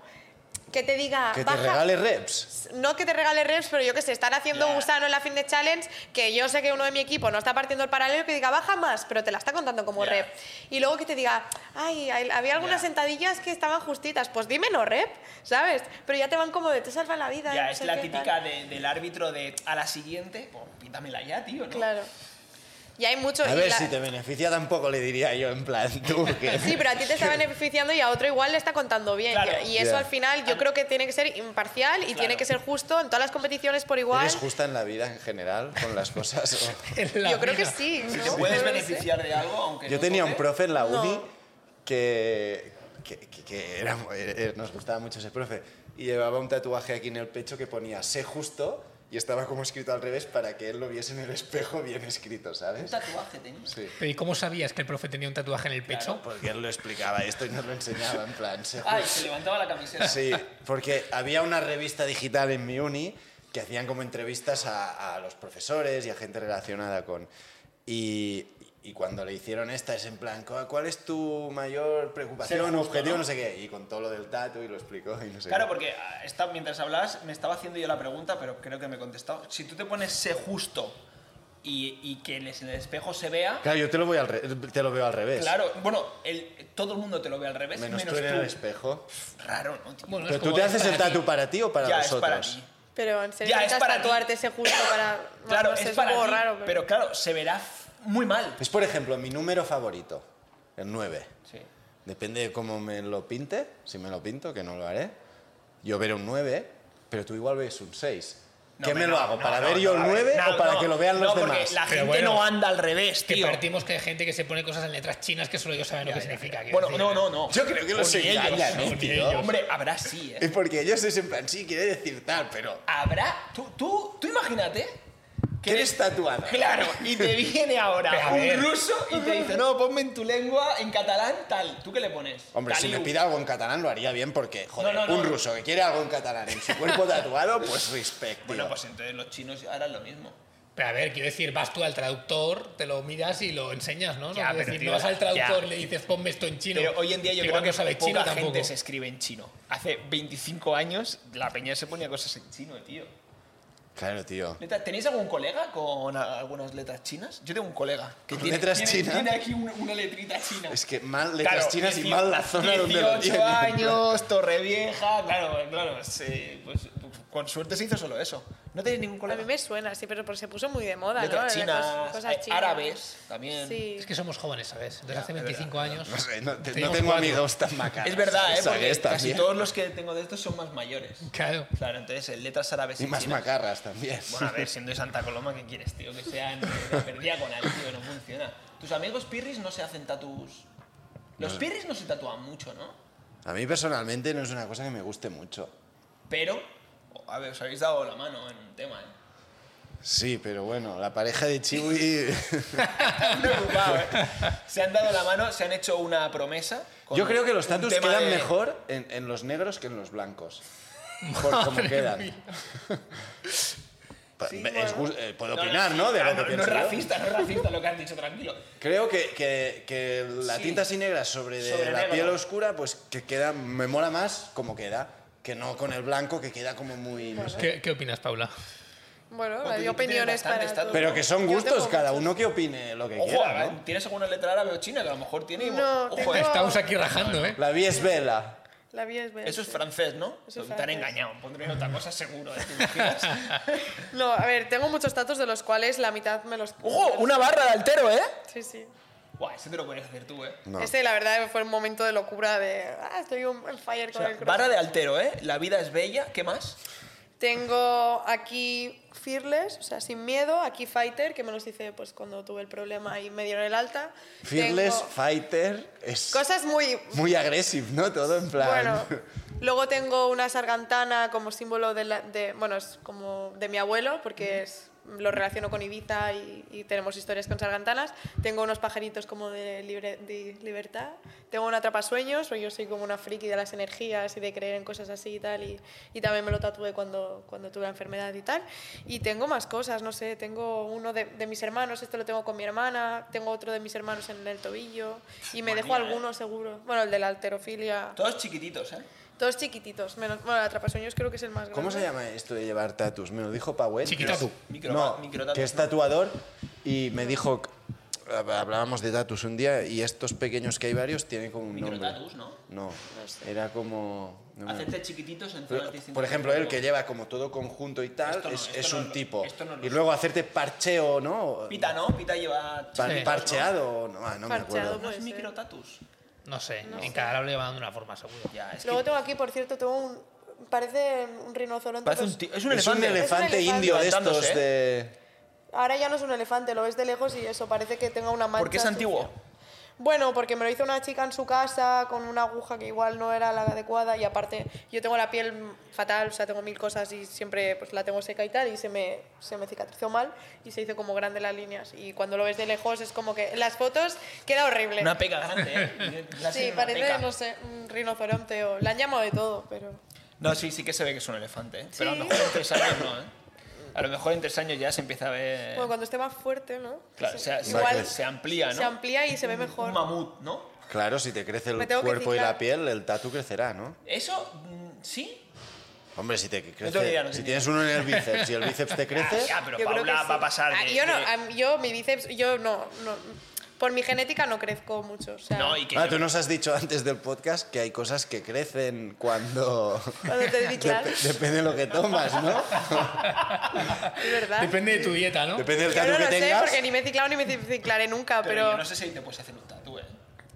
[SPEAKER 4] que te diga,
[SPEAKER 2] Que te
[SPEAKER 4] baja.
[SPEAKER 2] regale reps.
[SPEAKER 4] No que te regale reps, pero yo que sé, están haciendo
[SPEAKER 1] Ya.
[SPEAKER 4] gusano en la fin de challenge, que yo sé que uno de mi equipo no está partiendo el paralelo, que diga, baja más, pero te la está contando como
[SPEAKER 1] Ya.
[SPEAKER 4] rep. Y luego que te diga, ay, hay- había algunas
[SPEAKER 1] Ya.
[SPEAKER 4] sentadillas que estaban justitas, pues dime no rep, ¿sabes? Pero ya te van como de, te salvan la vida.
[SPEAKER 1] Ya,
[SPEAKER 4] no
[SPEAKER 1] es
[SPEAKER 4] sé
[SPEAKER 1] la
[SPEAKER 4] qué, tal".
[SPEAKER 1] típica de- del árbitro de a la siguiente, pues pítamela ya, tío, ¿no?
[SPEAKER 4] Claro. Y hay mucho...
[SPEAKER 2] A
[SPEAKER 4] y
[SPEAKER 2] ver,
[SPEAKER 4] la-
[SPEAKER 2] si te beneficia tampoco le diría yo en plan tú. Que...
[SPEAKER 4] Sí, pero a ti te está beneficiando y a otro igual le está contando bien.
[SPEAKER 1] Claro.
[SPEAKER 4] Y eso
[SPEAKER 2] Ya.
[SPEAKER 4] al final yo creo que tiene que ser imparcial y tiene que ser justo en todas las competiciones por igual.
[SPEAKER 2] ¿Eres justa en la vida en general con las cosas? o-
[SPEAKER 3] En la
[SPEAKER 4] Yo creo que
[SPEAKER 3] vida.
[SPEAKER 4] sí. ¿no?
[SPEAKER 1] ¿Te puedes
[SPEAKER 4] No lo sé.
[SPEAKER 1] beneficiar de algo? Aunque
[SPEAKER 2] Yo
[SPEAKER 1] no
[SPEAKER 2] tenía un
[SPEAKER 1] toque?
[SPEAKER 2] profe en la uni
[SPEAKER 4] No.
[SPEAKER 2] que, que, que- que era- eh, nos gustaba mucho ese profe y llevaba un tatuaje aquí en el pecho que ponía sé justo y estaba como escrito al revés para que él lo viese en el espejo bien escrito,
[SPEAKER 1] Un
[SPEAKER 2] ¿sabes?
[SPEAKER 1] tatuaje tenías.
[SPEAKER 2] Sí.
[SPEAKER 3] Pero ¿y cómo sabías que el profe tenía un tatuaje en el pecho?
[SPEAKER 2] Porque él lo explicaba esto y nos lo enseñaba en plan sé
[SPEAKER 1] Ay,
[SPEAKER 2] justo.
[SPEAKER 1] se levantaba la camiseta.
[SPEAKER 2] Sí, porque había una revista digital en mi uni que hacían como entrevistas a, a los profesores y a gente relacionada con... Y, y cuando le hicieron esta es en plan, "¿Cu- ¿cuál es tu mayor preocupación,
[SPEAKER 1] Ser justo,
[SPEAKER 2] objetivo,
[SPEAKER 1] ¿no?
[SPEAKER 2] ¿no? sé qué? Y con todo lo del tatu y lo explicó y no sé
[SPEAKER 1] Claro,
[SPEAKER 2] qué.
[SPEAKER 1] porque ah, esta- mientras hablabas me estaba haciendo yo la pregunta, pero creo que me he contestado. Si tú te pones sé justo y, y que en el espejo se vea,
[SPEAKER 2] Claro, yo te lo, voy al re- te lo veo al revés.
[SPEAKER 1] claro, bueno, el- todo el mundo te lo ve al revés,
[SPEAKER 2] Menos,
[SPEAKER 1] menos,
[SPEAKER 2] tú en el espejo.
[SPEAKER 1] Raro, ¿no? tío?
[SPEAKER 3] Bueno, es
[SPEAKER 2] Pero tú
[SPEAKER 3] como,
[SPEAKER 2] te
[SPEAKER 3] es
[SPEAKER 2] haces el
[SPEAKER 3] para ti.
[SPEAKER 2] tatu para ti o para
[SPEAKER 1] ya es para
[SPEAKER 2] nosotros.
[SPEAKER 1] ti.
[SPEAKER 4] Pero en serio,
[SPEAKER 1] Ya, es
[SPEAKER 4] intentas
[SPEAKER 1] para ti.
[SPEAKER 4] tatuarte ese justo para...
[SPEAKER 1] Claro,
[SPEAKER 4] no sé,
[SPEAKER 1] es para
[SPEAKER 4] un poco
[SPEAKER 1] ti,
[SPEAKER 4] raro,
[SPEAKER 1] pero...
[SPEAKER 4] pero...
[SPEAKER 1] claro, se verá f- muy mal.
[SPEAKER 2] Es por ejemplo mi número favorito, el 9.
[SPEAKER 1] Sí.
[SPEAKER 2] Depende de cómo me lo pinte, si me lo pinto, que no lo haré. Yo veré un 9, pero tú igual ves un 6.
[SPEAKER 1] No,
[SPEAKER 2] ¿Qué me
[SPEAKER 1] no,
[SPEAKER 2] lo hago?
[SPEAKER 1] no,
[SPEAKER 2] ¿Para
[SPEAKER 1] no,
[SPEAKER 2] ver
[SPEAKER 1] no,
[SPEAKER 2] yo
[SPEAKER 1] no,
[SPEAKER 2] el 9
[SPEAKER 1] no,
[SPEAKER 2] o para
[SPEAKER 1] no,
[SPEAKER 2] que lo vean los
[SPEAKER 1] no, porque
[SPEAKER 2] demás?
[SPEAKER 1] La
[SPEAKER 3] Pero
[SPEAKER 1] gente
[SPEAKER 3] bueno,
[SPEAKER 1] no anda al revés,
[SPEAKER 3] Que
[SPEAKER 1] tío.
[SPEAKER 3] partimos que hay gente que se pone cosas en letras chinas que solo ellos saben lo que significa. quiero
[SPEAKER 1] Bueno,
[SPEAKER 3] decir.
[SPEAKER 1] no, no, no.
[SPEAKER 2] Yo creo que
[SPEAKER 1] Con
[SPEAKER 2] los
[SPEAKER 1] ellos,
[SPEAKER 2] engañan,
[SPEAKER 1] con
[SPEAKER 2] ¿eh, tío?
[SPEAKER 1] ellos. Hombre, habrá sí, ¿eh?
[SPEAKER 2] Es porque ellos es en plan, sí, quiere decir tal, pero...
[SPEAKER 1] Habrá... Tú, tú, tú imagínate...
[SPEAKER 2] ¿Qué eres tatuado?
[SPEAKER 1] Claro, y te viene
[SPEAKER 3] Pero
[SPEAKER 1] ahora
[SPEAKER 3] a ver.
[SPEAKER 1] un ruso y te dice, no, ponme en tu lengua, en catalán, tal. ¿Tú qué le pones?
[SPEAKER 2] Hombre, si me
[SPEAKER 1] Taliu.
[SPEAKER 2] pide algo en catalán lo haría bien porque, joder,
[SPEAKER 1] No, no, no.
[SPEAKER 2] un ruso que quiere algo en catalán en su cuerpo tatuado, pues respecto.
[SPEAKER 1] Bueno, pues entonces los chinos harán lo mismo.
[SPEAKER 3] Pero a ver, quiero decir, vas tú al traductor, te lo miras y lo enseñas,
[SPEAKER 1] Ya,
[SPEAKER 3] ¿no? no, quiero
[SPEAKER 1] pero,
[SPEAKER 3] decir,
[SPEAKER 1] tío,
[SPEAKER 3] no vas al traductor
[SPEAKER 1] ya.
[SPEAKER 3] y le dices, ponme esto en chino.
[SPEAKER 1] Pero hoy en día yo
[SPEAKER 3] Igual
[SPEAKER 1] creo que
[SPEAKER 3] no sabe
[SPEAKER 1] poca
[SPEAKER 3] chino
[SPEAKER 1] gente
[SPEAKER 3] tampoco.
[SPEAKER 1] se escribe en chino. Hace 25 años la peña se ponía cosas en chino, tío.
[SPEAKER 2] Claro, tío.
[SPEAKER 1] Neta, ¿Tenéis algún colega con a- algunas letras chinas? Yo tengo un colega que
[SPEAKER 2] ¿Con
[SPEAKER 1] tiene,
[SPEAKER 2] letras
[SPEAKER 1] tiene-
[SPEAKER 2] chinas?
[SPEAKER 1] tiene aquí una, una letrita china.
[SPEAKER 2] Es que mal letras
[SPEAKER 1] Claro,
[SPEAKER 2] chinas y
[SPEAKER 1] 18
[SPEAKER 2] mal la zona donde lo
[SPEAKER 1] 18
[SPEAKER 2] tienen.
[SPEAKER 1] años, Torrevieja, claro, claro. sí, pues, con suerte se hizo solo eso. ¿No tenéis ningún
[SPEAKER 4] A
[SPEAKER 1] colega?
[SPEAKER 4] mí me suena, sí, pero porque se puso muy de moda, ¿no?
[SPEAKER 1] Letras
[SPEAKER 4] Las
[SPEAKER 1] chinas,
[SPEAKER 4] cos- cosas
[SPEAKER 1] eh,
[SPEAKER 4] chinas.
[SPEAKER 1] árabes también.
[SPEAKER 4] Sí.
[SPEAKER 3] Es que somos jóvenes, ¿sabes? Entonces hace
[SPEAKER 1] es
[SPEAKER 3] 25 años...
[SPEAKER 2] No sé, no, te- no
[SPEAKER 3] Tenemos
[SPEAKER 2] tengo
[SPEAKER 3] cuatro.
[SPEAKER 2] amigos tan macaros.
[SPEAKER 1] Es verdad, ¿eh?
[SPEAKER 2] ¿Sabes?
[SPEAKER 1] Porque casi
[SPEAKER 2] También.
[SPEAKER 1] todos los que tengo de estos son más mayores.
[SPEAKER 3] Claro.
[SPEAKER 1] Claro, entonces eh, letras árabes
[SPEAKER 2] Y
[SPEAKER 1] y
[SPEAKER 2] más
[SPEAKER 1] chinas.
[SPEAKER 2] macarras también.
[SPEAKER 1] Bueno, a ver, siendo de Santa Coloma, ¿qué quieres, tío? Que sean eh, diagonal, tío, no funciona. Tus amigos pirris no se hacen tatus. Los pirris no se tatúan mucho, ¿no?
[SPEAKER 2] A mí personalmente no es una cosa que me guste mucho.
[SPEAKER 1] Pero, oh, a ver, os habéis dado la mano en un tema, ¿eh?
[SPEAKER 2] Sí, pero bueno, la pareja de Chiwi...
[SPEAKER 1] Están preocupados, ¿eh? Se han dado la mano, se han hecho una promesa. con
[SPEAKER 2] Yo creo que los
[SPEAKER 1] un
[SPEAKER 2] tatus
[SPEAKER 1] tema
[SPEAKER 2] quedan
[SPEAKER 1] de-
[SPEAKER 2] mejor en, en los negros que en los blancos. Por cómo quedan. Pa-
[SPEAKER 1] Sí,
[SPEAKER 2] es
[SPEAKER 1] bueno.
[SPEAKER 2] gus- eh, puedo
[SPEAKER 1] No, no,
[SPEAKER 2] opinar,
[SPEAKER 1] sí,
[SPEAKER 2] ¿no? De
[SPEAKER 1] claro,
[SPEAKER 2] lo que
[SPEAKER 1] no,
[SPEAKER 2] pienso
[SPEAKER 1] no es
[SPEAKER 2] yo.
[SPEAKER 1] racista, no es racista lo que has dicho, tranquilo.
[SPEAKER 2] Creo que, que- que la
[SPEAKER 1] Sí.
[SPEAKER 2] tinta así negra sobre, de
[SPEAKER 1] Sobre
[SPEAKER 2] la
[SPEAKER 1] negro.
[SPEAKER 2] piel oscura, pues que queda, me mola más como queda, que no con el blanco que queda como muy... no sé.
[SPEAKER 3] ¿Qué, qué opinas, Paula?
[SPEAKER 1] Bueno,
[SPEAKER 4] Bueno,
[SPEAKER 1] tú-
[SPEAKER 4] hay
[SPEAKER 1] tú tienes
[SPEAKER 4] opiniones para
[SPEAKER 1] bastantes
[SPEAKER 4] todo.
[SPEAKER 2] Pero que son
[SPEAKER 4] Yo tengo
[SPEAKER 2] gustos, cada
[SPEAKER 4] muchos.
[SPEAKER 2] uno que opine lo que
[SPEAKER 1] Ojo,
[SPEAKER 2] quiera,
[SPEAKER 1] ¿eh?
[SPEAKER 2] ¿no?
[SPEAKER 1] ¿tienes alguna letra árabe o china que a lo mejor tiene?
[SPEAKER 4] No, tengo-
[SPEAKER 3] Estamos aquí rajando, ¿eh?
[SPEAKER 2] La vi es vela.
[SPEAKER 4] La vida es bella,
[SPEAKER 1] Eso es
[SPEAKER 4] sí.
[SPEAKER 1] francés, ¿no?
[SPEAKER 4] Eso es
[SPEAKER 1] Te han
[SPEAKER 4] francés.
[SPEAKER 1] engañado, pondrían otra cosa seguro. ¿eh? ¿Te imaginas?
[SPEAKER 4] No, a ver, tengo muchos datos de los cuales la mitad me los...
[SPEAKER 1] ¡Ojo! Una barra de altero, ¿eh?
[SPEAKER 4] Sí, sí.
[SPEAKER 1] Buah, eso te lo puedes hacer tú, ¿eh?
[SPEAKER 2] No.
[SPEAKER 4] Este, la verdad, fue un momento de locura de... Ah, estoy un- en fire
[SPEAKER 1] O
[SPEAKER 4] con
[SPEAKER 1] sea,
[SPEAKER 4] el cross.
[SPEAKER 1] barra de altero, ¿eh? La vida es bella, ¿qué más?
[SPEAKER 4] Tengo aquí Fearless, o sea, sin miedo. Aquí Fighter, que me los hice pues cuando tuve el problema y me dieron el alta.
[SPEAKER 2] Fearless
[SPEAKER 4] Tengo
[SPEAKER 2] Fighter es
[SPEAKER 4] Cosas muy...
[SPEAKER 2] muy agresivo, ¿no? Todo en plan...
[SPEAKER 4] Bueno, luego tengo una sargantana como símbolo de, la- de- bueno, es como de mi abuelo, porque es, lo relaciono con Ibiza y, y tenemos historias con sargantanas. Tengo unos pajaritos como de, libre- de libertad. Tengo una atrapasueños, porque yo soy como una friki de las energías y de creer en cosas así y tal. Y, y también me lo tatué cuando, cuando tuve la enfermedad y tal. Y tengo más cosas, no sé, tengo uno de, de mis hermanos, esto lo tengo con mi hermana, tengo otro de mis hermanos en el tobillo y me dejo
[SPEAKER 1] Manía, ¿eh?
[SPEAKER 4] alguno seguro. Bueno, el de la alterofilia.
[SPEAKER 1] Todos chiquititos, ¿eh?
[SPEAKER 4] Todos chiquititos, menos. Bueno, el atrapasueños creo que es el más grande.
[SPEAKER 2] ¿Cómo se llama esto de llevar tatus? Me lo dijo Pauet.
[SPEAKER 3] Chiquitatu.
[SPEAKER 1] Micro-
[SPEAKER 2] no,
[SPEAKER 1] microtatus,
[SPEAKER 2] que es
[SPEAKER 1] ¿no?
[SPEAKER 2] tatuador y me dijo... hablábamos de tatus un día y estos pequeños que hay varios tienen como un
[SPEAKER 1] Microtatus,
[SPEAKER 2] nombre.
[SPEAKER 1] ¿no?
[SPEAKER 2] No, era como... no me-
[SPEAKER 1] Hacerte chiquititos en
[SPEAKER 2] Pero,
[SPEAKER 1] zonas distintas.
[SPEAKER 2] por ejemplo,
[SPEAKER 1] del
[SPEAKER 2] el que
[SPEAKER 1] cuerpo.
[SPEAKER 2] lleva como todo conjunto y tal
[SPEAKER 1] Esto no,
[SPEAKER 2] es,
[SPEAKER 1] esto
[SPEAKER 2] es
[SPEAKER 1] no
[SPEAKER 2] un
[SPEAKER 1] lo-
[SPEAKER 2] tipo.
[SPEAKER 1] esto no lo
[SPEAKER 2] y
[SPEAKER 1] sé.
[SPEAKER 2] luego hacerte parcheo, ¿no?
[SPEAKER 1] Pita, ¿no? Pita lleva.
[SPEAKER 2] Pa-
[SPEAKER 3] Sí.
[SPEAKER 2] Parcheado, no, ah, no me
[SPEAKER 4] Parcheado,
[SPEAKER 2] acuerdo.
[SPEAKER 1] ¿No es
[SPEAKER 4] Puede ser.
[SPEAKER 1] microtatus?
[SPEAKER 3] No sé, en cada lado le van dando una forma seguro.
[SPEAKER 1] Ya, es
[SPEAKER 4] Luego
[SPEAKER 1] que.
[SPEAKER 4] tengo aquí, por cierto, tengo un. Parece un rinoceronte.
[SPEAKER 1] Parece
[SPEAKER 4] pero
[SPEAKER 1] un ti- es un
[SPEAKER 2] Es un
[SPEAKER 1] elefante.
[SPEAKER 2] elefante
[SPEAKER 4] elefante.
[SPEAKER 2] indio de estos
[SPEAKER 1] Levantándose,
[SPEAKER 2] de...
[SPEAKER 4] Ahora ya no es un elefante, lo ves de lejos y eso, parece que tenga una mancha.
[SPEAKER 1] Porque es
[SPEAKER 4] sucia.
[SPEAKER 1] antiguo.
[SPEAKER 4] Bueno, porque me lo hizo una chica en su casa con una aguja que igual no era la adecuada y aparte yo tengo la piel fatal, o sea, tengo mil cosas y siempre pues la tengo seca y tal y se me, se me cicatrizó mal y se hizo como grande las líneas y cuando lo ves de lejos es como que en las fotos queda horrible.
[SPEAKER 1] Una peca grande, ¿eh? La
[SPEAKER 4] sí,
[SPEAKER 1] serie, una
[SPEAKER 4] parece,
[SPEAKER 1] peca.
[SPEAKER 4] no sé, un rinoceronte o... La han llamado de todo, pero...
[SPEAKER 1] No, sí, sí que se ve que es un elefante. ¿eh? Pero a lo
[SPEAKER 4] Sí.
[SPEAKER 1] mejor en tres años no, ¿eh? A lo mejor en tres años ya se empieza a ver.
[SPEAKER 4] Bueno, cuando esté más fuerte, ¿no?
[SPEAKER 1] claro,
[SPEAKER 4] Sí.
[SPEAKER 1] se, se-
[SPEAKER 4] Igual
[SPEAKER 1] se amplía, ¿no?
[SPEAKER 4] se amplía y se ve mejor.
[SPEAKER 1] Un mamut, ¿no?
[SPEAKER 2] Claro, si te crece
[SPEAKER 4] Me
[SPEAKER 2] el
[SPEAKER 4] tengo que
[SPEAKER 2] cuerpo y
[SPEAKER 4] ciclar.
[SPEAKER 2] la piel, el tatu crecerá, ¿no?
[SPEAKER 1] Eso, mm, sí.
[SPEAKER 2] Hombre, si te crece,
[SPEAKER 1] tengo ni idea, no
[SPEAKER 2] si
[SPEAKER 1] sé.
[SPEAKER 2] tienes uno en el bíceps y el bíceps te crece,
[SPEAKER 1] Ya, pero
[SPEAKER 4] Yo creo
[SPEAKER 1] Paula
[SPEAKER 4] que
[SPEAKER 1] va
[SPEAKER 4] sí.
[SPEAKER 1] a pasar.
[SPEAKER 4] Ah,
[SPEAKER 1] de-
[SPEAKER 4] yo no,
[SPEAKER 1] de-
[SPEAKER 4] a mí- yo mi bíceps, yo no, no. Por mi genética no crezco mucho. O sea,
[SPEAKER 1] No, y que.
[SPEAKER 2] Ah, tú nos has dicho antes del podcast que hay cosas que crecen cuando
[SPEAKER 4] cuando te
[SPEAKER 2] Dep-
[SPEAKER 4] diclas,
[SPEAKER 2] depende de lo que tomas, ¿no?
[SPEAKER 4] es verdad.
[SPEAKER 3] Depende de tu dieta, ¿no?
[SPEAKER 2] Depende del
[SPEAKER 4] yo
[SPEAKER 2] tatu
[SPEAKER 4] no
[SPEAKER 2] que
[SPEAKER 4] lo sé
[SPEAKER 2] tengas.
[SPEAKER 4] porque ni me he ciclado ni me ciclaré nunca,
[SPEAKER 1] pero
[SPEAKER 4] pero,
[SPEAKER 1] yo no sé si ahí te puedes hacer un tatu, ¿eh?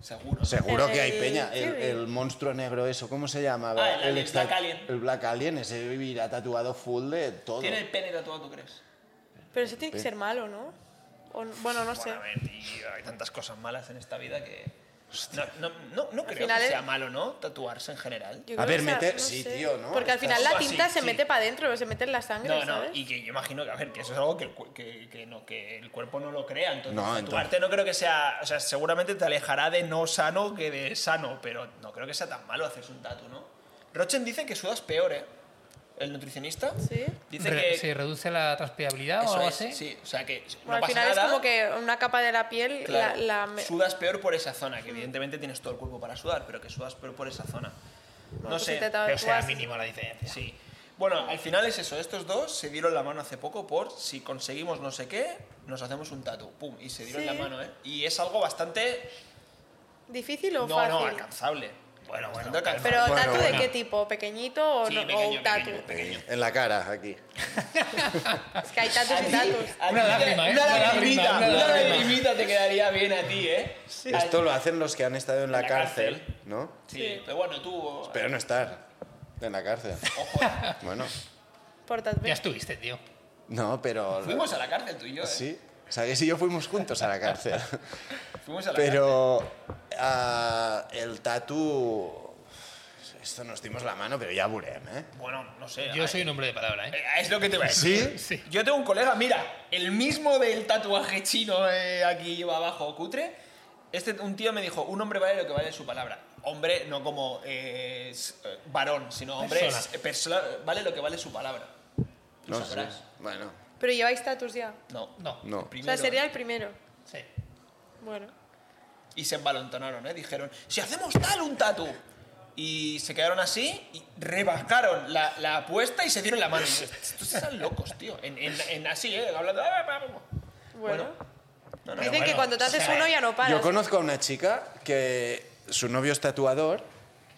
[SPEAKER 1] Seguro.
[SPEAKER 2] Seguro que hay
[SPEAKER 4] El-
[SPEAKER 2] peña.
[SPEAKER 4] Eh, sí.
[SPEAKER 2] El, el monstruo negro, eso, ¿cómo se llama?
[SPEAKER 1] Ah, el alien,
[SPEAKER 2] extra-
[SPEAKER 1] Black Alien.
[SPEAKER 2] El Black Alien, ese vivirá tatuado full de todo.
[SPEAKER 1] Tiene el pene tatuado, ¿tú crees?
[SPEAKER 4] pero eso tiene que ser malo, ¿no? O- bueno, no sé.
[SPEAKER 1] Bueno, a ver, tío, hay tantas cosas malas en esta vida que. No, no, no, no creo
[SPEAKER 4] final
[SPEAKER 1] que
[SPEAKER 4] es-
[SPEAKER 1] sea malo, ¿no? Tatuarse en general.
[SPEAKER 4] Yo
[SPEAKER 2] A ver,
[SPEAKER 4] creo que esa-
[SPEAKER 2] meter-
[SPEAKER 4] no
[SPEAKER 2] sí,
[SPEAKER 4] sé.
[SPEAKER 2] tío, ¿no?
[SPEAKER 4] Porque al
[SPEAKER 2] Estás-
[SPEAKER 4] final la
[SPEAKER 1] Ah, sí,
[SPEAKER 4] tinta se
[SPEAKER 1] sí.
[SPEAKER 4] mete para adentro, se mete en la sangre,
[SPEAKER 1] No, no,
[SPEAKER 4] ¿sabes?
[SPEAKER 1] y que yo imagino que, a ver, que eso es algo que el, cu- que, que no, que el cuerpo no lo crea. Entonces,
[SPEAKER 2] No,
[SPEAKER 1] tu
[SPEAKER 2] entonces-
[SPEAKER 1] arte no creo que sea. O sea, seguramente te alejará de no sano que de sano, pero no creo que sea tan malo hacerse un tatu, ¿no? Rochen dice que sudas peor, ¿eh? El nutricionista.
[SPEAKER 4] Sí.
[SPEAKER 1] Dice
[SPEAKER 3] Re-
[SPEAKER 1] que.
[SPEAKER 3] ¿Se reduce la transpirabilidad o
[SPEAKER 1] eso
[SPEAKER 3] algo
[SPEAKER 1] es,
[SPEAKER 3] así?
[SPEAKER 1] sí. O sea, que no
[SPEAKER 4] Bueno, al
[SPEAKER 1] pasa
[SPEAKER 4] final
[SPEAKER 1] nada.
[SPEAKER 4] es como que una capa de la piel la-
[SPEAKER 1] Claro,
[SPEAKER 4] la, me- Mm.
[SPEAKER 1] sudas peor por esa zona, que evidentemente tienes todo el cuerpo para sudar, pero que sudas peor por esa zona. No
[SPEAKER 4] pues
[SPEAKER 1] sé.
[SPEAKER 4] si te tatúas-
[SPEAKER 3] Pero sea mínima la diferencia.
[SPEAKER 1] Sí. Bueno, al final es eso. Estos dos se dieron la mano hace poco por si conseguimos no sé qué, nos hacemos un tatu. Pum, y se dieron
[SPEAKER 4] Sí.
[SPEAKER 1] la mano, ¿eh? Y es algo bastante.
[SPEAKER 4] ¿Difícil o
[SPEAKER 1] No,
[SPEAKER 4] fácil?
[SPEAKER 1] no, alcanzable.
[SPEAKER 3] Bueno, bueno,
[SPEAKER 1] Bastante alcanzable.
[SPEAKER 4] Pero
[SPEAKER 2] Bueno,
[SPEAKER 4] tatu
[SPEAKER 2] bueno.
[SPEAKER 4] de qué tipo, pequeñito o,
[SPEAKER 1] Sí,
[SPEAKER 4] no, o
[SPEAKER 1] pequeño,
[SPEAKER 4] un tatu.
[SPEAKER 1] pequeño.
[SPEAKER 2] En la cara, aquí.
[SPEAKER 4] Es que hay tatus y tatus.
[SPEAKER 1] A ti
[SPEAKER 3] Una
[SPEAKER 1] te-
[SPEAKER 3] lágrima, ¿eh?
[SPEAKER 1] Una
[SPEAKER 3] Una lágrima,
[SPEAKER 1] lagrimita,
[SPEAKER 3] una
[SPEAKER 1] una
[SPEAKER 3] lágrima.
[SPEAKER 1] lagrimita te quedaría bien a ti, ¿eh? A-
[SPEAKER 2] Esto lo hacen los que han estado en la,
[SPEAKER 1] la
[SPEAKER 2] cárcel,
[SPEAKER 1] cárcel.
[SPEAKER 2] ¿no?
[SPEAKER 1] Sí, pero bueno, tú. eh.
[SPEAKER 2] Espero no estar en la cárcel.
[SPEAKER 1] Ojo,
[SPEAKER 2] Bueno,
[SPEAKER 4] Por tatu.
[SPEAKER 3] Ya estuviste, tío.
[SPEAKER 2] no, pero...
[SPEAKER 1] fuimos a la cárcel tú y yo, ¿eh?
[SPEAKER 2] Sí, Sagués y yo fuimos juntos a la cárcel.
[SPEAKER 1] Fuimos a la cárcel.
[SPEAKER 2] Pero ah, el tatu... Esto nos dimos la mano, pero ya burem, ¿eh?
[SPEAKER 1] Bueno, no sé.
[SPEAKER 3] Yo
[SPEAKER 1] a-
[SPEAKER 3] soy un hombre de palabra, ¿eh?
[SPEAKER 1] Eh, Es lo que te voy a decir.
[SPEAKER 2] ¿Sí?
[SPEAKER 3] Sí.
[SPEAKER 1] Yo tengo un colega, mira, el mismo del tatuaje chino eh, aquí abajo, cutre. Este, un tío me dijo, un hombre vale lo que vale su palabra. Hombre, no como eh, s- eh, varón, sino hombre,
[SPEAKER 3] Persona.
[SPEAKER 1] es- eh, persona, vale lo que vale su palabra. Tú
[SPEAKER 2] No sé.
[SPEAKER 1] sabrás.
[SPEAKER 2] Bueno,
[SPEAKER 4] Pero lleváis tatus ya.
[SPEAKER 1] No.
[SPEAKER 3] No.
[SPEAKER 2] No.
[SPEAKER 1] El
[SPEAKER 2] O sea,
[SPEAKER 4] O
[SPEAKER 1] primero,
[SPEAKER 4] sea, sería el primero.
[SPEAKER 3] Sí.
[SPEAKER 4] Bueno.
[SPEAKER 1] Y se embalontonaron, ¿eh? Dijeron, si hacemos tal un tatu. Y se quedaron así, y rebajaron la, la apuesta y se dieron la mano. Y yo, Estos están locos, tío. En, en- en así, ¿eh? Hablando...
[SPEAKER 4] Bueno.
[SPEAKER 1] No, no,
[SPEAKER 4] Dicen
[SPEAKER 3] bueno,
[SPEAKER 4] que cuando te
[SPEAKER 3] o
[SPEAKER 4] haces
[SPEAKER 3] sea,
[SPEAKER 4] uno ya no paras.
[SPEAKER 2] Yo conozco a una chica que su novio es tatuador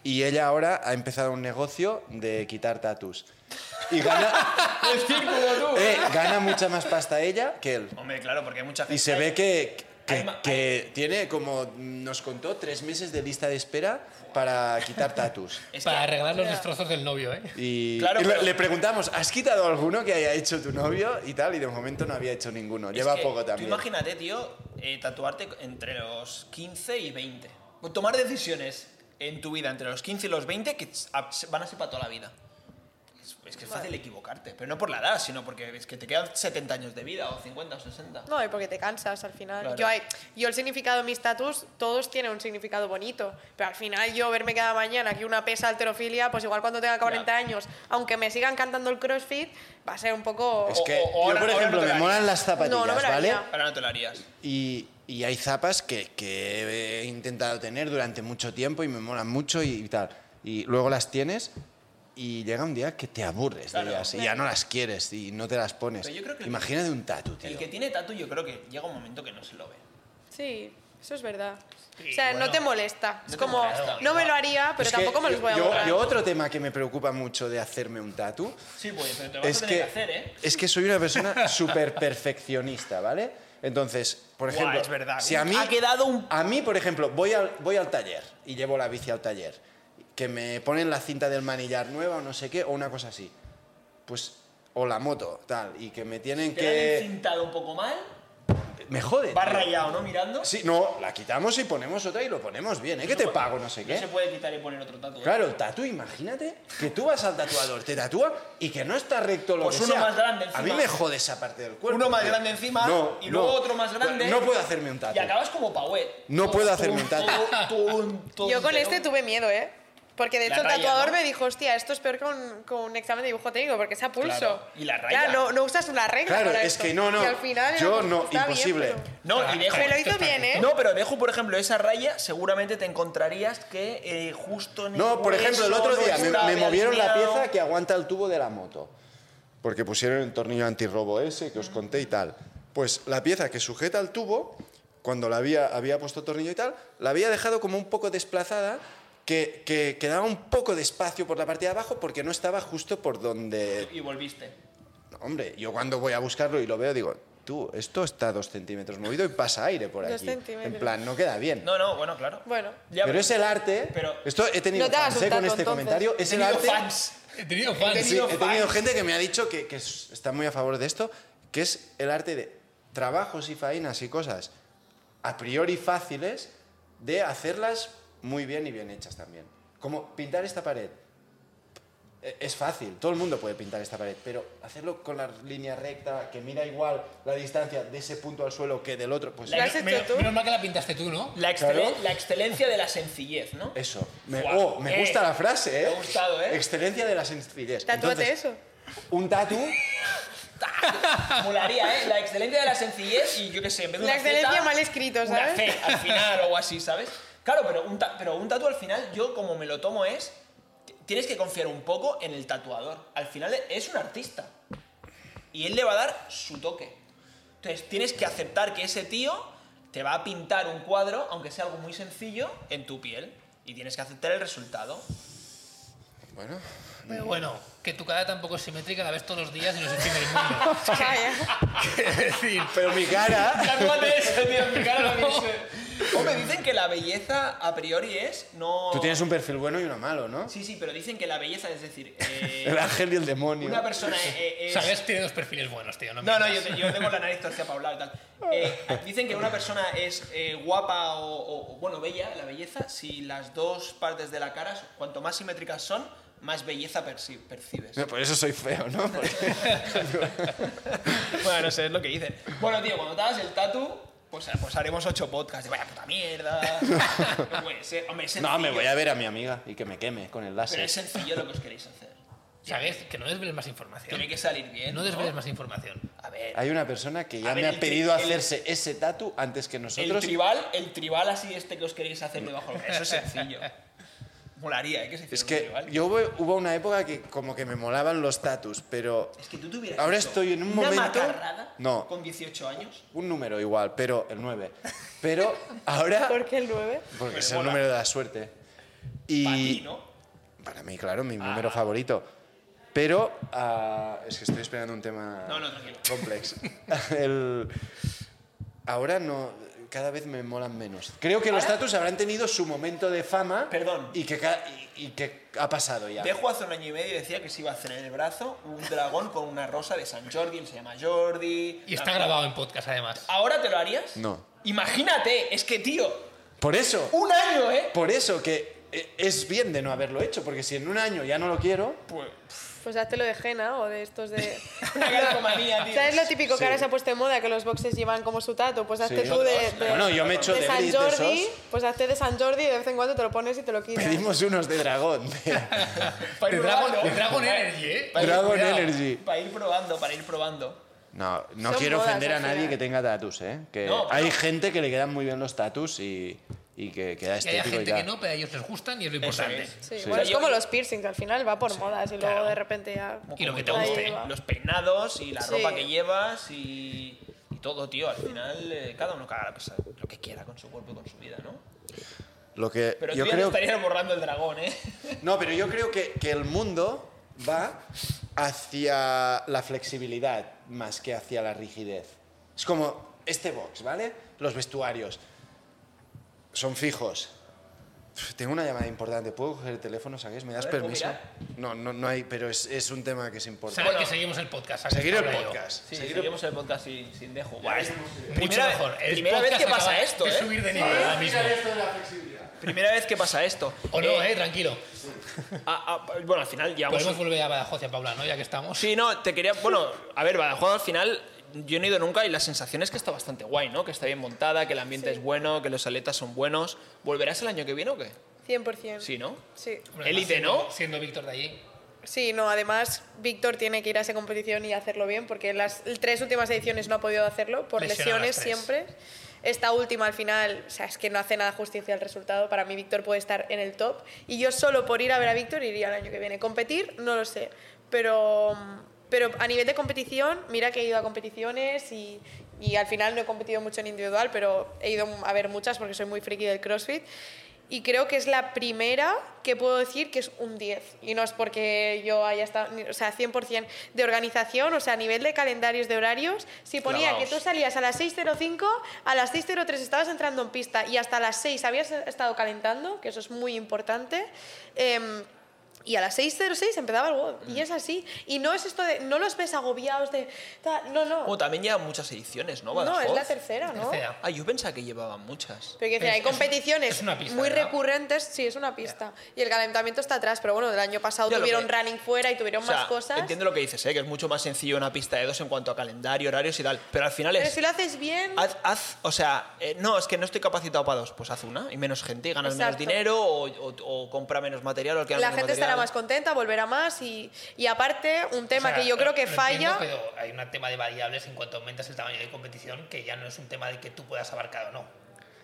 [SPEAKER 2] y ella ahora ha empezado un negocio de quitar tatus. Y gana,
[SPEAKER 1] El círculo, tú.
[SPEAKER 2] eh, gana mucha más pasta ella que él.
[SPEAKER 1] Hombre, claro, porque hay mucha gente.
[SPEAKER 2] Y se ve que,
[SPEAKER 1] Hay
[SPEAKER 2] que,
[SPEAKER 1] ma-
[SPEAKER 2] que tiene, como nos contó, tres meses de lista de espera para quitar tatus.
[SPEAKER 1] Es que-
[SPEAKER 3] Para arreglar los destrozos del novio, ¿eh?
[SPEAKER 2] Y,
[SPEAKER 1] Claro,
[SPEAKER 2] y le,
[SPEAKER 1] pero-
[SPEAKER 2] le preguntamos, ¿has quitado alguno que haya hecho tu novio? Y tal, y de momento no había hecho ninguno. Lleva
[SPEAKER 1] es que
[SPEAKER 2] poco
[SPEAKER 1] Tú
[SPEAKER 2] también.
[SPEAKER 1] imagínate, tío, eh, tatuarte entre los 15 y 20. O Tomar decisiones en tu vida entre los 15 y los 20 que s- a- se- van a ser para toda la vida. Es, es que es fácil equivocarte, pero no por la edad, sino porque es que te quedan 70 años de vida, o 50 o 60.
[SPEAKER 4] No, y porque te cansas al final.
[SPEAKER 1] Claro.
[SPEAKER 4] Yo, hay- yo el significado de mis tatus, todos tienen un significado bonito. Pero al final yo verme cada mañana aquí una pesa alterofilia, pues igual cuando tenga 40
[SPEAKER 1] Ya.
[SPEAKER 4] años, aunque me sigan cantando el crossfit, va a ser un poco...
[SPEAKER 2] Es que
[SPEAKER 1] O- o- o
[SPEAKER 2] yo, por
[SPEAKER 1] ahora- ahora no
[SPEAKER 2] ejemplo,
[SPEAKER 1] te
[SPEAKER 2] me
[SPEAKER 1] la-
[SPEAKER 2] molan las zapatillas,
[SPEAKER 4] No, no me la
[SPEAKER 2] ¿vale?
[SPEAKER 4] haría.
[SPEAKER 1] Ahora no te lo harías.
[SPEAKER 2] Y, y hay zapas que, que he intentado tener durante mucho tiempo y me molan mucho y, y tal. Y luego las tienes y llega un día que te aburres de
[SPEAKER 1] Claro.
[SPEAKER 2] ellas y ya no las quieres y no te las pones.
[SPEAKER 1] Pero yo creo que el-
[SPEAKER 2] Imagínate un tatu, tío.
[SPEAKER 1] El que tiene tatu, yo creo que llega un momento que no se lo ve.
[SPEAKER 4] Sí, eso es verdad.
[SPEAKER 3] Sí,
[SPEAKER 4] o sea,
[SPEAKER 3] bueno.
[SPEAKER 4] no te molesta. es
[SPEAKER 1] te
[SPEAKER 4] como,
[SPEAKER 1] molesta,
[SPEAKER 4] no me
[SPEAKER 1] igual.
[SPEAKER 4] lo haría, pero
[SPEAKER 2] Es que
[SPEAKER 4] tampoco me los voy a
[SPEAKER 2] yo-
[SPEAKER 4] borrar.
[SPEAKER 2] yo otro tema que me preocupa mucho de hacerme un tatu
[SPEAKER 1] Sí, pues, pero te lo vas
[SPEAKER 2] es
[SPEAKER 1] a tener
[SPEAKER 2] que,
[SPEAKER 1] que, hacer, ¿eh?
[SPEAKER 2] es que soy una persona súper perfeccionista, ¿vale? Entonces, por
[SPEAKER 1] Buah,
[SPEAKER 2] ejemplo,
[SPEAKER 1] es verdad.
[SPEAKER 2] si a mí,
[SPEAKER 1] Ha quedado un-
[SPEAKER 2] a mí, por ejemplo, voy al, voy al taller y llevo la bici al taller, que me ponen la cinta del manillar nueva o no sé qué, o una cosa así, pues, o la moto, tal, y que me tienen
[SPEAKER 1] Te la han
[SPEAKER 2] que...
[SPEAKER 1] encintado un poco mal,
[SPEAKER 2] Me jode.
[SPEAKER 1] va
[SPEAKER 2] tío.
[SPEAKER 1] rayado, ¿no? Mirando.
[SPEAKER 2] Sí, no, la quitamos y ponemos otra y lo ponemos bien, ¿eh? Que te pago, no sé
[SPEAKER 1] No
[SPEAKER 2] qué.
[SPEAKER 1] se puede quitar y poner otro tatu. ¿eh?
[SPEAKER 2] Claro, el tatu, imagínate que tú vas al tatuador, te tatúa y que no está recto lo
[SPEAKER 1] Pues
[SPEAKER 2] que
[SPEAKER 1] uno
[SPEAKER 2] sea.
[SPEAKER 1] más grande
[SPEAKER 2] A
[SPEAKER 1] encima.
[SPEAKER 2] mí me jode esa parte del cuerpo.
[SPEAKER 1] Uno más
[SPEAKER 2] tío.
[SPEAKER 1] grande encima
[SPEAKER 2] No,
[SPEAKER 1] y luego
[SPEAKER 2] no.
[SPEAKER 1] otro más grande.
[SPEAKER 2] No puedo hacerme un tatu.
[SPEAKER 1] Y acabas como Pauet.
[SPEAKER 2] No
[SPEAKER 1] Todo-
[SPEAKER 2] puedo hacerme
[SPEAKER 1] todo-
[SPEAKER 2] un tatu.
[SPEAKER 1] todo- todo un- todo
[SPEAKER 4] Yo
[SPEAKER 1] un
[SPEAKER 4] con
[SPEAKER 1] pelo.
[SPEAKER 4] este tuve miedo, ¿eh? Porque de
[SPEAKER 1] La
[SPEAKER 4] hecho el
[SPEAKER 1] raya,
[SPEAKER 4] tatuador
[SPEAKER 1] ¿no?
[SPEAKER 4] me dijo, hostia, esto es peor que un, que un examen de dibujo técnico, porque es a pulso.
[SPEAKER 1] Claro, y la raya.
[SPEAKER 4] Claro, no, no usas una regla.
[SPEAKER 2] Claro,
[SPEAKER 4] para
[SPEAKER 2] es
[SPEAKER 4] esto.
[SPEAKER 2] que no, no,
[SPEAKER 4] Y al final era
[SPEAKER 2] yo
[SPEAKER 4] como,
[SPEAKER 2] no,
[SPEAKER 4] está bien,
[SPEAKER 2] imposible.
[SPEAKER 4] pero-
[SPEAKER 1] No, y dejo.
[SPEAKER 4] Me lo
[SPEAKER 3] Esto
[SPEAKER 4] hizo
[SPEAKER 3] está
[SPEAKER 4] bien, ¿eh?
[SPEAKER 1] No, pero dejo, por ejemplo, esa raya, seguramente te encontrarías que eh, justo en el
[SPEAKER 2] No, por ejemplo, el otro
[SPEAKER 1] hueso
[SPEAKER 2] día
[SPEAKER 1] no
[SPEAKER 2] me,
[SPEAKER 1] está
[SPEAKER 2] me movieron la
[SPEAKER 1] alineado.
[SPEAKER 2] pieza que aguanta el tubo de la moto. Porque pusieron el tornillo antirrobo ese que os conté y tal. Pues la pieza que sujeta el tubo, cuando la había, había puesto tornillo y tal, la había dejado como un poco desplazada, que, que quedaba un poco de espacio por la parte de abajo porque no estaba justo por donde
[SPEAKER 1] Y volviste.
[SPEAKER 2] No, Hombre, yo cuando voy a buscarlo y lo veo digo, tú, esto está dos centímetros movido y pasa aire por aquí.
[SPEAKER 4] Dos centímetros.
[SPEAKER 2] En plan, no queda bien.
[SPEAKER 1] No, no, bueno, claro.
[SPEAKER 4] Bueno,
[SPEAKER 1] Ya,
[SPEAKER 2] pero es el arte.
[SPEAKER 1] pero-
[SPEAKER 2] esto he tenido
[SPEAKER 4] No te hagas
[SPEAKER 2] fans,
[SPEAKER 4] un
[SPEAKER 2] eh, con
[SPEAKER 4] taco,
[SPEAKER 2] este
[SPEAKER 4] entonces.
[SPEAKER 2] comentario. Es
[SPEAKER 1] he
[SPEAKER 2] el
[SPEAKER 1] tenido
[SPEAKER 2] arte.
[SPEAKER 1] fans.
[SPEAKER 3] He tenido fans.
[SPEAKER 2] Sí, he tenido
[SPEAKER 1] fans.
[SPEAKER 2] gente que me ha dicho que, que es- está muy a favor de esto, que es el arte de trabajos y faenas y cosas a priori fáciles de hacerlas muy bien y bien hechas también. Como pintar esta pared. E- Es fácil, todo el mundo puede pintar esta pared, pero hacerlo con la línea recta, que mira igual la distancia de ese punto al suelo que del otro, pues
[SPEAKER 4] ¿Lo has
[SPEAKER 3] Me-
[SPEAKER 4] hecho
[SPEAKER 3] me-
[SPEAKER 4] tú?
[SPEAKER 3] Menos mal que la pintaste tú, ¿no?
[SPEAKER 2] Mm.
[SPEAKER 1] La, excelen-
[SPEAKER 2] Claro.
[SPEAKER 1] la excelencia de la sencillez, ¿no?
[SPEAKER 2] eso. Me,
[SPEAKER 1] Guau,
[SPEAKER 2] oh, me
[SPEAKER 1] eh,
[SPEAKER 2] gusta la frase, ¿eh?
[SPEAKER 1] me ha gustado, ¿eh?
[SPEAKER 2] Excelencia de la sencillez.
[SPEAKER 4] tatúate
[SPEAKER 2] Entonces,
[SPEAKER 4] eso.
[SPEAKER 2] Un tatu
[SPEAKER 1] Molaría, ¿eh? La excelencia de la sencillez y yo qué sé, en vez de
[SPEAKER 4] La
[SPEAKER 1] una Z,
[SPEAKER 4] excelencia mal escrito,
[SPEAKER 1] una
[SPEAKER 4] ¿sabes?
[SPEAKER 1] C al final o algo así, ¿sabes? Claro, pero un, ta- pero un tatu al final, yo como me lo tomo es, t- tienes que confiar un poco en el tatuador. Al final es un artista y él le va a dar su toque. Entonces tienes que aceptar que ese tío te va a pintar un cuadro, aunque sea algo muy sencillo, en tu piel. Y tienes que aceptar el resultado.
[SPEAKER 2] Bueno,
[SPEAKER 3] Pero bueno, que tu cara tampoco es simétrica, la ves todos los días y no es el fin del mundo.
[SPEAKER 4] Vaya.
[SPEAKER 3] es decir,
[SPEAKER 2] pero mi cara.
[SPEAKER 1] Tatúate eso, tío, en mi cara lo que dice. Hombre, dicen que la belleza a priori es no...
[SPEAKER 2] Tú tienes un perfil bueno y uno malo, ¿no?
[SPEAKER 1] Sí, sí, pero dicen que la belleza, es decir,
[SPEAKER 2] El
[SPEAKER 1] eh,
[SPEAKER 2] ángel y el demonio.
[SPEAKER 1] una persona eh, eh, es...
[SPEAKER 3] ¿sabes? Tiene dos perfiles buenos, tío. No,
[SPEAKER 1] No, no, yo,
[SPEAKER 3] mientas.
[SPEAKER 1] te- yo tengo la nariz torcida para hablar y tal. Eh, dicen que una persona es eh, guapa o, o- o, bueno, bella, la belleza, si las dos partes de la cara, cuanto más simétricas son, más belleza perci- percibes.
[SPEAKER 2] No, por eso soy feo, ¿no? Porque-
[SPEAKER 1] Bueno, no sé, es lo que dicen. Bueno, tío, cuando te hagas el tatu, pues, pues haremos ocho podcasts de vaya puta mierda. No puede ser. Hombre, es
[SPEAKER 2] No, me
[SPEAKER 1] sencillo.
[SPEAKER 2] voy a ver a mi amiga y que me queme con el
[SPEAKER 1] Pero
[SPEAKER 2] láser.
[SPEAKER 1] es sencillo lo que os queréis hacer.
[SPEAKER 3] ¿Sabes? Que no desveles más información.
[SPEAKER 1] Tiene que salir bien.
[SPEAKER 3] No desveles más información.
[SPEAKER 1] A ver.
[SPEAKER 2] Hay una persona que ya
[SPEAKER 1] A ver,
[SPEAKER 2] me
[SPEAKER 1] el
[SPEAKER 2] ha
[SPEAKER 1] tri-
[SPEAKER 2] pedido
[SPEAKER 1] el-
[SPEAKER 2] hacerse ese tatu antes que
[SPEAKER 1] El
[SPEAKER 2] nosotros.
[SPEAKER 1] tribal, el tribal así este que os queréis hacer debajo del Eso es sencillo. Molaría, ¿eh? Que se hiciera
[SPEAKER 2] Es
[SPEAKER 1] un
[SPEAKER 2] que
[SPEAKER 1] tribal.
[SPEAKER 2] yo hubo, hubo una época que como que me molaban los tatus, pero
[SPEAKER 1] Es que tú te hubieras
[SPEAKER 2] ahora
[SPEAKER 1] hecho
[SPEAKER 2] estoy en un
[SPEAKER 1] una
[SPEAKER 2] momento-
[SPEAKER 1] macarrada
[SPEAKER 2] No.
[SPEAKER 1] Con 18 años.
[SPEAKER 2] un número igual, pero el 9. Pero ahora
[SPEAKER 4] ¿Por qué el 9?
[SPEAKER 2] porque
[SPEAKER 1] Me
[SPEAKER 2] es el
[SPEAKER 1] mola.
[SPEAKER 2] número de la suerte.
[SPEAKER 1] Pa'
[SPEAKER 2] Y
[SPEAKER 1] ti, ¿no?
[SPEAKER 2] para mí, claro, mi
[SPEAKER 1] Ah.
[SPEAKER 2] número favorito. Pero ah, es que estoy esperando un tema
[SPEAKER 1] No, no, tranquilo.
[SPEAKER 2] complex. El- Ahora no, cada vez me molan menos. Creo que los
[SPEAKER 1] Ahora-
[SPEAKER 2] tatus habrán tenido su momento de fama.
[SPEAKER 1] Perdón.
[SPEAKER 2] Y que, ca- y, y que ha pasado ya.
[SPEAKER 1] Dejo hace un año y medio decía que se iba a hacer en el brazo un dragón con una rosa de San Jordi, él se llama Jordi.
[SPEAKER 3] Y está grabado en podcast, además.
[SPEAKER 1] ¿Ahora te lo harías?
[SPEAKER 2] No.
[SPEAKER 1] Imagínate, es que tío,
[SPEAKER 2] Por eso,
[SPEAKER 1] un año, ¿eh?
[SPEAKER 2] por eso que eh, es bien de no haberlo hecho, porque si en un año ya no lo quiero,
[SPEAKER 1] Pues,
[SPEAKER 4] Pues hazte lo de Jena o de estos de...
[SPEAKER 1] una calcomanía, tío.
[SPEAKER 4] ¿Sabes lo típico
[SPEAKER 2] Sí.
[SPEAKER 4] que ahora se ha puesto de moda? Que los boxes llevan como su tato. Pues hazte
[SPEAKER 2] Sí.
[SPEAKER 4] tú de, de-
[SPEAKER 2] bueno, yo me echo
[SPEAKER 4] de
[SPEAKER 2] de,
[SPEAKER 4] San
[SPEAKER 2] bris de
[SPEAKER 4] Jordi.
[SPEAKER 2] esos.
[SPEAKER 4] Pues hazte de San Jordi y de vez en cuando te lo pones y te lo quitas.
[SPEAKER 2] Pedimos unos de dragón. de-
[SPEAKER 1] Para ir
[SPEAKER 3] De Dragon,
[SPEAKER 1] probando.
[SPEAKER 3] de Dragon Energy, ¿eh?
[SPEAKER 1] Vale,
[SPEAKER 2] Dragon
[SPEAKER 3] cuidado.
[SPEAKER 2] Energy.
[SPEAKER 1] Para ir probando, para ir probando.
[SPEAKER 2] No, no
[SPEAKER 4] Son
[SPEAKER 2] quiero
[SPEAKER 4] modas,
[SPEAKER 2] ofender a
[SPEAKER 4] al
[SPEAKER 2] nadie
[SPEAKER 4] final.
[SPEAKER 2] que tenga tatus, ¿eh? Que
[SPEAKER 1] No,
[SPEAKER 2] hay
[SPEAKER 1] no.
[SPEAKER 2] gente que le quedan muy bien los tatus y, y que este queda
[SPEAKER 3] Y hay
[SPEAKER 2] estético
[SPEAKER 3] gente
[SPEAKER 2] ya.
[SPEAKER 3] que no, pero a ellos les gustan y es lo
[SPEAKER 1] Eso
[SPEAKER 3] importante.
[SPEAKER 1] es.
[SPEAKER 4] Sí,
[SPEAKER 2] Sí.
[SPEAKER 4] bueno, es
[SPEAKER 1] Yo-
[SPEAKER 4] como los piercings, al final va por modas y luego
[SPEAKER 3] claro.
[SPEAKER 4] de repente ya...
[SPEAKER 3] Y lo que te
[SPEAKER 4] Ahí
[SPEAKER 3] guste.
[SPEAKER 4] va.
[SPEAKER 1] Los peinados y la
[SPEAKER 4] Sí.
[SPEAKER 1] ropa que llevas y, y todo, tío. Al final, eh, cada uno caga lo que, sa- lo que quiera con su cuerpo y con su vida, ¿no?
[SPEAKER 2] Lo que
[SPEAKER 1] Pero
[SPEAKER 2] yo
[SPEAKER 1] tú ya
[SPEAKER 2] creo
[SPEAKER 1] te estarías borrando el dragón, ¿eh?
[SPEAKER 2] No, pero yo creo que, que el mundo va hacia la flexibilidad más que hacia la rigidez. Es como este box, ¿vale? Los vestuarios son fijos. Uf, Tengo una llamada importante. ¿Puedo coger el teléfono, Sagués? ¿Me das
[SPEAKER 1] A ver, ¿puedo
[SPEAKER 2] permiso?
[SPEAKER 1] mirar?
[SPEAKER 2] No, no, no hay, pero es, es un tema que es
[SPEAKER 3] Sabe
[SPEAKER 2] importante.
[SPEAKER 3] que seguimos el podcast. aquí
[SPEAKER 2] Seguir el
[SPEAKER 3] hablo yo.
[SPEAKER 2] podcast.
[SPEAKER 1] Sí,
[SPEAKER 2] seguir el-
[SPEAKER 1] seguimos el podcast sin, sin dejo. Guau, es
[SPEAKER 3] Mucho
[SPEAKER 1] primera,
[SPEAKER 3] mejor. El
[SPEAKER 1] primera vez
[SPEAKER 3] podcast
[SPEAKER 1] que pasa
[SPEAKER 3] acaba
[SPEAKER 1] esto,
[SPEAKER 3] de
[SPEAKER 1] ¿eh?
[SPEAKER 3] subir de nivel ahora mismo.
[SPEAKER 1] Primera vez que pasa esto.
[SPEAKER 3] O no, eh, tranquilo.
[SPEAKER 1] a- a- bueno, al final llevamos...
[SPEAKER 3] Podemos volver a Badajoz y a Paula, ¿no? Ya que estamos.
[SPEAKER 1] Sí, no, te quería... Bueno, a ver, Badajoz al final... Yo no he ido nunca y la sensación es que está bastante guay, ¿no? Que está bien montada, que el ambiente es bueno, que los atletas son buenos. ¿Volverás el año que viene o qué?
[SPEAKER 4] 100%.
[SPEAKER 1] Sí, ¿no?
[SPEAKER 4] Sí.
[SPEAKER 3] Hombre,
[SPEAKER 1] Élite,
[SPEAKER 3] además,
[SPEAKER 1] ¿no?
[SPEAKER 3] Siendo, siendo Víctor de allí.
[SPEAKER 4] Sí, no, además Víctor tiene que ir a esa competición y hacerlo bien porque las tres últimas ediciones no ha podido hacerlo por
[SPEAKER 3] Lesionado
[SPEAKER 4] lesiones
[SPEAKER 3] las tres.
[SPEAKER 4] siempre. Esta última al final, o sea, es que no hace nada justicia al resultado. Para mí Víctor puede estar en el top y yo solo por ir a ver a Víctor iría el año que viene. Competir, no lo sé, pero, pero a nivel de competición, mira que he ido a competiciones y, y al final no he competido mucho en individual, pero he ido a ver muchas porque soy muy friki del CrossFit. Y creo que es la primera que puedo decir que es un 10. Y no es porque yo haya estado, ni- o sea, 100% de organización, o sea, a nivel de calendarios de horarios, si ponía
[SPEAKER 1] Clavaos.
[SPEAKER 4] que tú salías a las 6.05, a las 6.03 estabas entrando en pista y hasta las 6 habías estado calentando, que eso es muy importante. em, y a las 6.06 empezaba el WOD.
[SPEAKER 3] Mm.
[SPEAKER 4] Y es así. Y no es esto de, no los ves agobiados de, tal, no, no.
[SPEAKER 1] Oh, también llevan muchas ediciones, ¿no?
[SPEAKER 4] no, es
[SPEAKER 1] Badajoz?
[SPEAKER 4] la tercera, ¿no?
[SPEAKER 3] Tercera.
[SPEAKER 1] Ah, yo pensaba que llevaban muchas.
[SPEAKER 4] Pero que decir,
[SPEAKER 3] Es-
[SPEAKER 4] hay
[SPEAKER 3] es-
[SPEAKER 4] competiciones
[SPEAKER 3] es una pista,
[SPEAKER 4] muy
[SPEAKER 3] ¿verdad?
[SPEAKER 4] recurrentes, sí, es una pista. Y el calentamiento está atrás, pero bueno, del año pasado
[SPEAKER 1] Ya lo
[SPEAKER 4] tuvieron
[SPEAKER 1] que-
[SPEAKER 4] running fuera y tuvieron
[SPEAKER 1] O sea,
[SPEAKER 4] más cosas.
[SPEAKER 1] Entiendo lo que dices, ¿eh? que es mucho más sencillo una pista de dos en cuanto a calendario, horarios y tal. Pero al final
[SPEAKER 4] Pero
[SPEAKER 1] es.
[SPEAKER 4] si lo haces bien,
[SPEAKER 1] Haz, haz- o sea, eh, no, es que no estoy capacitado para dos. Pues haz una y menos gente y ganas menos
[SPEAKER 4] Exacto.
[SPEAKER 1] dinero o, o- o compra menos material. O el que
[SPEAKER 4] la gente estará más contenta, volverá más y, y aparte un tema
[SPEAKER 3] O sea,
[SPEAKER 4] que yo creo que
[SPEAKER 3] lo
[SPEAKER 4] falla.
[SPEAKER 3] entiendo, pero hay un tema de variables en cuanto aumentas el tamaño de competición que ya no es un tema de que tú puedas abarcar o no.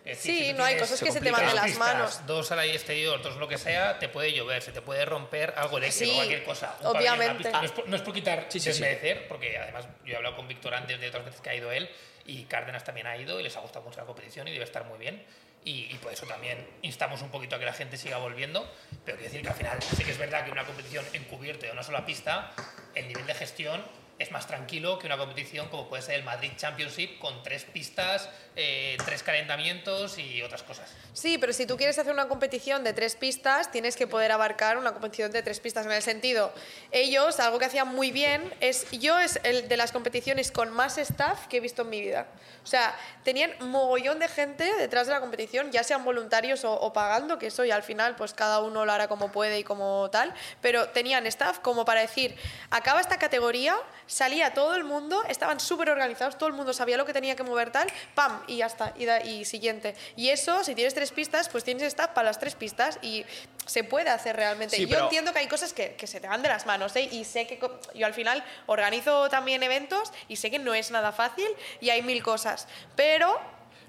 [SPEAKER 3] Es decir,
[SPEAKER 4] Sí,
[SPEAKER 3] tú
[SPEAKER 4] no, hay
[SPEAKER 3] tienes
[SPEAKER 4] cosas
[SPEAKER 1] que se te
[SPEAKER 3] tres
[SPEAKER 1] van de
[SPEAKER 4] las
[SPEAKER 3] pistas,
[SPEAKER 4] manos.
[SPEAKER 3] Dos al aire exterior, dos lo que sea, te puede llover, se te puede romper algo eléctrico,
[SPEAKER 4] Sí,
[SPEAKER 3] cualquier cosa. un pabellón, una
[SPEAKER 4] obviamente.
[SPEAKER 3] pista. No es por, no es por quitar,
[SPEAKER 1] Sí, sí, sí.
[SPEAKER 3] desmerecer, porque además yo he hablado con Víctor antes de otras veces que ha ido él y Cárdenas también ha ido y les ha gustado mucho la competición y debe estar muy bien. Y, y por eso también instamos un poquito a que la gente siga volviendo, pero quiero decir que al final sí que es verdad que una competición encubierta de una sola pista, el nivel de gestión es más tranquilo que una competición como puede ser el Madrid Championship con tres pistas, eh, tres calentamientos y otras cosas.
[SPEAKER 1] Pues
[SPEAKER 4] Sí, pero si tú quieres hacer una competición de tres pistas, tienes que poder abarcar una competición de tres pistas en el sentido. Ellos, algo que hacían muy bien, es yo es el de las competiciones con más staff que he visto en mi vida. O sea, tenían mogollón de gente detrás de la competición, ya sean voluntarios o, o pagando, que eso y al final pues cada uno lo hará como puede y como tal, pero tenían staff como para decir, acaba esta categoría, salía todo el mundo, estaban súper organizados, todo el mundo sabía lo que tenía que mover tal, pam, y ya está, y, da- y siguiente. Y eso, si tienes tres pistas, pues tienes staff para las tres pistas y se puede hacer realmente.
[SPEAKER 1] Sí,
[SPEAKER 4] yo
[SPEAKER 1] pero-
[SPEAKER 4] entiendo que hay cosas que, que se te van de las manos, ¿eh? y sé que co- yo al final organizo también eventos y sé que no es nada fácil y hay mil cosas, pero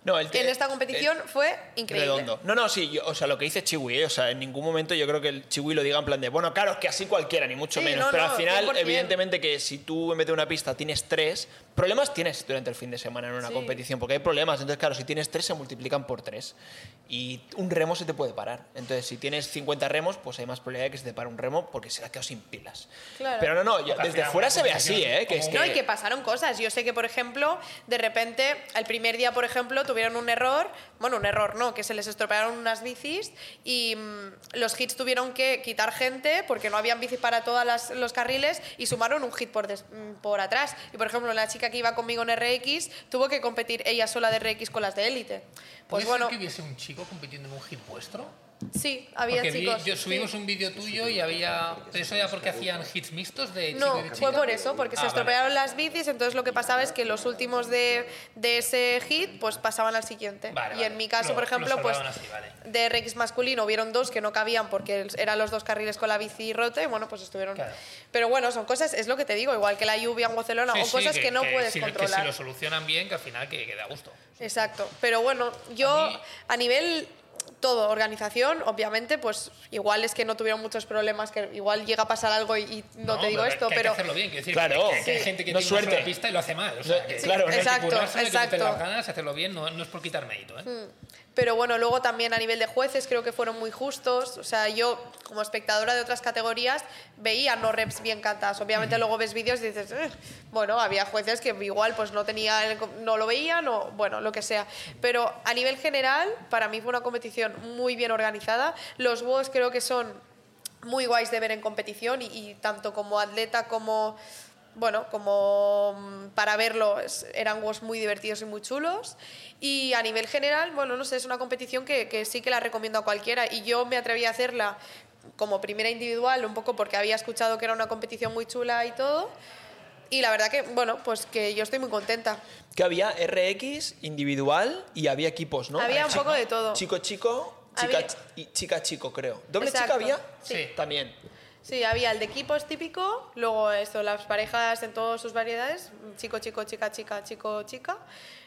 [SPEAKER 1] No, el te-
[SPEAKER 4] en esta competición
[SPEAKER 1] el-
[SPEAKER 4] fue increíble.
[SPEAKER 1] Redondo. No, no, sí, yo- o sea, lo que dice Chiwi, eh, o sea, en ningún momento yo creo que el Chiwi lo diga en plan de, bueno, claro, es que así cualquiera, ni mucho
[SPEAKER 4] Sí,
[SPEAKER 1] menos.
[SPEAKER 4] no,
[SPEAKER 1] pero
[SPEAKER 4] no,
[SPEAKER 1] al final,
[SPEAKER 4] 100%.
[SPEAKER 1] evidentemente, que si tú en vez de una pista tienes tres, problemas tienes durante el fin de semana en una
[SPEAKER 4] Sí.
[SPEAKER 1] competición, porque hay problemas. Entonces, claro, si tienes tres, se multiplican por tres. Y un remo se te puede parar. Entonces, si tienes 50 remos, pues hay más probabilidad de que se te pare un remo porque se ha quedado sin pilas.
[SPEAKER 4] Claro.
[SPEAKER 1] Pero no, no, yo-
[SPEAKER 3] Porque al
[SPEAKER 1] desde
[SPEAKER 3] final
[SPEAKER 1] fuera
[SPEAKER 3] una
[SPEAKER 1] se ve
[SPEAKER 3] competición
[SPEAKER 1] así,
[SPEAKER 3] es
[SPEAKER 1] ¿eh? Que es
[SPEAKER 3] como-
[SPEAKER 1] que,
[SPEAKER 4] No, y que pasaron cosas. Yo sé que, por ejemplo, de repente, el primer día, por ejemplo, tuvieron un error, bueno, un error no, que se les estropearon unas bicis y mm, los hits tuvieron que quitar gente porque no habían bicis para todos los carriles y sumaron un hit por, des- mm, por atrás. Y, por ejemplo, la chica que iba conmigo en RX tuvo que competir ella sola de RX con las de élite.
[SPEAKER 3] ¿Puede
[SPEAKER 4] Pues bueno,
[SPEAKER 3] ser que hubiese un chico compitiendo en un hit vuestro?
[SPEAKER 4] sí, había
[SPEAKER 3] Porque vi-
[SPEAKER 4] chicos.
[SPEAKER 3] yo
[SPEAKER 4] sí.
[SPEAKER 3] subimos un vídeo tuyo y había. pero eso era porque hacían hits mixtos de chico
[SPEAKER 4] No,
[SPEAKER 3] y de chica.
[SPEAKER 4] fue por eso, porque se
[SPEAKER 3] Ah,
[SPEAKER 4] estropearon las bicis, entonces lo que pasaba es que los últimos de, de ese hit pues pasaban al siguiente.
[SPEAKER 3] Vale,
[SPEAKER 4] y
[SPEAKER 3] vale.
[SPEAKER 4] en mi caso,
[SPEAKER 3] Lo-
[SPEAKER 4] por
[SPEAKER 3] lo
[SPEAKER 4] ejemplo, pues
[SPEAKER 3] salvaban así, vale.
[SPEAKER 4] de RX masculino hubieron dos que no cabían porque eran los dos carriles con la bici rota y bueno, pues estuvieron...
[SPEAKER 3] Claro.
[SPEAKER 4] Pero bueno, son cosas, es lo que te digo, igual que la lluvia en Barcelona
[SPEAKER 3] Sí,
[SPEAKER 4] o
[SPEAKER 3] sí,
[SPEAKER 4] cosas que, no
[SPEAKER 3] que
[SPEAKER 4] puedes
[SPEAKER 3] si- que
[SPEAKER 4] controlar.
[SPEAKER 3] si lo solucionan bien, que al final que, que da gusto.
[SPEAKER 4] Exacto, pero bueno, yo
[SPEAKER 3] A
[SPEAKER 4] a,
[SPEAKER 3] mí-
[SPEAKER 4] nivel todo, organización, obviamente, pues igual es que no tuvieron muchos problemas, que igual llega a pasar algo y, y no, te digo
[SPEAKER 3] que-
[SPEAKER 4] esto,
[SPEAKER 3] que hay
[SPEAKER 4] pero...
[SPEAKER 3] que hacerlo bien, quiero decir,
[SPEAKER 1] Claro.
[SPEAKER 3] que, que hay gente que
[SPEAKER 1] No
[SPEAKER 3] tiene una
[SPEAKER 1] suerte.
[SPEAKER 3] sola pista y lo hace mal. O sea,
[SPEAKER 1] No,
[SPEAKER 3] que,
[SPEAKER 1] sí, claro.
[SPEAKER 3] que hay que
[SPEAKER 4] exacto,
[SPEAKER 3] currárselo, hay que meter
[SPEAKER 4] exacto.
[SPEAKER 3] las ganas, hacerlo bien, no, no es por quitar mérito. ¿eh?
[SPEAKER 4] Pero bueno, luego también a nivel de jueces creo que fueron muy justos. O sea, yo como espectadora de otras categorías veía no reps bien cantadas. Obviamente luego ves vídeos y dices, "Eh". bueno, había jueces que igual pues no tenía, el- no lo veían o bueno, lo que sea. Pero a nivel general, para mí fue una competición muy bien organizada. Los WOS creo que son muy guays de ver en competición y, y tanto como atleta como bueno, como mm, para verlo es- eran juegos muy divertidos y muy chulos. Y a nivel general, bueno, no sé, es una competición que, que sí que la recomiendo a cualquiera. Y yo me atreví a hacerla como primera individual, un poco porque había escuchado que era una competición muy chula y todo. Y la verdad que, bueno, pues que yo estoy muy contenta.
[SPEAKER 1] Que había RX individual y había equipos, ¿no?
[SPEAKER 4] había un
[SPEAKER 1] Chico-
[SPEAKER 4] poco de todo.
[SPEAKER 1] Chico chico, chica,
[SPEAKER 4] Había-
[SPEAKER 1] chi- y chica chico, creo. ¿Doble chica
[SPEAKER 4] Exacto,
[SPEAKER 1] había?
[SPEAKER 3] sí. Sí.
[SPEAKER 1] También.
[SPEAKER 4] Sí, había el de equipos típico, luego esto, las parejas en todas sus variedades, chico, chico, chica, chica, chico, chica.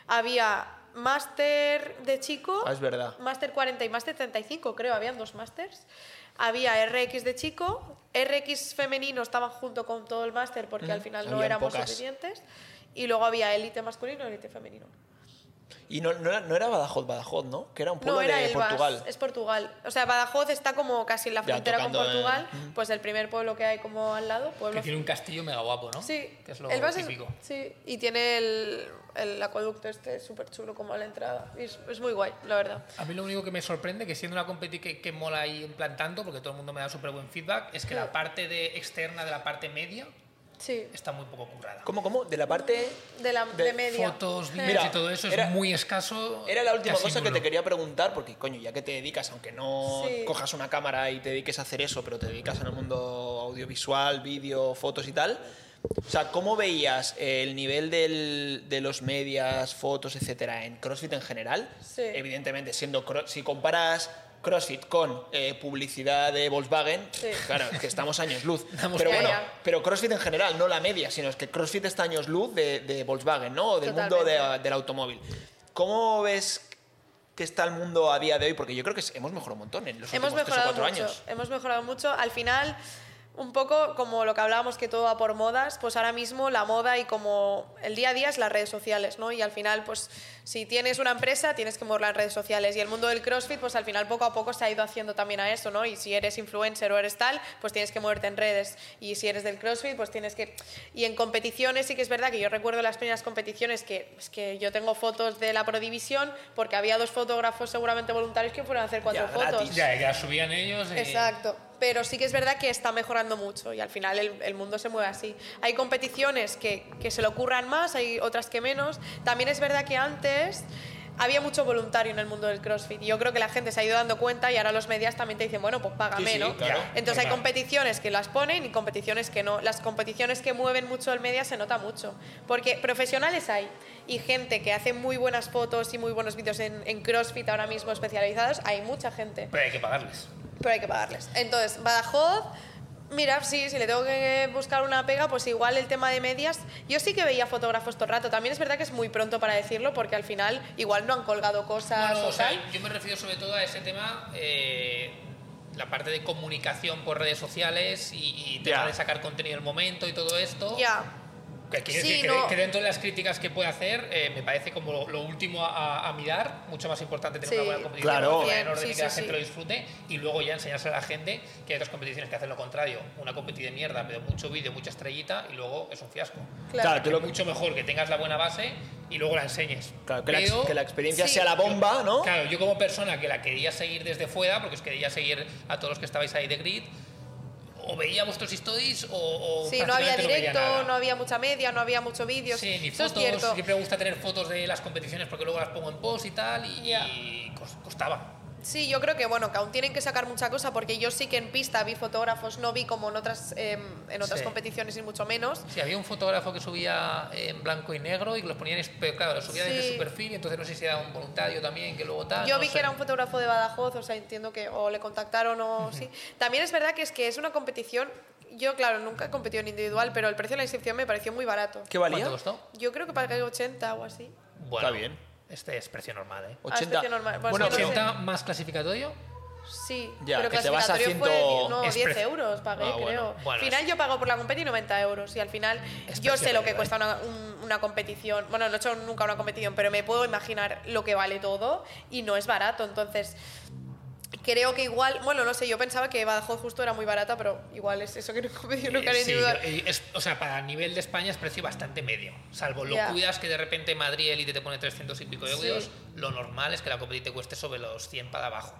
[SPEAKER 4] Había máster de chico.
[SPEAKER 1] Ah, es verdad.
[SPEAKER 4] Máster 40 y máster 35, creo, habían dos másters. Había RX de chico, RX femenino estaban junto con todo el máster porque al final no
[SPEAKER 1] Mm. habían
[SPEAKER 4] éramos
[SPEAKER 1] pocas.
[SPEAKER 4] suficientes. Y luego había élite masculino y élite femenino.
[SPEAKER 1] Y no, no, era, no era Badajoz, Badajoz, ¿no? Que era un pueblo
[SPEAKER 4] No, era
[SPEAKER 1] de
[SPEAKER 4] Elvas,
[SPEAKER 1] Portugal.
[SPEAKER 4] es Portugal. O sea, Badajoz está como casi en la
[SPEAKER 1] Ya,
[SPEAKER 4] frontera con
[SPEAKER 1] tocando en-
[SPEAKER 4] Portugal, pues el primer pueblo que hay como al lado, pueblo
[SPEAKER 3] Que tiene un castillo mega guapo, ¿no?
[SPEAKER 4] Sí,
[SPEAKER 3] Que es lo
[SPEAKER 4] el vaso es-
[SPEAKER 3] típico.
[SPEAKER 4] sí, y tiene el, el acueducto este súper chulo como a la entrada. Y Es, es muy guay, la verdad.
[SPEAKER 3] A mí lo único que me sorprende, que siendo una competi que, que mola ahí en plan tanto, porque todo el mundo me da súper buen feedback, es que
[SPEAKER 4] Hmm.
[SPEAKER 3] la parte de externa de la parte media
[SPEAKER 4] Sí,
[SPEAKER 3] está muy poco currada.
[SPEAKER 1] ¿Cómo, cómo? De la parte...
[SPEAKER 4] de, la,
[SPEAKER 1] De
[SPEAKER 4] de, media.
[SPEAKER 3] Fotos, vídeos
[SPEAKER 1] Mira,
[SPEAKER 3] y todo eso
[SPEAKER 1] era-
[SPEAKER 3] es muy escaso.
[SPEAKER 1] Era la última
[SPEAKER 3] casi
[SPEAKER 1] cosa que
[SPEAKER 3] nulo.
[SPEAKER 1] te quería preguntar, porque coño, ya que te dedicas, aunque no
[SPEAKER 4] Sí.
[SPEAKER 1] cojas una cámara y te dediques a hacer eso, pero te dedicas al mundo audiovisual, vídeo, fotos y tal, o sea, ¿cómo veías el nivel del- de los medias, fotos, etcétera, en CrossFit en general?
[SPEAKER 4] Sí.
[SPEAKER 1] Evidentemente, siendo cro- si comparas CrossFit con eh, publicidad de Volkswagen,
[SPEAKER 4] Sí.
[SPEAKER 1] claro, es que estamos años luz.
[SPEAKER 3] Estamos
[SPEAKER 1] pero
[SPEAKER 4] ya,
[SPEAKER 1] bueno,
[SPEAKER 4] ya.
[SPEAKER 1] pero CrossFit en general, no la media, sino es que CrossFit está años luz de, de Volkswagen, ¿no? O del mundo de,
[SPEAKER 4] Totalmente.
[SPEAKER 1] del automóvil. ¿Cómo ves que está el mundo a día de hoy? Porque yo creo que hemos mejorado un montón en los
[SPEAKER 4] hemos
[SPEAKER 1] últimos tres o
[SPEAKER 4] mejorado
[SPEAKER 1] cuatro
[SPEAKER 4] mucho.
[SPEAKER 1] años.
[SPEAKER 4] Hemos mejorado mucho. Al final, un poco como lo que hablábamos que todo va por modas, pues ahora mismo la moda y como el día a día es las redes sociales, ¿no? Y al final, pues si tienes una empresa, tienes que moverla en redes sociales. Y el mundo del CrossFit, pues al final poco a poco se ha ido haciendo también a eso, ¿no? Y si eres influencer o eres tal, pues tienes que moverte en redes. Y si eres del CrossFit, pues tienes que... Y en competiciones sí que es verdad que yo recuerdo las primeras competiciones que, es que yo tengo fotos de la Prodivisión porque había dos fotógrafos seguramente voluntarios que fueron a hacer cuatro
[SPEAKER 1] Ya,
[SPEAKER 4] fotos.
[SPEAKER 1] gratis.
[SPEAKER 3] Ya, que la subían ellos. y-
[SPEAKER 4] Exacto. Pero sí que es verdad que está mejorando mucho y al final el, el mundo se mueve así. Hay competiciones que, que se le ocurran más, hay otras que menos. También es verdad que antes había mucho voluntario en el mundo del CrossFit. y Yo creo que la gente se ha ido dando cuenta y ahora los medias también te dicen, bueno, pues págame,
[SPEAKER 1] Sí, sí,
[SPEAKER 4] ¿no?
[SPEAKER 1] claro.
[SPEAKER 4] Entonces hay
[SPEAKER 3] Normal.
[SPEAKER 4] competiciones que las ponen y competiciones que no. Las competiciones que mueven mucho el media se nota mucho. Porque profesionales hay y gente que hace muy buenas fotos y muy buenos vídeos en, en CrossFit ahora mismo especializados, hay mucha gente
[SPEAKER 3] Pero hay que pagarles.
[SPEAKER 4] pero hay que pagarles. Entonces, Badajoz, mira, sí, si le tengo que buscar una pega, pues igual el tema de medias. Yo sí que veía fotógrafos todo el rato. También es verdad que es muy pronto para decirlo porque al final igual no han colgado
[SPEAKER 1] Ah,
[SPEAKER 4] cosas
[SPEAKER 3] Bueno,
[SPEAKER 4] o
[SPEAKER 3] o sea,
[SPEAKER 4] tal.
[SPEAKER 3] yo me refiero sobre todo a ese tema, eh, la parte de comunicación por redes sociales y, y tema
[SPEAKER 1] Ya.
[SPEAKER 3] de sacar contenido en el momento y todo esto.
[SPEAKER 4] Ya.
[SPEAKER 3] Que quiero
[SPEAKER 4] Sí,
[SPEAKER 3] decir que,
[SPEAKER 4] no.
[SPEAKER 3] que dentro de las críticas que puede hacer, eh, me parece como lo, lo último a, a mirar, mucho más importante tener
[SPEAKER 4] Sí.
[SPEAKER 3] una buena competición
[SPEAKER 1] Claro.
[SPEAKER 3] que vaya en
[SPEAKER 4] Bien,
[SPEAKER 3] orden
[SPEAKER 4] sí,
[SPEAKER 3] y que
[SPEAKER 4] sí,
[SPEAKER 3] la gente
[SPEAKER 4] sí.
[SPEAKER 3] lo disfrute y luego ya enseñárselo a la gente que hay otras competiciones que hacen lo contrario, una competi de mierda, pero mucho vídeo, mucha estrellita y luego es un fiasco.
[SPEAKER 4] Claro.
[SPEAKER 1] Claro, que Ah, lo-
[SPEAKER 3] Es mucho mejor que tengas la buena base y luego la enseñes.
[SPEAKER 1] claro, que, la, ex-
[SPEAKER 3] Pero-
[SPEAKER 1] que la experiencia
[SPEAKER 4] sí.
[SPEAKER 1] sea la bomba, ¿no?
[SPEAKER 3] Claro, yo como persona que la quería seguir desde fuera, porque os quería seguir a todos los que estabais ahí de grid, o veía vuestros stories o, o
[SPEAKER 4] Sí, no había
[SPEAKER 3] prácticamente veía
[SPEAKER 4] directo,
[SPEAKER 3] nada.
[SPEAKER 4] no, había mucha media, no había mucho vídeo.
[SPEAKER 3] Sí, ni
[SPEAKER 4] Eso
[SPEAKER 3] fotos.
[SPEAKER 4] es cierto.
[SPEAKER 3] Siempre me gusta tener fotos de las competiciones porque luego las pongo en post y tal y,
[SPEAKER 4] Ya.
[SPEAKER 3] y cos- costaba.
[SPEAKER 4] Sí, yo creo que bueno, que aún tienen que sacar mucha cosa porque yo sí que en pista vi fotógrafos, no vi como en otras, em, en otras
[SPEAKER 3] Sí.
[SPEAKER 4] competiciones ni mucho menos.
[SPEAKER 3] Sí, había un fotógrafo que subía en blanco y negro y los ponía en... es- Pero claro, lo subía desde
[SPEAKER 4] Sí.
[SPEAKER 3] su perfil y entonces no sé si era un voluntario también que luego tal.
[SPEAKER 4] Yo
[SPEAKER 3] no
[SPEAKER 4] vi
[SPEAKER 3] sé.
[SPEAKER 4] que era un fotógrafo de Badajoz, o sea, entiendo que o le contactaron o sí. También es verdad que es que es una competición. Yo, claro, nunca he competido en individual, pero el precio de la inscripción me pareció muy barato.
[SPEAKER 1] ¿Qué valía?
[SPEAKER 3] ¿Cuánto costó?
[SPEAKER 4] Yo creo que pagué 80 o así.
[SPEAKER 3] Bueno,
[SPEAKER 1] Está bien.
[SPEAKER 3] Este es precio normal, ¿eh?
[SPEAKER 4] Ah, es
[SPEAKER 1] 80.
[SPEAKER 4] precio normal. Pues
[SPEAKER 1] Bueno,
[SPEAKER 4] yo no sé.
[SPEAKER 3] 80 más clasificatorio.
[SPEAKER 4] Sí,
[SPEAKER 1] Ya,
[SPEAKER 4] pero
[SPEAKER 1] que te vas a
[SPEAKER 4] clasificatorio
[SPEAKER 1] 100
[SPEAKER 4] fue no,
[SPEAKER 3] es
[SPEAKER 4] 10
[SPEAKER 3] precio.
[SPEAKER 4] euros pagué,
[SPEAKER 3] Ah, bueno.
[SPEAKER 4] creo.
[SPEAKER 3] Bueno,
[SPEAKER 4] al final
[SPEAKER 3] es-
[SPEAKER 4] yo pago por la competi 90 euros y al final
[SPEAKER 3] Es
[SPEAKER 4] yo
[SPEAKER 3] precio
[SPEAKER 4] sé lo que
[SPEAKER 3] realidad.
[SPEAKER 4] cuesta una, un- una competición. Bueno, no he hecho nunca una competición, pero me puedo imaginar lo que vale todo y no es barato. Entonces, creo que igual, bueno, no sé, yo pensaba que Badajoz justo era muy barata, pero igual es eso que no he competido nunca en
[SPEAKER 3] Eh, sí,
[SPEAKER 4] individual.
[SPEAKER 3] eh, es- o sea, para nivel de España es precio bastante medio. Salvo lo
[SPEAKER 4] Ya.
[SPEAKER 3] cuidas que de repente Madrid Elite te pone 300 y pico
[SPEAKER 4] Sí.
[SPEAKER 3] euros, lo normal es que la competición te cueste sobre los 100 para abajo.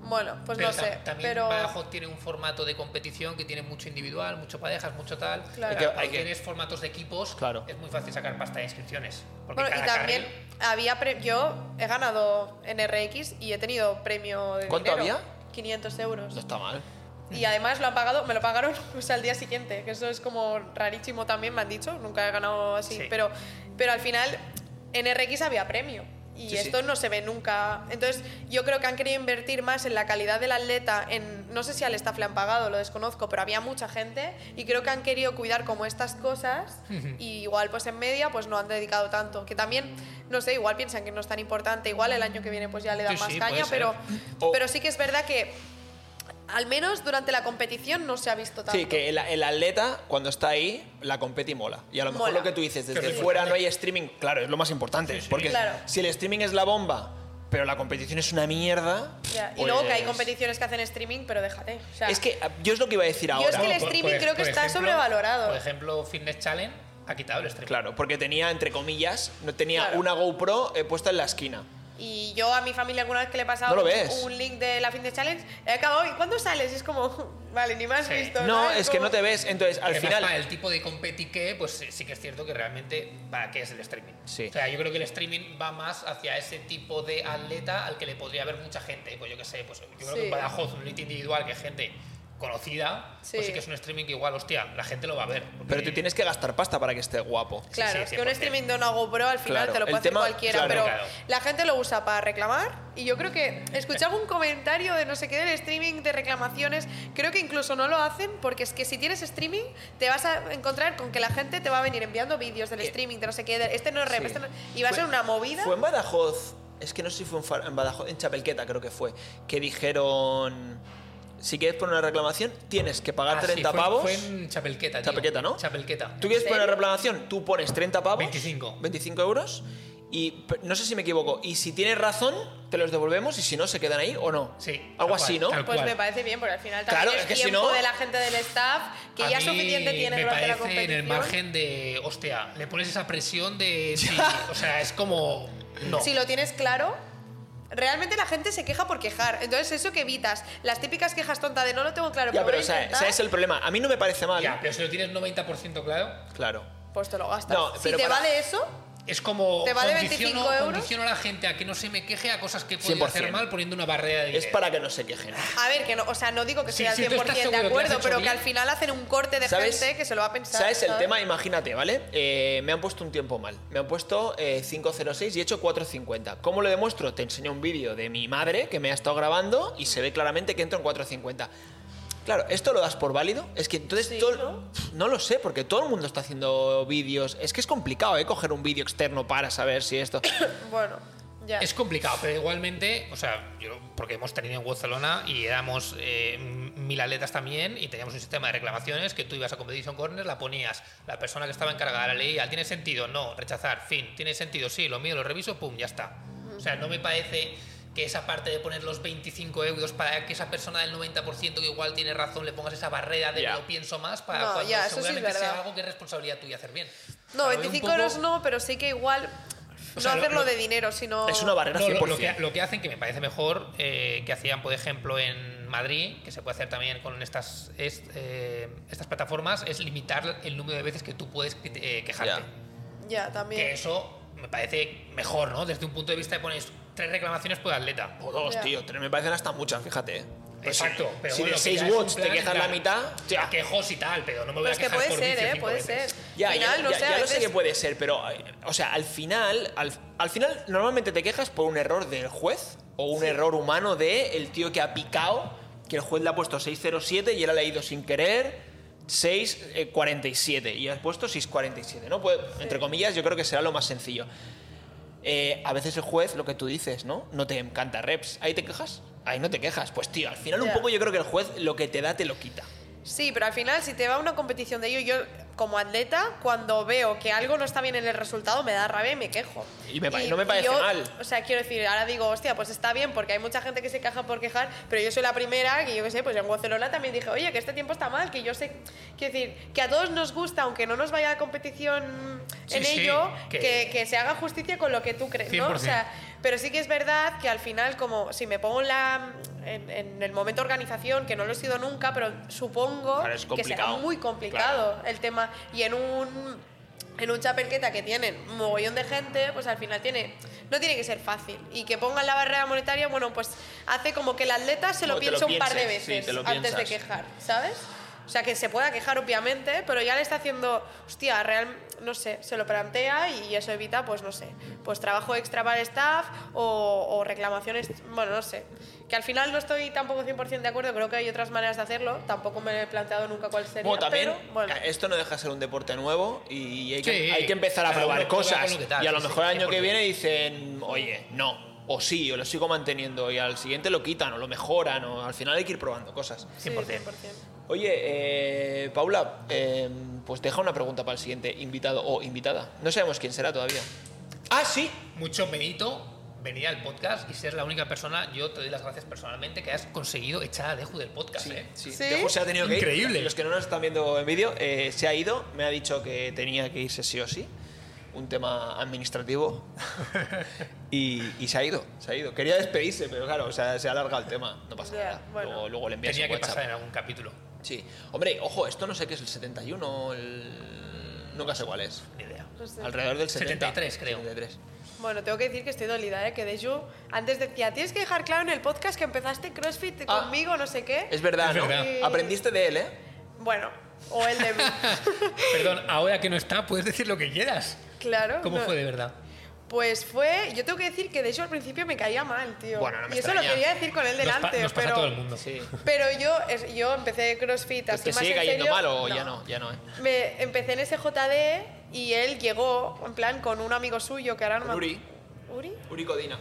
[SPEAKER 4] Bueno, pues
[SPEAKER 3] Pero
[SPEAKER 4] no
[SPEAKER 3] tam-
[SPEAKER 4] sé.
[SPEAKER 3] También
[SPEAKER 4] pero
[SPEAKER 3] Badajoz tiene un formato de competición que tiene mucho individual, mucho parejas, mucho tal.
[SPEAKER 4] Claro. Hay que-
[SPEAKER 3] Cuando
[SPEAKER 1] hay que-
[SPEAKER 3] tienes formatos de equipos,
[SPEAKER 1] Claro.
[SPEAKER 3] es muy fácil sacar pasta de inscripciones. Porque
[SPEAKER 4] Bueno, y
[SPEAKER 3] cada
[SPEAKER 4] también
[SPEAKER 3] carril-
[SPEAKER 4] había pre- yo he ganado en RX y he tenido premio de
[SPEAKER 1] ¿Cuánto
[SPEAKER 4] dinero.
[SPEAKER 1] había?
[SPEAKER 4] 500 euros.
[SPEAKER 1] No está mal.
[SPEAKER 4] Y además lo han pagado, me lo pagaron o sea, al día siguiente, que eso es como rarísimo también, me han dicho, nunca he ganado así,
[SPEAKER 3] Sí.
[SPEAKER 4] pero, pero al final en RX había premio
[SPEAKER 1] Sí,
[SPEAKER 4] y
[SPEAKER 1] sí.
[SPEAKER 4] esto no se ve nunca. Entonces yo creo que han querido invertir más en la calidad del atleta, en, no sé si al staff le han pagado, lo desconozco, pero había mucha gente y creo que han querido cuidar como estas cosas y igual pues en media pues no han dedicado tanto, que también, no sé, igual piensan que no es tan importante, igual el año que viene pues ya le dan
[SPEAKER 3] Sí,
[SPEAKER 4] más
[SPEAKER 3] sí,
[SPEAKER 4] caña,
[SPEAKER 3] puede ser.
[SPEAKER 4] pero,
[SPEAKER 1] O-
[SPEAKER 4] pero sí que es verdad que... Al menos durante la competición no se ha visto tanto.
[SPEAKER 1] Sí, que el, el atleta, cuando está ahí, la competi mola. Y a lo mejor
[SPEAKER 4] Mola.
[SPEAKER 1] lo que tú dices,
[SPEAKER 3] Que
[SPEAKER 1] desde
[SPEAKER 3] es lo
[SPEAKER 1] fuera no
[SPEAKER 3] importante.
[SPEAKER 1] hay streaming, claro, es lo más importante. Porque
[SPEAKER 4] Claro.
[SPEAKER 1] si el streaming es la bomba, pero la competición es una mierda.
[SPEAKER 4] Ya, Y luego que hay
[SPEAKER 1] pues-
[SPEAKER 4] competiciones que hacen streaming, pero déjate. o sea,
[SPEAKER 1] Es que ah, yo es lo que iba a decir
[SPEAKER 4] es
[SPEAKER 1] ahora.
[SPEAKER 4] que el
[SPEAKER 3] por-
[SPEAKER 4] streaming
[SPEAKER 3] por-
[SPEAKER 4] creo que
[SPEAKER 3] por
[SPEAKER 4] está sobrevalorado.
[SPEAKER 3] Por ejemplo, Fitness Challenge ha quitado el streaming.
[SPEAKER 1] Claro, porque tenía, entre comillas, no tenía
[SPEAKER 4] Claro.
[SPEAKER 1] una GoPro eh, puesta en la esquina.
[SPEAKER 4] Y yo a mi familia alguna vez que le he pasado
[SPEAKER 1] No lo
[SPEAKER 4] un-
[SPEAKER 1] ves.
[SPEAKER 4] un link de la fin de challenge, he acabado y ¿cuándo sales? Y es como, vale, ni más
[SPEAKER 3] Sí.
[SPEAKER 4] visto.
[SPEAKER 1] No,
[SPEAKER 4] ¿sabes?
[SPEAKER 1] es que
[SPEAKER 4] Como-
[SPEAKER 1] no te ves. Entonces, al
[SPEAKER 3] Además, para
[SPEAKER 1] final.
[SPEAKER 3] el tipo de competi que, pues sí- sí que es cierto que realmente, ¿para qué es el streaming?
[SPEAKER 1] Sí.
[SPEAKER 3] O sea, yo creo que el streaming va más hacia ese tipo de atleta al que le podría ver mucha gente. Pues yo qué sé, pues yo creo
[SPEAKER 4] Sí.
[SPEAKER 3] que en Badajoz, un elite individual, que es gente conocida,
[SPEAKER 4] Sí.
[SPEAKER 3] pues sí que es un streaming que igual, hostia, la gente lo va a ver. porque-
[SPEAKER 1] Pero tú tienes que gastar pasta para que esté guapo.
[SPEAKER 4] Claro,
[SPEAKER 3] Sí, sí,
[SPEAKER 4] es que un
[SPEAKER 3] 100%.
[SPEAKER 4] streaming de una GoPro al final
[SPEAKER 1] Claro,
[SPEAKER 4] te lo
[SPEAKER 1] el
[SPEAKER 4] puede hacer
[SPEAKER 1] tema-
[SPEAKER 4] cualquiera,
[SPEAKER 1] claro,
[SPEAKER 4] pero
[SPEAKER 3] claro.
[SPEAKER 4] la gente lo usa para reclamar y yo creo que escuché algún comentario de no sé qué del streaming de reclamaciones, creo que incluso no lo hacen porque es que si tienes streaming te vas a encontrar con que la gente te va a venir enviando vídeos del
[SPEAKER 1] Eh,
[SPEAKER 4] streaming, de no sé qué, de este no es rep,
[SPEAKER 1] Sí.
[SPEAKER 4] este no- y va a
[SPEAKER 1] Fue-
[SPEAKER 4] ser una movida.
[SPEAKER 1] Fue en Badajoz, es que no sé si fue en, Fa- en Badajoz, en Chapelqueta creo que fue, que dijeron, si quieres poner una reclamación, tienes que pagar
[SPEAKER 3] Ah, sí,
[SPEAKER 1] 30
[SPEAKER 3] fue-
[SPEAKER 1] pavos.
[SPEAKER 3] Fue en Chapelqueta, tío.
[SPEAKER 1] Chapelqueta, ¿no?
[SPEAKER 3] Chapelqueta.
[SPEAKER 1] Tú quieres
[SPEAKER 4] ¿En
[SPEAKER 1] poner una
[SPEAKER 4] serio?
[SPEAKER 1] reclamación, tú pones 30 pavos.
[SPEAKER 3] 25.
[SPEAKER 1] 25 euros. Y pe- no sé si me equivoco. Y si tienes razón, te los devolvemos y si no, se quedan ahí o no.
[SPEAKER 3] Sí, tal
[SPEAKER 1] Algo
[SPEAKER 3] cual,
[SPEAKER 1] así, ¿no?
[SPEAKER 3] tal
[SPEAKER 4] Pues
[SPEAKER 3] cual.
[SPEAKER 4] me parece bien, porque al final
[SPEAKER 1] Claro,
[SPEAKER 4] también
[SPEAKER 1] es que
[SPEAKER 4] es
[SPEAKER 1] si
[SPEAKER 4] tiempo
[SPEAKER 1] no-
[SPEAKER 4] de la gente del staff, que
[SPEAKER 3] A
[SPEAKER 4] ya
[SPEAKER 3] mí
[SPEAKER 4] suficiente tiene
[SPEAKER 3] me
[SPEAKER 4] durante la
[SPEAKER 3] parece
[SPEAKER 4] competición.
[SPEAKER 3] en el margen de, hostia, le pones esa presión de, sí, o sea, es como, no.
[SPEAKER 4] Si lo tienes claro, realmente la gente se queja por quejar. Entonces, eso que evitas, las típicas quejas tontas de no lo tengo
[SPEAKER 1] Ya,
[SPEAKER 4] claro, pero, voy
[SPEAKER 1] pero
[SPEAKER 4] a
[SPEAKER 1] o sea,
[SPEAKER 4] intentar",
[SPEAKER 1] ¿sabes el problema? A mí no me parece mal.
[SPEAKER 3] Ya, pero si lo tienes 90% claro,
[SPEAKER 1] Claro.
[SPEAKER 4] pues te lo gastas.
[SPEAKER 1] No,
[SPEAKER 4] si
[SPEAKER 1] pero
[SPEAKER 4] te
[SPEAKER 1] para-
[SPEAKER 4] vale eso,
[SPEAKER 3] es como
[SPEAKER 4] ¿Te vale
[SPEAKER 3] condiciono,
[SPEAKER 4] 25 euros?
[SPEAKER 3] condiciono a la gente a que no se me queje a cosas que puedo
[SPEAKER 1] 100%.
[SPEAKER 3] hacer mal poniendo una barrera de
[SPEAKER 1] Es
[SPEAKER 3] dinero.
[SPEAKER 1] para que no se quejen.
[SPEAKER 4] a ver, que no, o sea, no digo que
[SPEAKER 3] Sí,
[SPEAKER 4] sea
[SPEAKER 3] sí,
[SPEAKER 4] al
[SPEAKER 3] tú estás
[SPEAKER 4] 100% de
[SPEAKER 3] seguro que lo has
[SPEAKER 4] acuerdo,
[SPEAKER 3] hecho
[SPEAKER 4] pero que
[SPEAKER 3] bien.
[SPEAKER 4] al final hacen un corte de
[SPEAKER 1] ¿Sabes?
[SPEAKER 4] gente que se lo va a pensar.
[SPEAKER 1] ¿Sabes el tema? Imagínate, ¿vale? Eh, me han puesto un tiempo mal. Me han puesto eh, 5.06 y he hecho 4.50. ¿Cómo lo demuestro? Te enseño un vídeo de mi madre que me ha estado grabando y se ve claramente que entro en 4.50. Claro, ¿esto lo das por válido? Es que entonces
[SPEAKER 4] Sí,
[SPEAKER 1] todo-
[SPEAKER 4] ¿no?
[SPEAKER 1] no lo sé, porque todo el mundo está haciendo vídeos. Es que es complicado, ¿eh? Coger un vídeo externo para saber si esto...
[SPEAKER 4] Bueno, ya.
[SPEAKER 3] Es complicado, pero igualmente, o sea, yo- porque hemos tenido en Barcelona y éramos eh, m- mil atletas también y teníamos un sistema de reclamaciones que tú ibas a Competition Corner, la ponías, la persona que estaba encargada la leía, ¿tiene sentido? No, rechazar, fin, ¿tiene sentido? Sí, lo mío, lo reviso, pum, ya está. O sea, no me parece que esa parte de poner los 25 euros para que esa persona del 90% que igual tiene razón le pongas esa barrera de
[SPEAKER 1] Ya.
[SPEAKER 3] lo pienso más para
[SPEAKER 4] No,
[SPEAKER 3] cuando
[SPEAKER 4] ya, eso sí es
[SPEAKER 3] seguramente sea
[SPEAKER 4] verdad.
[SPEAKER 3] algo que es responsabilidad tuya hacer bien.
[SPEAKER 4] no,
[SPEAKER 3] O sea, voy un
[SPEAKER 4] 25
[SPEAKER 3] poco-
[SPEAKER 4] euros no, pero sí que igual no
[SPEAKER 3] sea, lo-
[SPEAKER 4] hacerlo
[SPEAKER 3] lo-
[SPEAKER 4] de dinero, sino.
[SPEAKER 1] Es una barrera
[SPEAKER 3] No,
[SPEAKER 1] 100%.
[SPEAKER 3] lo, lo que, lo que hacen, que me parece mejor, eh, que hacían, por ejemplo, en Madrid, que se puede hacer también con estas, es- eh, estas plataformas, es limitar el número de veces que tú puedes que- eh, quejarte.
[SPEAKER 1] Ya.
[SPEAKER 4] Ya, también.
[SPEAKER 3] Que eso me parece mejor, ¿no? Desde un punto de vista de pones tres reclamaciones por atleta. Pues
[SPEAKER 1] O dos,
[SPEAKER 4] Ya.
[SPEAKER 1] tío. Tres me parecen hasta muchas, fíjate. Pues sí.
[SPEAKER 3] Exacto. pero
[SPEAKER 1] si
[SPEAKER 3] bueno,
[SPEAKER 1] de
[SPEAKER 3] que
[SPEAKER 1] 6
[SPEAKER 3] ya es un
[SPEAKER 1] watts te
[SPEAKER 3] plan,
[SPEAKER 1] quejas la
[SPEAKER 3] claro,
[SPEAKER 1] mitad... hostia.
[SPEAKER 3] me quejos y tal, pero no me voy
[SPEAKER 4] Pero
[SPEAKER 3] a
[SPEAKER 4] es que
[SPEAKER 3] quejar
[SPEAKER 4] puede
[SPEAKER 3] por
[SPEAKER 4] ser,
[SPEAKER 3] vicio
[SPEAKER 4] ¿eh?
[SPEAKER 3] cinco
[SPEAKER 4] Puede
[SPEAKER 3] veces.
[SPEAKER 4] ser.
[SPEAKER 1] Ya,
[SPEAKER 4] final,
[SPEAKER 1] ya,
[SPEAKER 4] no
[SPEAKER 1] ya-
[SPEAKER 4] sé, a
[SPEAKER 1] ya lo sé
[SPEAKER 4] veces-
[SPEAKER 1] que puede ser, pero, eh, o sea, al final, al, al final normalmente te quejas por un error del juez o un error humano de el tío que ha picado, que el juez le ha puesto 607 y él ha leído sin querer eh, 647 y has puesto 647, ¿no? Pues, entre comillas, yo creo que será lo más sencillo. eh, a veces el juez, lo que tú dices, ¿no? No te encanta reps. Ahí te quejas. Ahí no te quejas. Pues tío, al final un
[SPEAKER 4] Ya.
[SPEAKER 1] poco yo creo que el juez lo que te da te lo quita.
[SPEAKER 4] Sí, pero al final, si te va a una competición de ello, yo como atleta, cuando veo que algo no está bien en el resultado, me da rabia y me quejo.
[SPEAKER 1] Y me pa- no me parece
[SPEAKER 4] yo-
[SPEAKER 1] mal.
[SPEAKER 4] O sea, quiero decir, ahora digo, hostia, pues está bien, porque hay mucha gente que se queja por quejar, pero yo soy la primera, que yo qué sé, pues en Barcelona también dije, oye, que este tiempo está mal, que yo sé. Quiero decir, que a todos nos gusta, aunque no nos vaya la competición
[SPEAKER 3] Sí,
[SPEAKER 4] en
[SPEAKER 3] sí,
[SPEAKER 4] ello,
[SPEAKER 3] que-
[SPEAKER 4] que, que se haga justicia con lo que tú crees, ¿no? O
[SPEAKER 3] 100%.
[SPEAKER 4] sea, pero sí que es verdad que al final, como si me pongo en, la, en, en el momento organización, que no lo he sido nunca, pero supongo
[SPEAKER 1] Claro, es
[SPEAKER 4] que será
[SPEAKER 1] complicado.
[SPEAKER 4] muy complicado el tema. Y en un, en un chapelqueta que tienen un mogollón de gente, pues al final tiene no tiene que ser fácil. Y que pongan la barrera monetaria, bueno, pues hace como que el atleta se lo
[SPEAKER 1] Como te lo
[SPEAKER 4] piensa un par de
[SPEAKER 1] pienses, sí,
[SPEAKER 4] veces
[SPEAKER 1] te lo
[SPEAKER 4] antes de
[SPEAKER 1] piensas.
[SPEAKER 4] quejar, ¿sabes? O sea, que se pueda quejar, obviamente, pero ya le está haciendo, hostia, real, no sé, se lo plantea y eso evita, pues no sé, pues trabajo extra para el staff o, o reclamaciones, bueno, no sé. Que al final no estoy tampoco 100% de acuerdo, creo que hay otras maneras de hacerlo, tampoco me he planteado nunca cuál sería,
[SPEAKER 1] Bueno, también, eh,
[SPEAKER 4] pero bueno.
[SPEAKER 1] esto no deja de ser un deporte nuevo y hay que,
[SPEAKER 3] Sí,
[SPEAKER 1] hay que empezar a
[SPEAKER 3] cada
[SPEAKER 1] probar
[SPEAKER 3] uno juega
[SPEAKER 1] cosas.
[SPEAKER 3] con lo que tal,
[SPEAKER 1] y a lo
[SPEAKER 3] sí, sí,
[SPEAKER 1] mejor el año que
[SPEAKER 3] 100%.
[SPEAKER 1] viene dicen, oye, no, o sí, o lo sigo manteniendo, y al siguiente lo quitan, o lo mejoran, o al final hay que ir probando cosas.
[SPEAKER 4] Sí,
[SPEAKER 3] 100%.
[SPEAKER 4] 100%.
[SPEAKER 1] Oye, eh, Paula, eh, pues deja una pregunta para el siguiente invitado o invitada. No sabemos quién será todavía. Ah, sí,
[SPEAKER 3] Mucho mérito venir al podcast y ser la única persona, yo te doy las gracias personalmente, que has conseguido echar a Deju del podcast.
[SPEAKER 1] Sí,
[SPEAKER 3] ¿eh?
[SPEAKER 1] sí.
[SPEAKER 4] ¿Sí?
[SPEAKER 1] Dejo se ha tenido que ir.
[SPEAKER 3] Increíble.
[SPEAKER 1] Los que no nos están viendo en vídeo, eh, se ha ido. Me ha dicho que tenía que irse sí o sí. Un tema administrativo. y, y se ha ido, se ha ido. Quería despedirse, pero claro, o sea, se alarga el tema. No pasa
[SPEAKER 4] Ya,
[SPEAKER 1] nada.
[SPEAKER 4] bueno.
[SPEAKER 1] Luego, luego le envías
[SPEAKER 3] Tenía
[SPEAKER 1] un
[SPEAKER 3] que
[SPEAKER 1] WhatsApp.
[SPEAKER 3] pasar en algún capítulo.
[SPEAKER 1] Sí. Hombre, ojo, esto no sé qué es el 71, el... Nunca sé cuál es.
[SPEAKER 3] Ni idea.
[SPEAKER 4] No sé.
[SPEAKER 1] Alrededor del 70.
[SPEAKER 3] 73, creo.
[SPEAKER 1] 73.
[SPEAKER 4] Bueno, tengo que decir que estoy dolida, ¿eh? Que Deju antes decía, tienes que dejar claro en el podcast que empezaste CrossFit
[SPEAKER 1] Ah.
[SPEAKER 4] conmigo, no sé qué.
[SPEAKER 1] Es verdad,
[SPEAKER 3] Es
[SPEAKER 1] ¿no?
[SPEAKER 3] verdad.
[SPEAKER 1] Aprendiste de él, ¿eh?
[SPEAKER 4] Bueno, o el de mí.
[SPEAKER 3] Perdón, ahora que no está, puedes decir lo que quieras.
[SPEAKER 4] claro.
[SPEAKER 3] ¿Cómo
[SPEAKER 4] no-
[SPEAKER 3] fue de verdad?
[SPEAKER 4] Pues fue, yo tengo que decir que Deju al principio me caía mal, tío.
[SPEAKER 1] Bueno, no me
[SPEAKER 4] y eso
[SPEAKER 1] extraña.
[SPEAKER 4] lo quería decir con él
[SPEAKER 3] Nos pa-
[SPEAKER 4] delante,
[SPEAKER 3] nos pasa a
[SPEAKER 4] pero
[SPEAKER 3] todo el mundo.
[SPEAKER 1] Sí.
[SPEAKER 4] pero yo es- yo empecé CrossFit así
[SPEAKER 1] ¿Te
[SPEAKER 4] más
[SPEAKER 1] sigue
[SPEAKER 4] en
[SPEAKER 1] cayendo
[SPEAKER 4] serio.
[SPEAKER 1] mal o ya no? Ya no, ¿eh?
[SPEAKER 4] Me empecé en SJD y él llegó en plan con un amigo suyo que ahora no me-
[SPEAKER 1] Uri.
[SPEAKER 4] Uri.
[SPEAKER 1] Uricodina.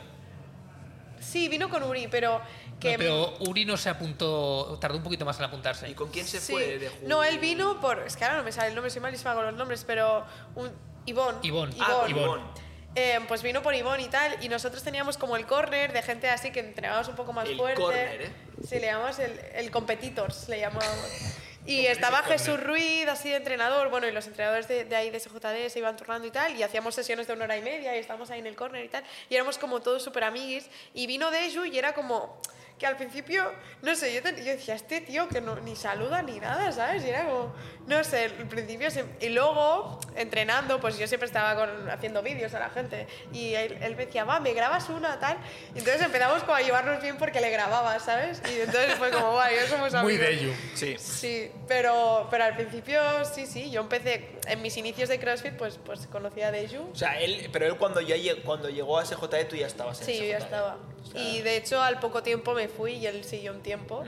[SPEAKER 4] Sí, vino con Uri, pero que
[SPEAKER 3] No, pero Uri no se apuntó, tardó un poquito más en apuntarse.
[SPEAKER 1] ¿Y con quién se
[SPEAKER 4] Sí.
[SPEAKER 1] fue de Ju-
[SPEAKER 4] No, él vino por. Es que ahora no me sale el nombre, soy malísima con los nombres, pero. Un, Ivón.
[SPEAKER 3] Ivón.
[SPEAKER 1] Ah,
[SPEAKER 3] Ivón.
[SPEAKER 1] Ivón.
[SPEAKER 4] Eh, pues vino por Ivón y tal, y nosotros teníamos como el corner de gente así que entrenábamos un poco más
[SPEAKER 1] El
[SPEAKER 4] fuerte.
[SPEAKER 1] corner, ¿eh?
[SPEAKER 4] Sí, le llamamos el, el competitors, le llamábamos. Y estaba Jesús Ruiz, así de entrenador, bueno, y los entrenadores de, de ahí de SJD se iban turnando y tal, y hacíamos sesiones de una hora y media, y estábamos ahí en el corner y tal, y éramos como todos súper amiguis, y vino Deju y era como que al principio, no sé, yo, te- yo decía, este tío que no, ni saluda ni nada, ¿sabes? Y era como, no sé, al principio, se- y luego, entrenando, pues yo siempre estaba con, haciendo vídeos a la gente, y él, él me decía, va, me grabas una, tal, y entonces empezamos como a llevarnos bien porque le grababa, ¿sabes? Y entonces fue como, guay, ya somos amigos.
[SPEAKER 3] Muy Deju.
[SPEAKER 1] Sí.
[SPEAKER 4] Sí, pero, pero al principio sí, sí, yo empecé, en mis inicios de CrossFit, pues, pues conocía a Deju.
[SPEAKER 1] O sea, él, pero él cuando, ya, lle- cuando llegó a SJE tú ya estabas en
[SPEAKER 4] Sí, yo ya
[SPEAKER 1] SJE.
[SPEAKER 4] estaba.
[SPEAKER 1] O sea,
[SPEAKER 4] Y de hecho al poco tiempo me fui y él siguió un tiempo,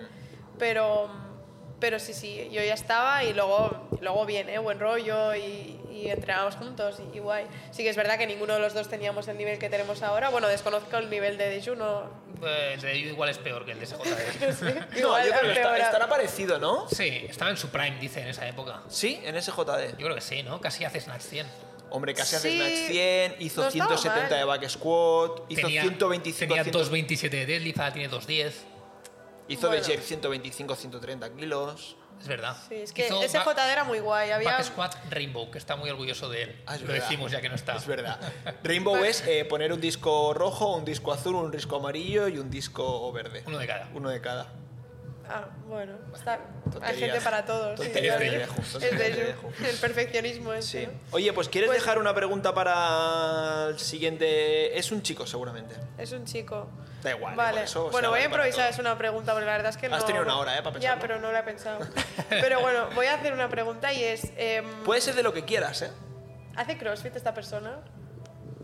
[SPEAKER 4] pero, pero sí, sí, yo ya estaba y luego, luego bien, ¿eh? buen rollo y, y entrenábamos juntos y, y guay. Sí que es verdad que ninguno de los dos teníamos el nivel que tenemos ahora, bueno, desconozco el nivel de Deju, no...
[SPEAKER 3] Eh, El de Yu igual es peor que el de SJD.
[SPEAKER 1] No,
[SPEAKER 4] Igual
[SPEAKER 1] yo creo que está-
[SPEAKER 4] empeora.
[SPEAKER 1] estará parecido, ¿no?
[SPEAKER 3] sí, estaba en su prime, dice, en esa época.
[SPEAKER 1] Sí, en SJD.
[SPEAKER 3] Yo creo que sí, ¿no? Casi hace Snatch 100.
[SPEAKER 1] Hombre, casi hace
[SPEAKER 4] Sí,
[SPEAKER 1] Snatch 100, hizo
[SPEAKER 4] no estaba
[SPEAKER 1] 170 de
[SPEAKER 4] mal.
[SPEAKER 1] back squat, hizo
[SPEAKER 3] Tenía-
[SPEAKER 1] 125,
[SPEAKER 3] Tenía
[SPEAKER 1] 100
[SPEAKER 3] 2.27 de deadlift, ahora tiene 2.10.
[SPEAKER 1] hizo
[SPEAKER 4] Bueno.
[SPEAKER 1] de jerk 125, 130 kilos.
[SPEAKER 3] Es verdad.
[SPEAKER 4] Sí, es que
[SPEAKER 3] Hizo
[SPEAKER 4] ese
[SPEAKER 3] ba-
[SPEAKER 4] JD era muy guay, había...
[SPEAKER 3] Back Squat Rainbow, que está muy orgulloso de él.
[SPEAKER 1] Ah, es
[SPEAKER 3] Lo
[SPEAKER 1] verdad.
[SPEAKER 3] decimos ya que no está.
[SPEAKER 1] Es verdad. Rainbow es eh, poner un disco rojo, un disco azul, un disco amarillo y un disco verde.
[SPEAKER 3] Uno de cada.
[SPEAKER 1] Uno de cada.
[SPEAKER 4] Ah, bueno, está, hay
[SPEAKER 1] Tonterías.
[SPEAKER 4] gente para todos. sí,
[SPEAKER 1] Tonterías
[SPEAKER 4] claro.
[SPEAKER 1] de viejo,
[SPEAKER 4] Es
[SPEAKER 1] tonterías de
[SPEAKER 4] de
[SPEAKER 1] viejo.
[SPEAKER 4] El perfeccionismo es.
[SPEAKER 1] Sí. Oye, pues ¿quieres
[SPEAKER 4] Pues-
[SPEAKER 1] dejar una pregunta para el siguiente? Es un chico, seguramente.
[SPEAKER 4] Es un chico.
[SPEAKER 1] Da igual,
[SPEAKER 4] Vale.
[SPEAKER 1] igual, eso, o
[SPEAKER 4] bueno,
[SPEAKER 1] sea, vale
[SPEAKER 4] voy a
[SPEAKER 1] para
[SPEAKER 4] improvisar,
[SPEAKER 1] todo.
[SPEAKER 4] es una pregunta, porque la verdad es que
[SPEAKER 1] Has
[SPEAKER 4] no.
[SPEAKER 1] tenido una hora, ¿eh? para
[SPEAKER 4] Ya,
[SPEAKER 1] pensarlo.
[SPEAKER 4] pero no la he pensado. pero bueno, voy a hacer una pregunta y es. em,
[SPEAKER 1] Puede ser de lo que quieras, ¿eh?
[SPEAKER 4] ¿Hace crossfit esta persona?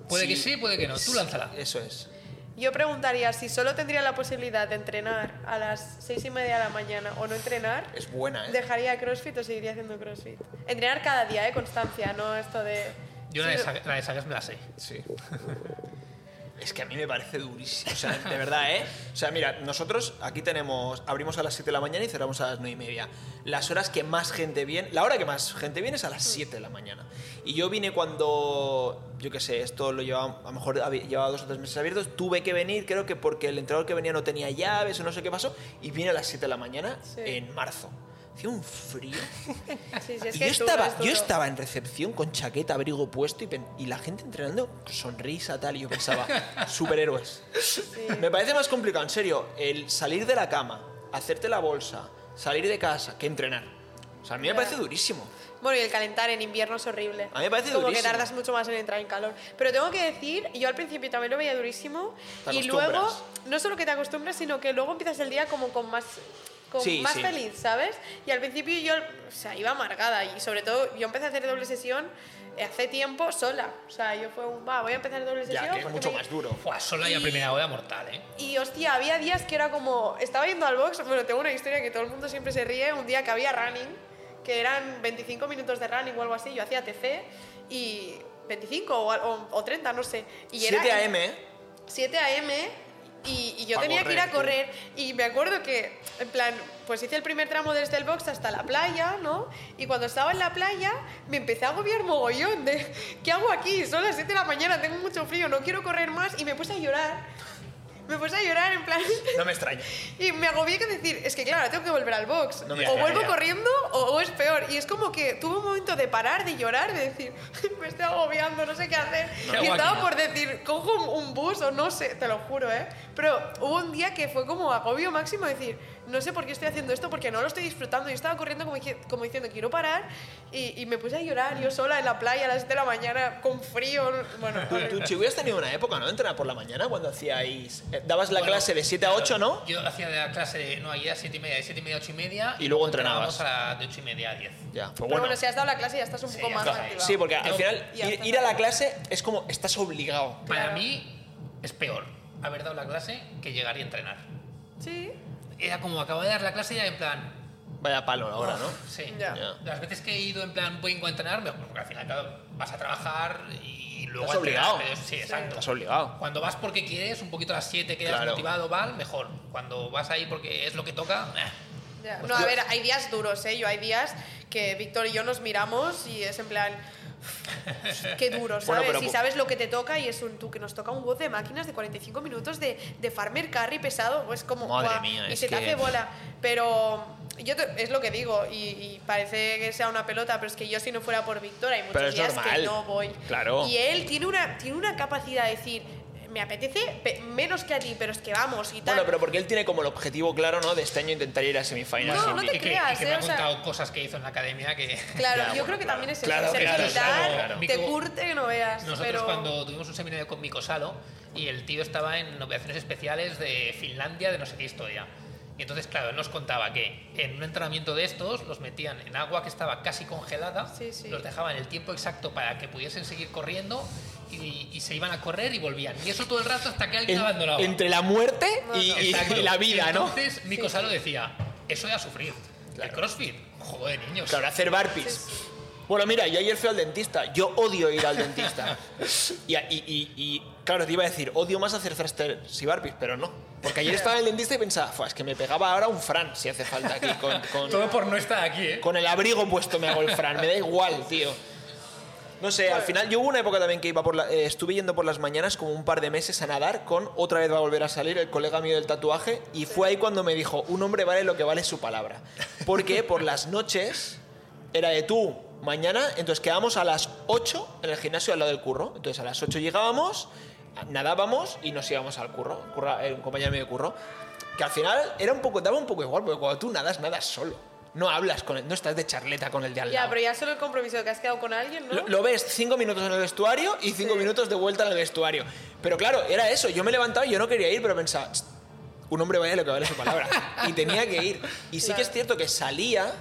[SPEAKER 3] Puede
[SPEAKER 1] Sí.
[SPEAKER 3] que sí, puede que no. Tú lánzala.
[SPEAKER 1] Eso es.
[SPEAKER 4] Yo preguntaría si solo tendría la posibilidad de entrenar a las seis y media de la mañana o no entrenar.
[SPEAKER 1] Es buena, ¿eh?
[SPEAKER 4] ¿Dejaría CrossFit o seguiría haciendo CrossFit? Entrenar cada día, ¿eh? Constancia, no esto de...
[SPEAKER 3] Yo
[SPEAKER 4] Sí,
[SPEAKER 3] la, de
[SPEAKER 4] no-
[SPEAKER 3] Saga- la de Sagas me la sé.
[SPEAKER 1] Sí. Es que a mí me parece durísimo. O sea, de verdad, ¿eh? O sea, mira, nosotros aquí tenemos. Abrimos a las 7 de la mañana y cerramos a las 9 y media. Las horas que más gente viene. La hora que más gente viene es a las 7 de la mañana. Y yo vine cuando. Yo qué sé, esto lo llevaba. A lo mejor había- llevaba dos o tres meses abiertos. Tuve que venir, creo que porque el entrenador que venía no tenía llaves o no sé qué pasó. Y vine a las 7 de la mañana
[SPEAKER 4] Sí.
[SPEAKER 1] en marzo. Hacía un frío.
[SPEAKER 4] Sí, sí, es
[SPEAKER 1] Y
[SPEAKER 4] que
[SPEAKER 1] yo
[SPEAKER 4] es duro,
[SPEAKER 1] estaba,
[SPEAKER 4] es duro.
[SPEAKER 1] yo estaba en recepción con chaqueta, abrigo puesto y, pen- y la gente entrenando, sonrisa, tal, y yo pensaba, superhéroes. Me parece más complicado, en serio, el salir de la cama, hacerte la bolsa, salir de casa, que entrenar. O sea, a mí me
[SPEAKER 4] Ya.
[SPEAKER 1] parece durísimo.
[SPEAKER 4] Bueno, y el calentar en invierno es horrible.
[SPEAKER 1] A mí me parece
[SPEAKER 4] Como que
[SPEAKER 1] durísimo.
[SPEAKER 4] tardas mucho más en entrar en calor. Pero tengo que decir, yo al principio también lo veía durísimo.
[SPEAKER 1] Te
[SPEAKER 4] Y
[SPEAKER 1] acostumbras.
[SPEAKER 4] luego, no solo que te acostumbras, sino que luego empiezas el día como con más... Con
[SPEAKER 1] Sí,
[SPEAKER 4] más
[SPEAKER 1] sí.
[SPEAKER 4] feliz, ¿sabes? Y al principio yo, o sea, iba amargada y sobre todo yo empecé a hacer doble sesión eh, hace tiempo sola. O sea, yo fue un, va, voy a empezar doble sesión.
[SPEAKER 1] Ya, que es
[SPEAKER 4] porque
[SPEAKER 1] mucho
[SPEAKER 4] me-
[SPEAKER 1] más duro.
[SPEAKER 3] Buah, solo hay a primera hora mortal, ¿eh?
[SPEAKER 4] y hostia, había días que era como. Estaba yendo al box, bueno, tengo una historia que todo el mundo siempre se ríe. Un día que había running, que eran 25 minutos de running o algo así, yo hacía TC y. 25 o, al- o- o 30, no sé. Y
[SPEAKER 1] 7
[SPEAKER 4] era
[SPEAKER 1] AM, ¿eh?
[SPEAKER 4] 7 a.m. ¿eh? Y, y yo
[SPEAKER 1] Pa'
[SPEAKER 4] tenía que ir a
[SPEAKER 1] correr,
[SPEAKER 4] correr y me acuerdo que, en plan, pues hice el primer tramo desde el box hasta la playa, ¿no? Y cuando estaba en la playa me empecé a agobiar mogollón de, ¿qué hago aquí? Son las 7 de la mañana, tengo mucho frío, no quiero correr más y me puse a llorar. Me puse a llorar en plan...
[SPEAKER 1] No me extraña.
[SPEAKER 4] Y me agobié que decir, es que claro, ahora tengo que volver al box.
[SPEAKER 1] No me
[SPEAKER 4] o
[SPEAKER 1] extraña.
[SPEAKER 4] vuelvo corriendo o, o es peor. Y es como que tuve un momento de parar, de llorar, de decir, me estoy agobiando, no sé qué hacer.
[SPEAKER 3] No,
[SPEAKER 4] y
[SPEAKER 3] no,
[SPEAKER 4] estaba
[SPEAKER 3] aquí.
[SPEAKER 4] por decir, cojo un, un bus o no sé, te lo juro, ¿eh? Pero hubo un día que fue como agobio máximo decir, no sé por qué estoy haciendo esto, porque no lo estoy disfrutando. Y estaba corriendo como, dici- como diciendo, quiero parar. Y, y me puse a llorar yo sola en la playa a las 7 de la mañana, con frío. Bueno,
[SPEAKER 1] Tú, tú Chi, hubieras tenido una época, ¿no? Entrenar por la mañana cuando hacíais. eh, dabas la
[SPEAKER 3] Bueno,
[SPEAKER 1] clase de 7 a 8, ¿no?
[SPEAKER 3] Yo hacía la clase de, no, ayer a 7 y media, de 7 y media a 8 y media.
[SPEAKER 1] Y luego
[SPEAKER 3] entrenábamos
[SPEAKER 1] entrenabas.
[SPEAKER 3] a las de 8 y media a 10.
[SPEAKER 1] Ya, fue
[SPEAKER 4] Pero
[SPEAKER 1] bueno.
[SPEAKER 4] bueno, si has dado la clase ya estás un
[SPEAKER 3] Sí,
[SPEAKER 4] poco
[SPEAKER 3] ya
[SPEAKER 4] más
[SPEAKER 3] está.
[SPEAKER 4] activa.
[SPEAKER 1] Sí, porque al
[SPEAKER 3] Yo-
[SPEAKER 1] final
[SPEAKER 4] Ya
[SPEAKER 1] ir,
[SPEAKER 4] está.
[SPEAKER 1] ir a la clase es como estás obligado.
[SPEAKER 3] Para
[SPEAKER 4] Claro.
[SPEAKER 3] mí es peor haber dado la clase que llegar y entrenar.
[SPEAKER 4] Sí.
[SPEAKER 3] Era como acabo de dar la clase y ya en plan.
[SPEAKER 1] Vaya palo ahora, ¿no?
[SPEAKER 3] Sí.
[SPEAKER 4] Ya.
[SPEAKER 1] Ya.
[SPEAKER 3] Las veces que he ido en plan vengo a entrenar, me- porque al final claro, vas a trabajar y luego
[SPEAKER 1] Estás
[SPEAKER 3] a entrenar,
[SPEAKER 1] obligado.
[SPEAKER 3] pero- sí, exacto.
[SPEAKER 1] Estás obligado.
[SPEAKER 3] Cuando vas porque quieres, un poquito a las 7 quedas
[SPEAKER 1] Claro.
[SPEAKER 3] motivado, va, mejor. Cuando vas ahí porque es lo que toca, eh.
[SPEAKER 4] Ya,
[SPEAKER 3] Pues
[SPEAKER 4] no, a
[SPEAKER 3] yo-
[SPEAKER 4] ver, hay días duros, ¿eh? Yo hay días que Víctor y yo nos miramos y es en plan... Qué duro, ¿sabes?
[SPEAKER 1] Bueno, pero-
[SPEAKER 4] y sabes lo que te toca y es un tú que nos toca un voz de máquinas de 45 minutos de, de farmer carry pesado, pues como...
[SPEAKER 1] Madre
[SPEAKER 4] guau,
[SPEAKER 1] mía,
[SPEAKER 4] y
[SPEAKER 1] es
[SPEAKER 4] se te
[SPEAKER 1] que-
[SPEAKER 4] hace bola. Pero yo te- es lo que digo y, y parece que sea una pelota, pero es que yo si no fuera por Víctor hay muchos
[SPEAKER 1] Pero es
[SPEAKER 4] días que
[SPEAKER 1] normal.
[SPEAKER 4] no voy.
[SPEAKER 1] Claro.
[SPEAKER 4] Y él tiene una, tiene una capacidad de decir, me apetece pe- menos que a ti, pero es que vamos y tal.
[SPEAKER 1] Bueno, pero porque él tiene como el objetivo claro, ¿no? De este año intentar ir a semifinales.
[SPEAKER 4] No, no
[SPEAKER 1] Y-
[SPEAKER 4] te
[SPEAKER 3] y que,
[SPEAKER 4] creas,
[SPEAKER 3] y que
[SPEAKER 4] eh,
[SPEAKER 3] me ha
[SPEAKER 4] o sea-
[SPEAKER 3] contado cosas que hizo en la academia que.
[SPEAKER 4] Claro,
[SPEAKER 1] Ya,
[SPEAKER 4] yo
[SPEAKER 1] bueno,
[SPEAKER 4] creo que
[SPEAKER 1] claro.
[SPEAKER 4] también es eso.
[SPEAKER 1] Claro,
[SPEAKER 4] ser
[SPEAKER 1] claro,
[SPEAKER 4] militar,
[SPEAKER 1] claro,
[SPEAKER 4] te
[SPEAKER 3] claro.
[SPEAKER 4] curte que no veas.
[SPEAKER 3] Nosotros
[SPEAKER 4] pero...
[SPEAKER 3] cuando tuvimos un seminario con Mico Salo y el tío estaba en operaciones especiales de Finlandia, de no sé qué historia. Y entonces, claro, él nos contaba que en un entrenamiento de estos los metían en agua que estaba casi congelada,
[SPEAKER 4] Sí, sí.
[SPEAKER 3] los dejaban el tiempo exacto para que pudiesen seguir corriendo y, y se iban a correr y volvían. Y eso todo el rato hasta que alguien
[SPEAKER 1] En-
[SPEAKER 3] abandonaba.
[SPEAKER 1] entre la muerte y,
[SPEAKER 4] No,
[SPEAKER 1] y-
[SPEAKER 3] Exacto.
[SPEAKER 1] y la vida, ¿no?
[SPEAKER 3] Entonces, Mico Salo decía, eso era sufrir. El CrossFit, juego de niños.
[SPEAKER 1] Claro, hacer barpeats. Bueno, mira, yo ayer fui al dentista. Yo odio ir al dentista. y, a- y- y- y, claro, te iba a decir, odio más hacer thrusters y barpeats, pero no. Porque ayer estaba en el dentista y pensaba, "Fua, es que me pegaba ahora un Fran si hace falta aquí. Con, con-
[SPEAKER 3] Todo por no estar aquí, ¿eh?
[SPEAKER 1] Con el abrigo puesto me hago el Fran, me da igual, tío. No sé, al final yo hubo una época también que iba por la- eh, estuve yendo por las mañanas como un par de meses a nadar con otra vez va a volver a salir el colega mío del tatuaje y fue ahí cuando me dijo, un hombre vale lo que vale su palabra. Porque por las noches era de tú, mañana, entonces quedábamos a las 8 en el gimnasio al lado del curro. Entonces a las 8 llegábamos, nadábamos y nos íbamos al curro, Curra- eh, un compañero mío de curro. Que al final era un poco, daba un poco igual, porque cuando tú nadas, nadas solo. No hablas con él, no estás de charleta con el de al
[SPEAKER 4] Ya,
[SPEAKER 1] lado.
[SPEAKER 4] pero ya solo el compromiso de que has quedado con alguien, ¿no?
[SPEAKER 1] Lo, lo ves cinco minutos en el vestuario y cinco
[SPEAKER 4] Sí.
[SPEAKER 1] minutos de vuelta en el vestuario. Pero claro, era eso. Yo me levantaba y yo no quería ir, pero pensaba, "Tss, un hombre vaya lo que vale su palabra. y tenía que ir. Y sí que
[SPEAKER 4] Claro.
[SPEAKER 1] es cierto que salía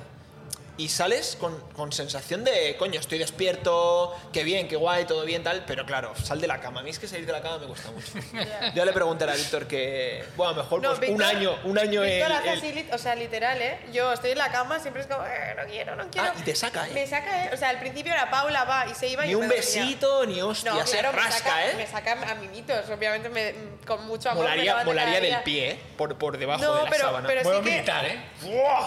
[SPEAKER 1] y sales con, con sensación de, coño, estoy despierto, qué bien, qué guay, todo bien, tal, pero claro, sal de la cama. A mí es que salir de la cama me cuesta mucho. Ya le preguntaré a Víctor que, bueno, mejor
[SPEAKER 4] No,
[SPEAKER 1] pues, un
[SPEAKER 4] Víctor-
[SPEAKER 1] año, un año
[SPEAKER 4] Víctor
[SPEAKER 1] el-
[SPEAKER 4] hace
[SPEAKER 1] el-
[SPEAKER 4] así, lit- o sea, literal, ¿eh? Yo estoy en la cama, siempre es como, "Eh, no quiero, no quiero.
[SPEAKER 1] y te saca, ¿eh?
[SPEAKER 4] Me saca, ¿eh? O sea, al principio era Paula, va, y se iba y
[SPEAKER 1] ni
[SPEAKER 4] yo
[SPEAKER 1] un
[SPEAKER 4] me dormía.
[SPEAKER 1] besito, ni hostia,
[SPEAKER 4] No,
[SPEAKER 1] se
[SPEAKER 4] claro, me
[SPEAKER 1] rasca,
[SPEAKER 4] saca,
[SPEAKER 1] ¿eh?
[SPEAKER 4] me saca a mimitos, obviamente, me- mm, con mucho amor. me
[SPEAKER 1] Molaría,
[SPEAKER 4] levanta
[SPEAKER 1] molaría
[SPEAKER 4] cada
[SPEAKER 1] del
[SPEAKER 4] día.
[SPEAKER 1] pie, ¿eh? Por, por debajo
[SPEAKER 4] No,
[SPEAKER 1] de la
[SPEAKER 4] pero-
[SPEAKER 1] sábana.
[SPEAKER 4] pero
[SPEAKER 3] Bueno,
[SPEAKER 4] sí que-
[SPEAKER 3] militar, ¿eh?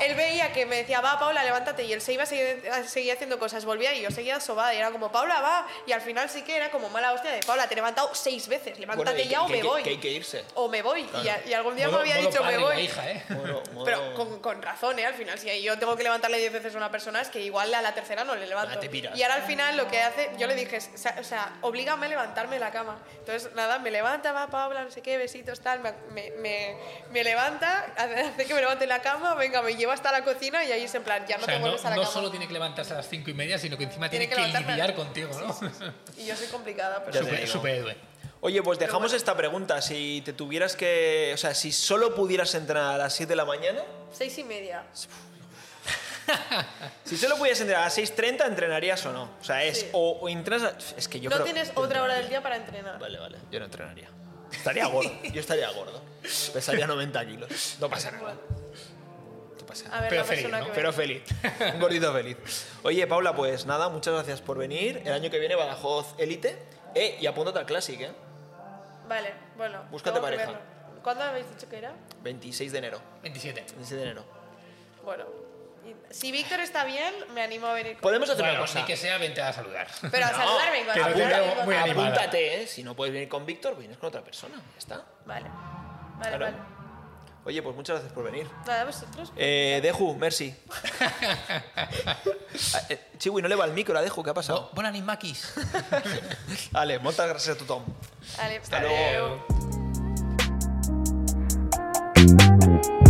[SPEAKER 4] Él veía que me decía, va, Paula, levántate, y él se iba, seguía, seguía haciendo cosas, volvía y yo seguía sobada, y era como, Paula, va, y al final sí que era como mala hostia de, Paula, te he levantado seis veces, levántate
[SPEAKER 1] Bueno, y que-
[SPEAKER 4] ya o
[SPEAKER 1] que-
[SPEAKER 4] me
[SPEAKER 1] que-
[SPEAKER 4] voy.
[SPEAKER 1] que hay que irse.
[SPEAKER 4] O me voy, y, a- y algún día
[SPEAKER 3] Modo-
[SPEAKER 4] me había
[SPEAKER 3] modo
[SPEAKER 4] dicho,
[SPEAKER 3] padre,
[SPEAKER 4] me voy.
[SPEAKER 3] hija, ¿eh?
[SPEAKER 1] Modo- modo-
[SPEAKER 4] Pero con, con razón, ¿eh? Al final, si yo tengo que levantarle 10 veces a una persona, es que igual a la tercera no le levanto.
[SPEAKER 1] Ah, te piras.
[SPEAKER 4] Y ahora al final lo que hace, yo le dije, o sea, o sea, oblígame a levantarme de la cama. Entonces, nada, me levanta, va Paula, no sé qué, besitos, tal, me, me, me- me levanta, hace hace que me levante de la cama, venga, me lleva hasta la cocina y ahí es en plan, ya no
[SPEAKER 3] O sea,
[SPEAKER 4] te
[SPEAKER 3] no,
[SPEAKER 4] vuelves a la
[SPEAKER 3] no
[SPEAKER 4] cama.
[SPEAKER 3] solo tiene que levantarse a las cinco y media, sino que encima
[SPEAKER 4] Tiene
[SPEAKER 3] tiene,
[SPEAKER 4] que
[SPEAKER 3] que,
[SPEAKER 4] levantarme a-
[SPEAKER 3] lidiar contigo, ¿no?
[SPEAKER 4] Y yo soy complicada, pero...
[SPEAKER 1] Ya te
[SPEAKER 3] Super-
[SPEAKER 1] digo.
[SPEAKER 3] superhéroe.
[SPEAKER 1] Oye, pues dejamos esta pregunta. Si te tuvieras que. O sea, si solo pudieras entrenar a las 7 de la mañana.
[SPEAKER 4] Seis y media.
[SPEAKER 1] Si solo pudieras entrenar a las 6.30, ¿entrenarías o no? O sea, es.
[SPEAKER 4] Sí.
[SPEAKER 1] O, o entrenas. a- Es que yo
[SPEAKER 4] no
[SPEAKER 1] creo-
[SPEAKER 4] tienes otra hora del día para entrenar.
[SPEAKER 1] Vale, vale. Yo no entrenaría. Estaría gordo. Yo estaría gordo. Pesaría 90 kilos. No pasa nada. No pasa nada.
[SPEAKER 4] A ver,
[SPEAKER 3] Pero
[SPEAKER 4] la
[SPEAKER 3] feliz,
[SPEAKER 4] persona
[SPEAKER 3] ¿no?
[SPEAKER 4] que me-
[SPEAKER 1] Pero feliz. Un gordito feliz. Oye, Paula, pues nada, muchas gracias por venir. El año que viene Badajoz Elite. Eh, y apúntate al Classic, ¿eh?
[SPEAKER 4] Vale, bueno.
[SPEAKER 1] Búscate
[SPEAKER 4] tengo que
[SPEAKER 1] pareja.
[SPEAKER 4] verlo. ¿Cuándo habéis dicho que era?
[SPEAKER 1] 26 de enero.
[SPEAKER 3] 27.
[SPEAKER 1] 26 de enero.
[SPEAKER 4] Bueno, y- si Víctor está bien, me animo a venir. con-
[SPEAKER 1] Podemos hacer
[SPEAKER 3] Bueno,
[SPEAKER 1] una
[SPEAKER 3] ni
[SPEAKER 1] cosa.
[SPEAKER 3] que sea, vente a saludar.
[SPEAKER 4] Pero a
[SPEAKER 1] No,
[SPEAKER 4] saludarme igual.
[SPEAKER 3] pero
[SPEAKER 4] a
[SPEAKER 3] te
[SPEAKER 4] saludar
[SPEAKER 3] veo
[SPEAKER 4] igual.
[SPEAKER 3] muy animado. animada.
[SPEAKER 1] Apúntate, ¿eh? Si no puedes venir con Víctor, vienes con otra persona. Ya está.
[SPEAKER 4] Vale, vale,
[SPEAKER 1] Claro.
[SPEAKER 4] vale.
[SPEAKER 1] Oye, pues muchas gracias por venir.
[SPEAKER 4] Nada, vosotros.
[SPEAKER 1] Eh, Deju, merci. Ah, eh, Chiwi, no le va el micro a Deju, ¿qué ha pasado?
[SPEAKER 3] Buenas Makis.
[SPEAKER 1] Vale, muchas gracias a tu Tom.
[SPEAKER 4] Vale,
[SPEAKER 1] luego.
[SPEAKER 4] adeu.